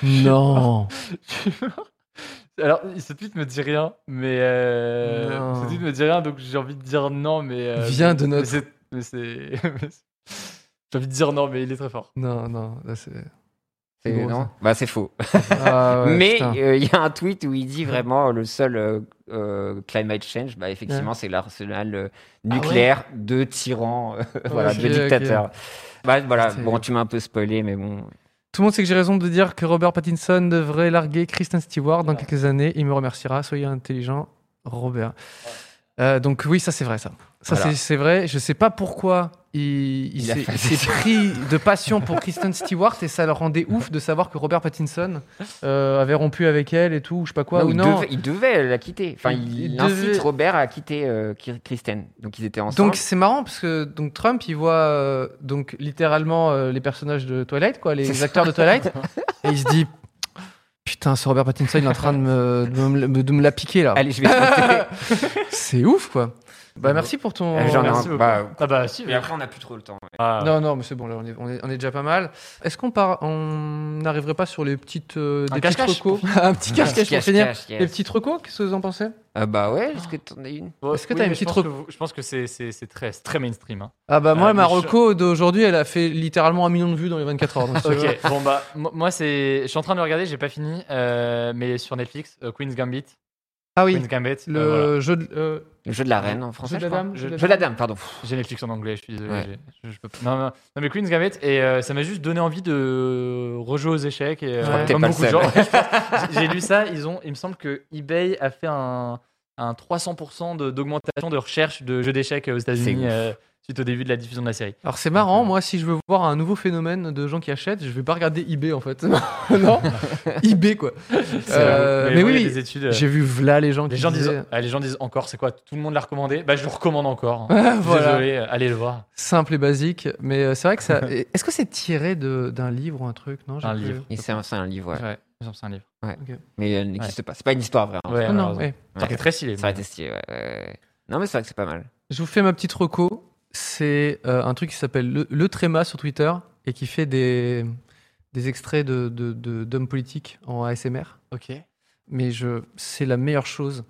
Speaker 2: Non.
Speaker 3: Alors, ce tweet me dit rien, mais. euh,
Speaker 2: Non.
Speaker 3: Ce tweet me dit rien, donc j'ai envie de dire non, mais. euh,
Speaker 2: Viens de
Speaker 3: mais
Speaker 2: notre-
Speaker 3: c'est- Mais c'est. mais c'est- j'ai envie de dire non, mais il est très fort.
Speaker 2: Non, non, là, c'est.
Speaker 4: C'est-
Speaker 2: gros,
Speaker 4: non
Speaker 2: ça.
Speaker 4: bah, c'est faux.
Speaker 2: Ah ouais,
Speaker 4: Mais
Speaker 2: putain.
Speaker 4: euh, il y a un tweet où il dit vraiment le seul euh, euh, climate change, bah, effectivement, c'est l'arsenal euh, nucléaire de tyrans, euh, voilà,
Speaker 2: je
Speaker 4: de
Speaker 2: suis- Ah ok.
Speaker 4: dictateurs. Bah, voilà,
Speaker 2: C'est-
Speaker 4: bon, tu m'as un peu spoilé, mais bon.
Speaker 2: Tout le monde sait que j'ai raison de dire que Robert Pattinson devrait larguer Kristen Stewart dans quelques années. Il me remerciera. Soyez intelligent, Robert. Euh, donc oui, ça c'est vrai, ça. Ça
Speaker 4: Voilà.
Speaker 2: c'est- c'est vrai. Je sais pas pourquoi il, il
Speaker 4: Il a
Speaker 2: s'est
Speaker 4: fait
Speaker 2: il s'est pris de passion pour Kristen Stewart et ça le rendait ouf de savoir que Robert Pattinson euh, avait rompu avec elle et tout, ou je sais pas quoi.
Speaker 4: Non,
Speaker 2: ou
Speaker 4: il,
Speaker 2: non.
Speaker 4: Devait, il devait la quitter. Enfin, il,
Speaker 2: Il
Speaker 4: il incite
Speaker 2: devait-
Speaker 4: Robert à quitter euh, Ki- Kristen. Donc, ils étaient ensemble.
Speaker 2: Donc c'est marrant parce que donc Trump il voit euh, donc littéralement euh, les personnages de Twilight quoi, les acteurs de Twilight et il se dit putain ce Robert Pattinson il est en train de me, de me, de me la piquer là.
Speaker 4: Allez, je vais sauter.
Speaker 2: C'est ouf quoi. Bah merci pour ton.
Speaker 4: Euh, J'en ai
Speaker 3: merci
Speaker 4: un.
Speaker 3: beaucoup.
Speaker 4: bah,
Speaker 3: Ah bah, si,
Speaker 4: mais après, on n'a plus trop le temps. ouais.
Speaker 3: Ah,
Speaker 2: Non non mais c'est bon là on est, on est, on est déjà pas mal. Est-ce qu'on part on n'arriverait pas sur les petites euh,
Speaker 3: Un
Speaker 2: des petites
Speaker 3: cache-cache
Speaker 2: recos un petit cache cache pour
Speaker 4: Cache,
Speaker 2: finir
Speaker 4: cache, cache.
Speaker 2: les petites recos qu'est-ce que vous en pensez
Speaker 4: Ah bah ouais, est-ce que t'en as une
Speaker 3: ouais,
Speaker 2: Est-ce que
Speaker 3: oui,
Speaker 2: t'as une
Speaker 3: mais je
Speaker 2: petite
Speaker 3: pense
Speaker 2: rec-
Speaker 3: que vous- Je pense que c'est- c'est c'est très, c'est très mainstream. hein.
Speaker 2: Ah bah moi
Speaker 3: Euh,
Speaker 2: ma
Speaker 3: mais je-
Speaker 2: reco d'aujourd'hui elle a fait littéralement un million de vues dans les 24 heures. donc si tu veux.
Speaker 3: Ok, bon bah, mo- moi, c'est. Je suis en train de regarder, j'ai pas fini, euh, mais sur Netflix, euh, Queen's Gambit.
Speaker 2: Ah oui
Speaker 3: Queen's Gambit.
Speaker 2: le
Speaker 3: euh, voilà.
Speaker 2: jeu de, euh,
Speaker 4: Le jeu de la reine en français
Speaker 2: jeu de la
Speaker 4: je crois.
Speaker 2: dame, jeu de la
Speaker 4: Jeu de la dame, pardon.
Speaker 3: J'ai Netflix en anglais, je suis désolé.
Speaker 4: Ouais.
Speaker 3: j'ai- Je, je peux pas- non, non, non, mais Queen's Gambit, et euh, ça m'a juste donné envie de rejouer aux échecs. Et, euh,
Speaker 2: crois que
Speaker 4: t'es
Speaker 3: comme
Speaker 4: pas le
Speaker 3: beaucoup de
Speaker 4: seul.
Speaker 3: gens, je pense. J'ai lu ça, ils ont, il me semble que eBay a fait un, un 300% de- d'augmentation de, recherche de jeux d'échecs aux
Speaker 4: C'est
Speaker 3: États-Unis
Speaker 4: ouf.
Speaker 3: euh, suite au début de la diffusion de la série.
Speaker 2: Alors c'est marrant, moi si je veux voir un nouveau phénomène de gens qui achètent, je vais pas regarder eBay en fait. non, eBay quoi. Euh, mais
Speaker 3: bon, il y a
Speaker 2: oui,
Speaker 3: des études, euh,
Speaker 2: j'ai vu là les gens
Speaker 3: les
Speaker 2: qui
Speaker 3: gens,
Speaker 2: disaient
Speaker 3: disent, ah, les gens disent encore, c'est quoi Tout le monde l'a recommandé Bah, je le recommande encore.
Speaker 2: voilà.
Speaker 3: Désolé, euh, allez le voir.
Speaker 2: simple et basique, mais euh, c'est vrai que ça. Et Est-ce que c'est tiré de- d'un livre ou un truc Non, j'ai
Speaker 3: Un
Speaker 2: plus-
Speaker 3: livre.
Speaker 4: Et c'est un, c'est un livre, ouais.
Speaker 3: Ouais, il me semble que c'est un livre.
Speaker 4: Mais elle n'existe pas. C'est pas une histoire vraie. hein.
Speaker 3: Ouais,
Speaker 2: Ah non,
Speaker 3: malheureusement.
Speaker 2: ouais.
Speaker 3: Ça aurait été très stylé.
Speaker 4: Ça aurait
Speaker 3: mais-
Speaker 4: été stylé, ouais, ouais, ouais. Non, mais c'est vrai que c'est pas mal.
Speaker 2: Je vous fais ma petite reco. C'est euh, un truc qui s'appelle le, le Tréma sur Twitter et qui fait des, des extraits de- de- de- d'hommes politiques en ASMR.
Speaker 3: Ok.
Speaker 2: Mais je, c'est la meilleure chose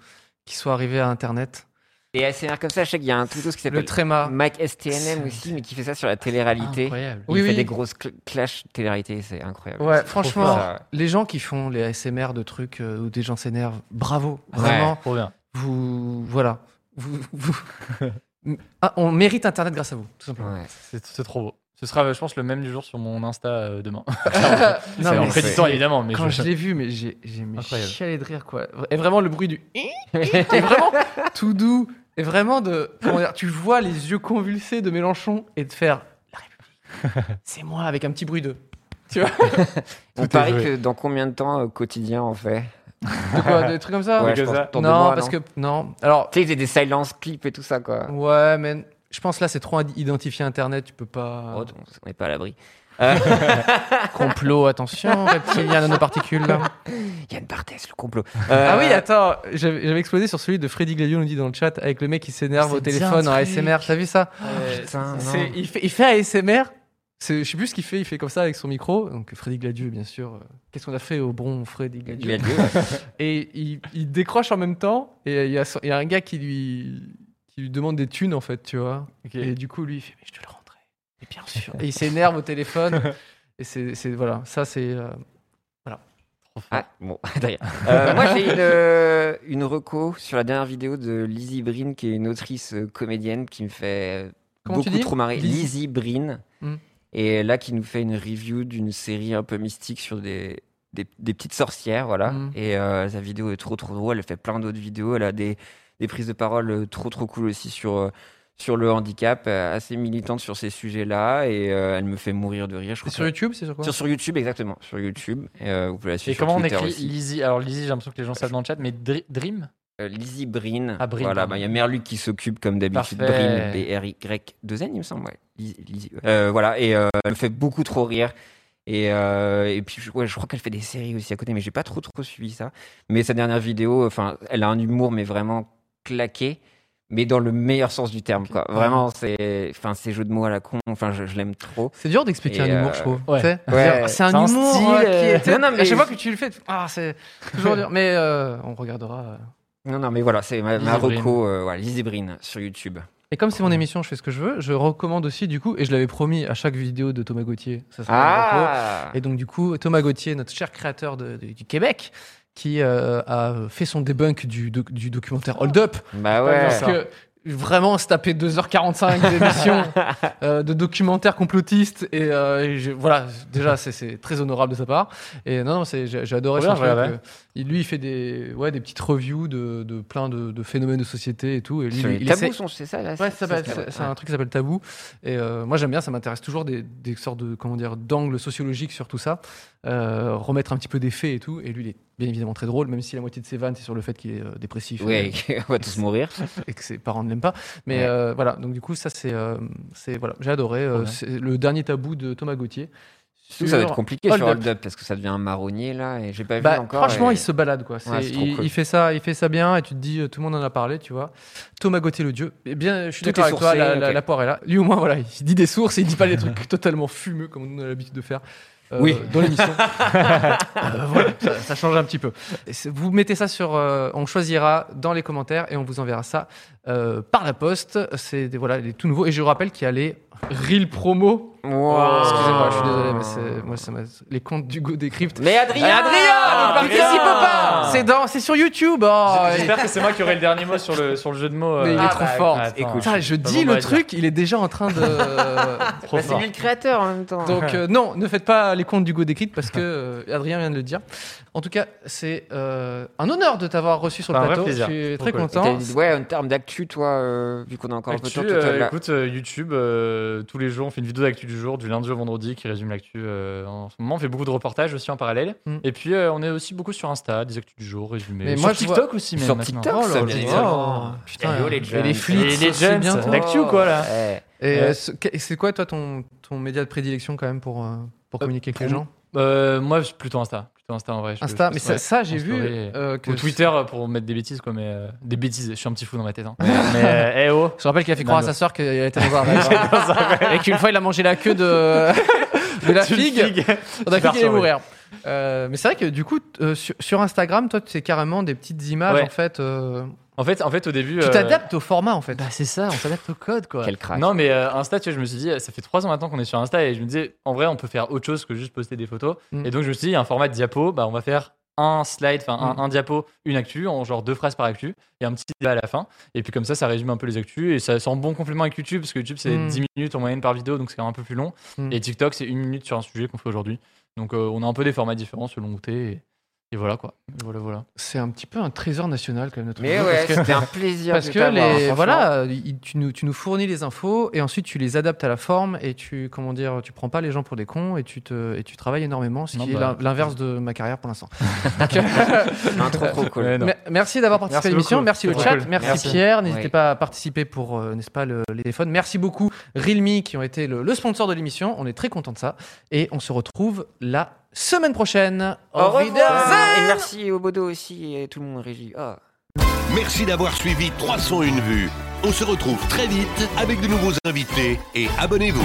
Speaker 2: qui soit arrivée à Internet.
Speaker 4: Et ASMR comme ça, je sais qu'il y a un tuto qui
Speaker 2: Le
Speaker 4: s'appelle
Speaker 2: Tréma.
Speaker 4: Mike STNM aussi, mais qui fait ça sur la télé-réalité.
Speaker 3: Incroyable.
Speaker 4: Il
Speaker 2: Oui,
Speaker 4: fait
Speaker 2: oui.
Speaker 4: des grosses cl- clashs télé-réalité, c'est incroyable.
Speaker 2: Ouais,
Speaker 4: C'est trop
Speaker 2: franchement,
Speaker 4: fort, ça, ouais.
Speaker 2: les gens qui font les ASMR de trucs euh, où des gens s'énervent, bravo, vraiment.
Speaker 3: Trop bien.
Speaker 2: Vous, voilà, vous, vous- Ah, on mérite Internet grâce à vous, tout simplement.
Speaker 4: Ouais.
Speaker 3: C'est c'est trop beau. Ce sera, je pense, le même du jour sur mon Insta euh, demain.
Speaker 2: Non,
Speaker 3: en
Speaker 2: mais
Speaker 3: prédisant,
Speaker 2: c'est-
Speaker 3: évidemment. Mais
Speaker 2: Quand je
Speaker 3: je...
Speaker 2: l'ai vu, mais j'ai j'ai mais
Speaker 3: Incroyable.
Speaker 2: chialé de rire quoi. Et vraiment le bruit du et vraiment tout doux et vraiment de comment dire, tu vois les yeux convulsés de Mélenchon et de faire la République. C'est moi avec un petit bruit de
Speaker 4: On
Speaker 3: Tout est
Speaker 4: parie
Speaker 3: joué.
Speaker 4: que dans combien de temps euh, quotidien on fait
Speaker 2: de quoi, des trucs comme Ah, ça.
Speaker 4: Ouais,
Speaker 3: que
Speaker 4: je pense
Speaker 3: ça.
Speaker 4: dans deux
Speaker 2: non,
Speaker 4: mois,
Speaker 2: parce
Speaker 4: non
Speaker 2: que non. Alors
Speaker 4: Tu sais, c'est des silence clips et tout ça, quoi.
Speaker 2: ouais, mais je pense là c'est trop id- identifié Internet, tu peux pas.
Speaker 4: Oh, donc, on n'est pas à l'abri.
Speaker 2: Complot, attention, reptilien, nanoparticules.
Speaker 4: Yann Barthès, le complot.
Speaker 2: Ah oui,
Speaker 4: Euh,
Speaker 2: attends, j'avais j'avais explosé sur celui de Freddy Gladio, on nous dit dans le chat, avec le mec qui s'énerve
Speaker 3: Ça
Speaker 2: au
Speaker 3: me dit un
Speaker 2: téléphone en
Speaker 3: truc.
Speaker 2: ASMR. T'as vu ça
Speaker 3: Ah
Speaker 4: putain,
Speaker 2: C'est-
Speaker 4: non.
Speaker 2: il, fait, il fait un ASMR. C'est- Je sais plus ce qu'il fait. Il fait comme ça avec son micro. Donc Freddy Gladieux, bien sûr. euh, Qu'est-ce qu'on a fait au bon Freddy
Speaker 4: Il y
Speaker 2: Gladieux
Speaker 4: a Dieu, ouais.
Speaker 2: Et il, il décroche en même temps. Et il y, a, son- il y a un gars qui lui, qui lui demande des thunes, en fait, tu vois.
Speaker 3: Ok.
Speaker 2: Et du coup, lui, il fait Mais je te le rendrai. Et bien sûr. et il s'énerve au téléphone. Et c'est. c'est- Voilà, ça, c'est. euh,
Speaker 4: Ah, bon, d'ailleurs. Euh, moi, j'ai une, euh, une reco sur la dernière vidéo de Lizzie Brin, qui est une autrice euh, comédienne qui me fait euh,
Speaker 2: Comment tu
Speaker 4: beaucoup
Speaker 2: dis
Speaker 4: trop marrer.
Speaker 2: Lizzie
Speaker 4: Lizzie Brin.
Speaker 2: Hmm.
Speaker 4: Et là, qui nous fait une review d'une série un peu mystique sur des, des, des petites sorcières, voilà.
Speaker 2: Hmm.
Speaker 4: Et euh, sa vidéo est trop, trop drôle. Elle fait plein d'autres vidéos. Elle a des, des prises de parole euh, trop, trop cool aussi sur. euh, sur le handicap, euh, assez militante sur ces sujets-là, et euh, elle me fait mourir de rire. Je
Speaker 2: C'est
Speaker 4: crois
Speaker 2: sur
Speaker 4: que-
Speaker 2: YouTube, c'est sur quoi
Speaker 4: sur, sur YouTube, exactement. Sur YouTube. Et, euh, vous pouvez la suivre
Speaker 3: Et
Speaker 4: sur
Speaker 3: comment on
Speaker 4: Twitter
Speaker 3: écrit
Speaker 4: aussi.
Speaker 3: Lizzie Alors, Lizzie, j'ai l'impression que les gens savent dans le chat, mais Dri- Dream
Speaker 4: Euh, Lizzie Brin.
Speaker 3: Ah, Brin,
Speaker 4: voilà,
Speaker 3: pardon.
Speaker 4: bah, il y a Merluc qui s'occupe comme d'habitude. Brin,
Speaker 3: Parfait.
Speaker 4: B-R-Y-2-N, il me semble. ouais. Liz- Lizzie- euh, voilà, et euh, elle me fait beaucoup trop rire. Et, euh, et puis, je- ouais, je crois qu'elle fait des séries aussi à côté, mais j'ai pas trop, trop suivi ça. Mais sa dernière vidéo, enfin, elle a un humour, mais vraiment claqué, mais dans le meilleur sens du terme, quoi. Vraiment, c'est, enfin, ces jeux de mots à la con, enfin, je, je l'aime trop.
Speaker 2: C'est dur d'expliquer
Speaker 4: Et,
Speaker 2: un humour,
Speaker 4: euh,
Speaker 2: je trouve.
Speaker 3: ouais.
Speaker 2: Tu sais,
Speaker 4: Ouais.
Speaker 2: C'est un,
Speaker 3: C'est un
Speaker 2: humour
Speaker 3: style,
Speaker 2: euh, qui
Speaker 3: euh,
Speaker 2: est-
Speaker 4: non, non,
Speaker 2: À
Speaker 4: mais-
Speaker 2: chaque fois que tu le fais, tu- ah, c'est toujours dur. Mais euh, on regardera.
Speaker 4: Non, non, mais voilà, c'est ma, ma
Speaker 3: Lizzie Brin.
Speaker 4: reco, euh, voilà, Lizzie Brin sur YouTube.
Speaker 2: Et comme c'est mon émission, je fais ce que je veux. Je recommande aussi, du coup, et je l'avais promis à chaque vidéo de Thomas Gauthier. Ça sera une reco.
Speaker 4: Ah
Speaker 2: Et donc, du coup, Thomas Gauthier, notre cher créateur de- de- du Québec, qui euh, a fait son debunk du, doc- du documentaire Hold Up.
Speaker 4: Bah ouais.
Speaker 2: Parce que vraiment, se taper 2h45 d'émission euh, de documentaires complotistes. Et, euh, et je- voilà, déjà, c'est- c'est très honorable de sa part. Et non, non, c'est- j'ai j'ai adoré
Speaker 3: Ouais,
Speaker 2: ça.
Speaker 3: je regardais.
Speaker 2: lui, il fait des, ouais, des petites reviews de, de plein de, de phénomènes de société et tout. Et lui,
Speaker 4: Sur
Speaker 2: il-
Speaker 4: les
Speaker 2: il
Speaker 4: tabous
Speaker 2: essaie-
Speaker 4: sont- c'est ça là
Speaker 2: Ouais, ça s'appelle-
Speaker 4: ça, Ah.
Speaker 2: c'est
Speaker 4: ouais.
Speaker 2: c'est un truc qui s'appelle Tabou. Et euh, moi, j'aime bien, ça m'intéresse toujours des, des sortes de, comment dire, d'angles sociologiques sur tout ça. Euh, remettre un petit peu des faits et tout. Et lui, il est bien évidemment très drôle, même si la moitié de ses vannes, c'est sur le fait qu'il est euh, dépressif.
Speaker 4: Ouais, on va tous mourir.
Speaker 2: et que ses parents ne l'aiment pas. Mais
Speaker 4: Ouais.
Speaker 2: euh, voilà, donc du coup, ça, c'est. euh, c'est- voilà, j'ai adoré. euh,
Speaker 3: Ouais.
Speaker 2: c'est le dernier tabou de Thomas Gauthier.
Speaker 4: Surtout, ça va
Speaker 2: Sur
Speaker 4: être compliqué
Speaker 2: Hold
Speaker 4: sur
Speaker 2: Up.
Speaker 4: Hold Up parce que ça devient un marronnier là et j'ai pas
Speaker 2: Bah,
Speaker 4: vu encore.
Speaker 2: franchement,
Speaker 4: et-
Speaker 2: il se balade quoi. C'est-
Speaker 4: Ouais, c'est trop
Speaker 2: il,
Speaker 4: cool.
Speaker 2: il fait ça, il fait ça bien, et tu te dis, euh, tout le monde en a parlé, tu vois. Thomas Gauthier, le dieu. Eh bien, je suis
Speaker 4: Tout
Speaker 2: d'accord
Speaker 4: est
Speaker 2: avec toi. La,
Speaker 4: sourcé,
Speaker 2: la-
Speaker 4: ok.
Speaker 2: la poire est là. Lui au moins, voilà, il dit des sources, et il dit pas des trucs totalement fumeux comme on a l'habitude de faire. euh,
Speaker 4: Oui.
Speaker 2: Dans l'émission. Euh, voilà, ça, ça change un petit peu. Et c'est- Vous mettez ça sur. euh, on choisira dans les commentaires et on vous enverra ça euh, par la poste. C'est des- voilà, il est tout nouveau. Et je vous rappelle qu'il y a les Real promo.
Speaker 4: Wow.
Speaker 2: Oh, Excusez-moi, je suis désolé, mais c'est, moi, ça m'a- les comptes d'Hugo Décrypte.
Speaker 4: Mais Adrien
Speaker 2: Ah,
Speaker 3: Adrien
Speaker 2: il participe pas C'est dans, c'est sur YouTube. oh,
Speaker 3: J'espère que c'est moi qui aurai le dernier mot sur le, sur le jeu de mots. euh.
Speaker 2: Mais il est
Speaker 3: Ah,
Speaker 2: trop
Speaker 3: bah,
Speaker 2: fort.
Speaker 3: attends.
Speaker 4: Écoute.
Speaker 2: Putain, je
Speaker 3: Pas
Speaker 2: dis
Speaker 3: bon à
Speaker 2: le
Speaker 3: dire.
Speaker 2: truc, il est déjà en train de.
Speaker 3: Trop
Speaker 1: Bah, c'est
Speaker 3: fort.
Speaker 1: lui le créateur en même temps.
Speaker 2: Donc euh, non, ne faites pas les comptes d'Hugo Décrypte parce que euh, Adrien vient de le dire. En tout cas, c'est euh, un honneur de t'avoir reçu sur le
Speaker 3: Un vrai
Speaker 2: plateau. Je
Speaker 3: plaisir.
Speaker 2: suis
Speaker 3: Trop
Speaker 2: très
Speaker 3: cool.
Speaker 2: content.
Speaker 4: T'as- Ouais, en termes d'actu, toi, euh, vu qu'on a encore
Speaker 3: Actu,
Speaker 4: un peu de temps, toi,
Speaker 3: euh,
Speaker 4: toi, là-
Speaker 3: écoute, euh, YouTube, euh, tous les jours, on fait une vidéo d'actu du jour, du lundi au vendredi, qui résume l'actu. euh, en ce moment, on fait beaucoup de reportages aussi en parallèle.
Speaker 2: Mm.
Speaker 3: Et puis, euh, on est aussi beaucoup sur Insta, des actus du jour, résumés.
Speaker 2: Mais
Speaker 3: sur
Speaker 2: moi, je
Speaker 3: TikTok aussi, même.
Speaker 4: Sur
Speaker 3: maintenant. Oh
Speaker 4: TikTok, ça,
Speaker 2: là
Speaker 4: bien
Speaker 2: là.
Speaker 4: évidemment.
Speaker 2: Oh, Putain,
Speaker 4: Hello, les
Speaker 2: et
Speaker 4: gens.
Speaker 2: les flics,
Speaker 3: Et les
Speaker 2: c'est
Speaker 3: gens,
Speaker 2: bientôt.
Speaker 3: d'actu ou quoi, là
Speaker 4: Eh.
Speaker 2: Et
Speaker 3: Ouais.
Speaker 2: euh, ce- que- c'est quoi toi ton, ton média de prédilection quand même pour, euh, pour
Speaker 3: Euh,
Speaker 2: communiquer avec les
Speaker 3: pour-
Speaker 2: gens
Speaker 3: Euh, Moi, je- plutôt Insta. Plutôt Insta en vrai. je-
Speaker 2: Insta,
Speaker 3: je-
Speaker 2: mais ça,
Speaker 3: ouais.
Speaker 2: ça, j'ai
Speaker 3: en
Speaker 2: vu
Speaker 3: story,
Speaker 2: euh, que
Speaker 3: Ou Twitter euh, pour mettre des bêtises, quoi, mais euh, des bêtises. Je suis un petit fou dans ma tête. hein. mais euh, eh oh
Speaker 2: Je rappelle qu'il a fait croire à
Speaker 3: Non,
Speaker 2: sa sœur qu'elle était dans un rêve. et qu'une fois il a mangé la queue de, de la
Speaker 3: D'une
Speaker 2: figue.
Speaker 3: figue.
Speaker 2: On a cru qu'il
Speaker 3: Super
Speaker 2: allait
Speaker 3: survie.
Speaker 2: mourir. Euh, mais c'est vrai que du coup, t- euh, sur, sur Instagram, toi, c'est carrément des petites images
Speaker 3: Ouais.
Speaker 2: en fait. euh,
Speaker 3: En fait, en fait, au début.
Speaker 2: Tu
Speaker 3: euh,
Speaker 2: t'adaptes au format en fait.
Speaker 3: Bah, c'est ça, on s'adapte au code quoi.
Speaker 4: Quel crack.
Speaker 3: Non mais euh, Insta, tu vois, je me suis dit, ça fait trois ans maintenant qu'on est sur Insta et je me disais, en vrai, on peut faire autre chose que juste poster des photos.
Speaker 2: Mm.
Speaker 3: Et donc je me suis dit, il y a un format de diapo, bah, on va faire un slide, enfin
Speaker 2: Mm.
Speaker 3: un- un, diapo, une actu, en genre deux phrases par actu et un petit débat à la fin. Et puis comme ça, ça résume un peu les actus et ça sent bon complément avec YouTube parce que YouTube c'est
Speaker 2: Mm.
Speaker 3: 10 minutes en moyenne par vidéo donc c'est quand même un peu plus long.
Speaker 2: Mm.
Speaker 3: Et TikTok c'est une minute sur un sujet qu'on fait aujourd'hui. Donc euh, on a un peu des formats différents selon où t'es et, et voilà quoi. Voilà, voilà.
Speaker 2: C'est un petit peu un trésor national quand même notre
Speaker 4: Mais
Speaker 2: jeu,
Speaker 4: ouais,
Speaker 2: parce que-
Speaker 4: c'était un plaisir.
Speaker 2: parce
Speaker 4: de
Speaker 2: que
Speaker 4: t'avoir,
Speaker 2: les
Speaker 4: franchement.
Speaker 2: voilà, il- tu nous tu nous fournis les infos et ensuite tu les adaptes à la forme et tu comment dire, tu prends pas les gens pour des cons et tu te et tu travailles énormément, ce
Speaker 3: Non,
Speaker 2: qui est
Speaker 3: bah.
Speaker 2: l'in- l'inverse de ma carrière pour l'instant. euh,
Speaker 4: Un trop trop cool.
Speaker 3: Ouais, non.
Speaker 2: Me- merci d'avoir participé
Speaker 3: Merci
Speaker 2: à l'émission,
Speaker 3: beaucoup.
Speaker 2: merci au
Speaker 3: C'était
Speaker 2: chat,
Speaker 3: trop cool.
Speaker 2: merci,
Speaker 4: Merci.
Speaker 2: Pierre, n'hésitez
Speaker 4: Oui.
Speaker 2: pas à participer pour euh, n'est-ce pas le- les téléphones. Merci beaucoup Realme qui ont été le, le sponsor de l'émission, on est très content de ça et on se retrouve la semaine prochaine.
Speaker 4: Au revoir.
Speaker 2: Zen.
Speaker 4: Et merci au Bodo aussi et tout le monde en régie. Ah.
Speaker 5: Merci d'avoir suivi 301 vues. On se retrouve très vite avec de nouveaux invités et abonnez-vous.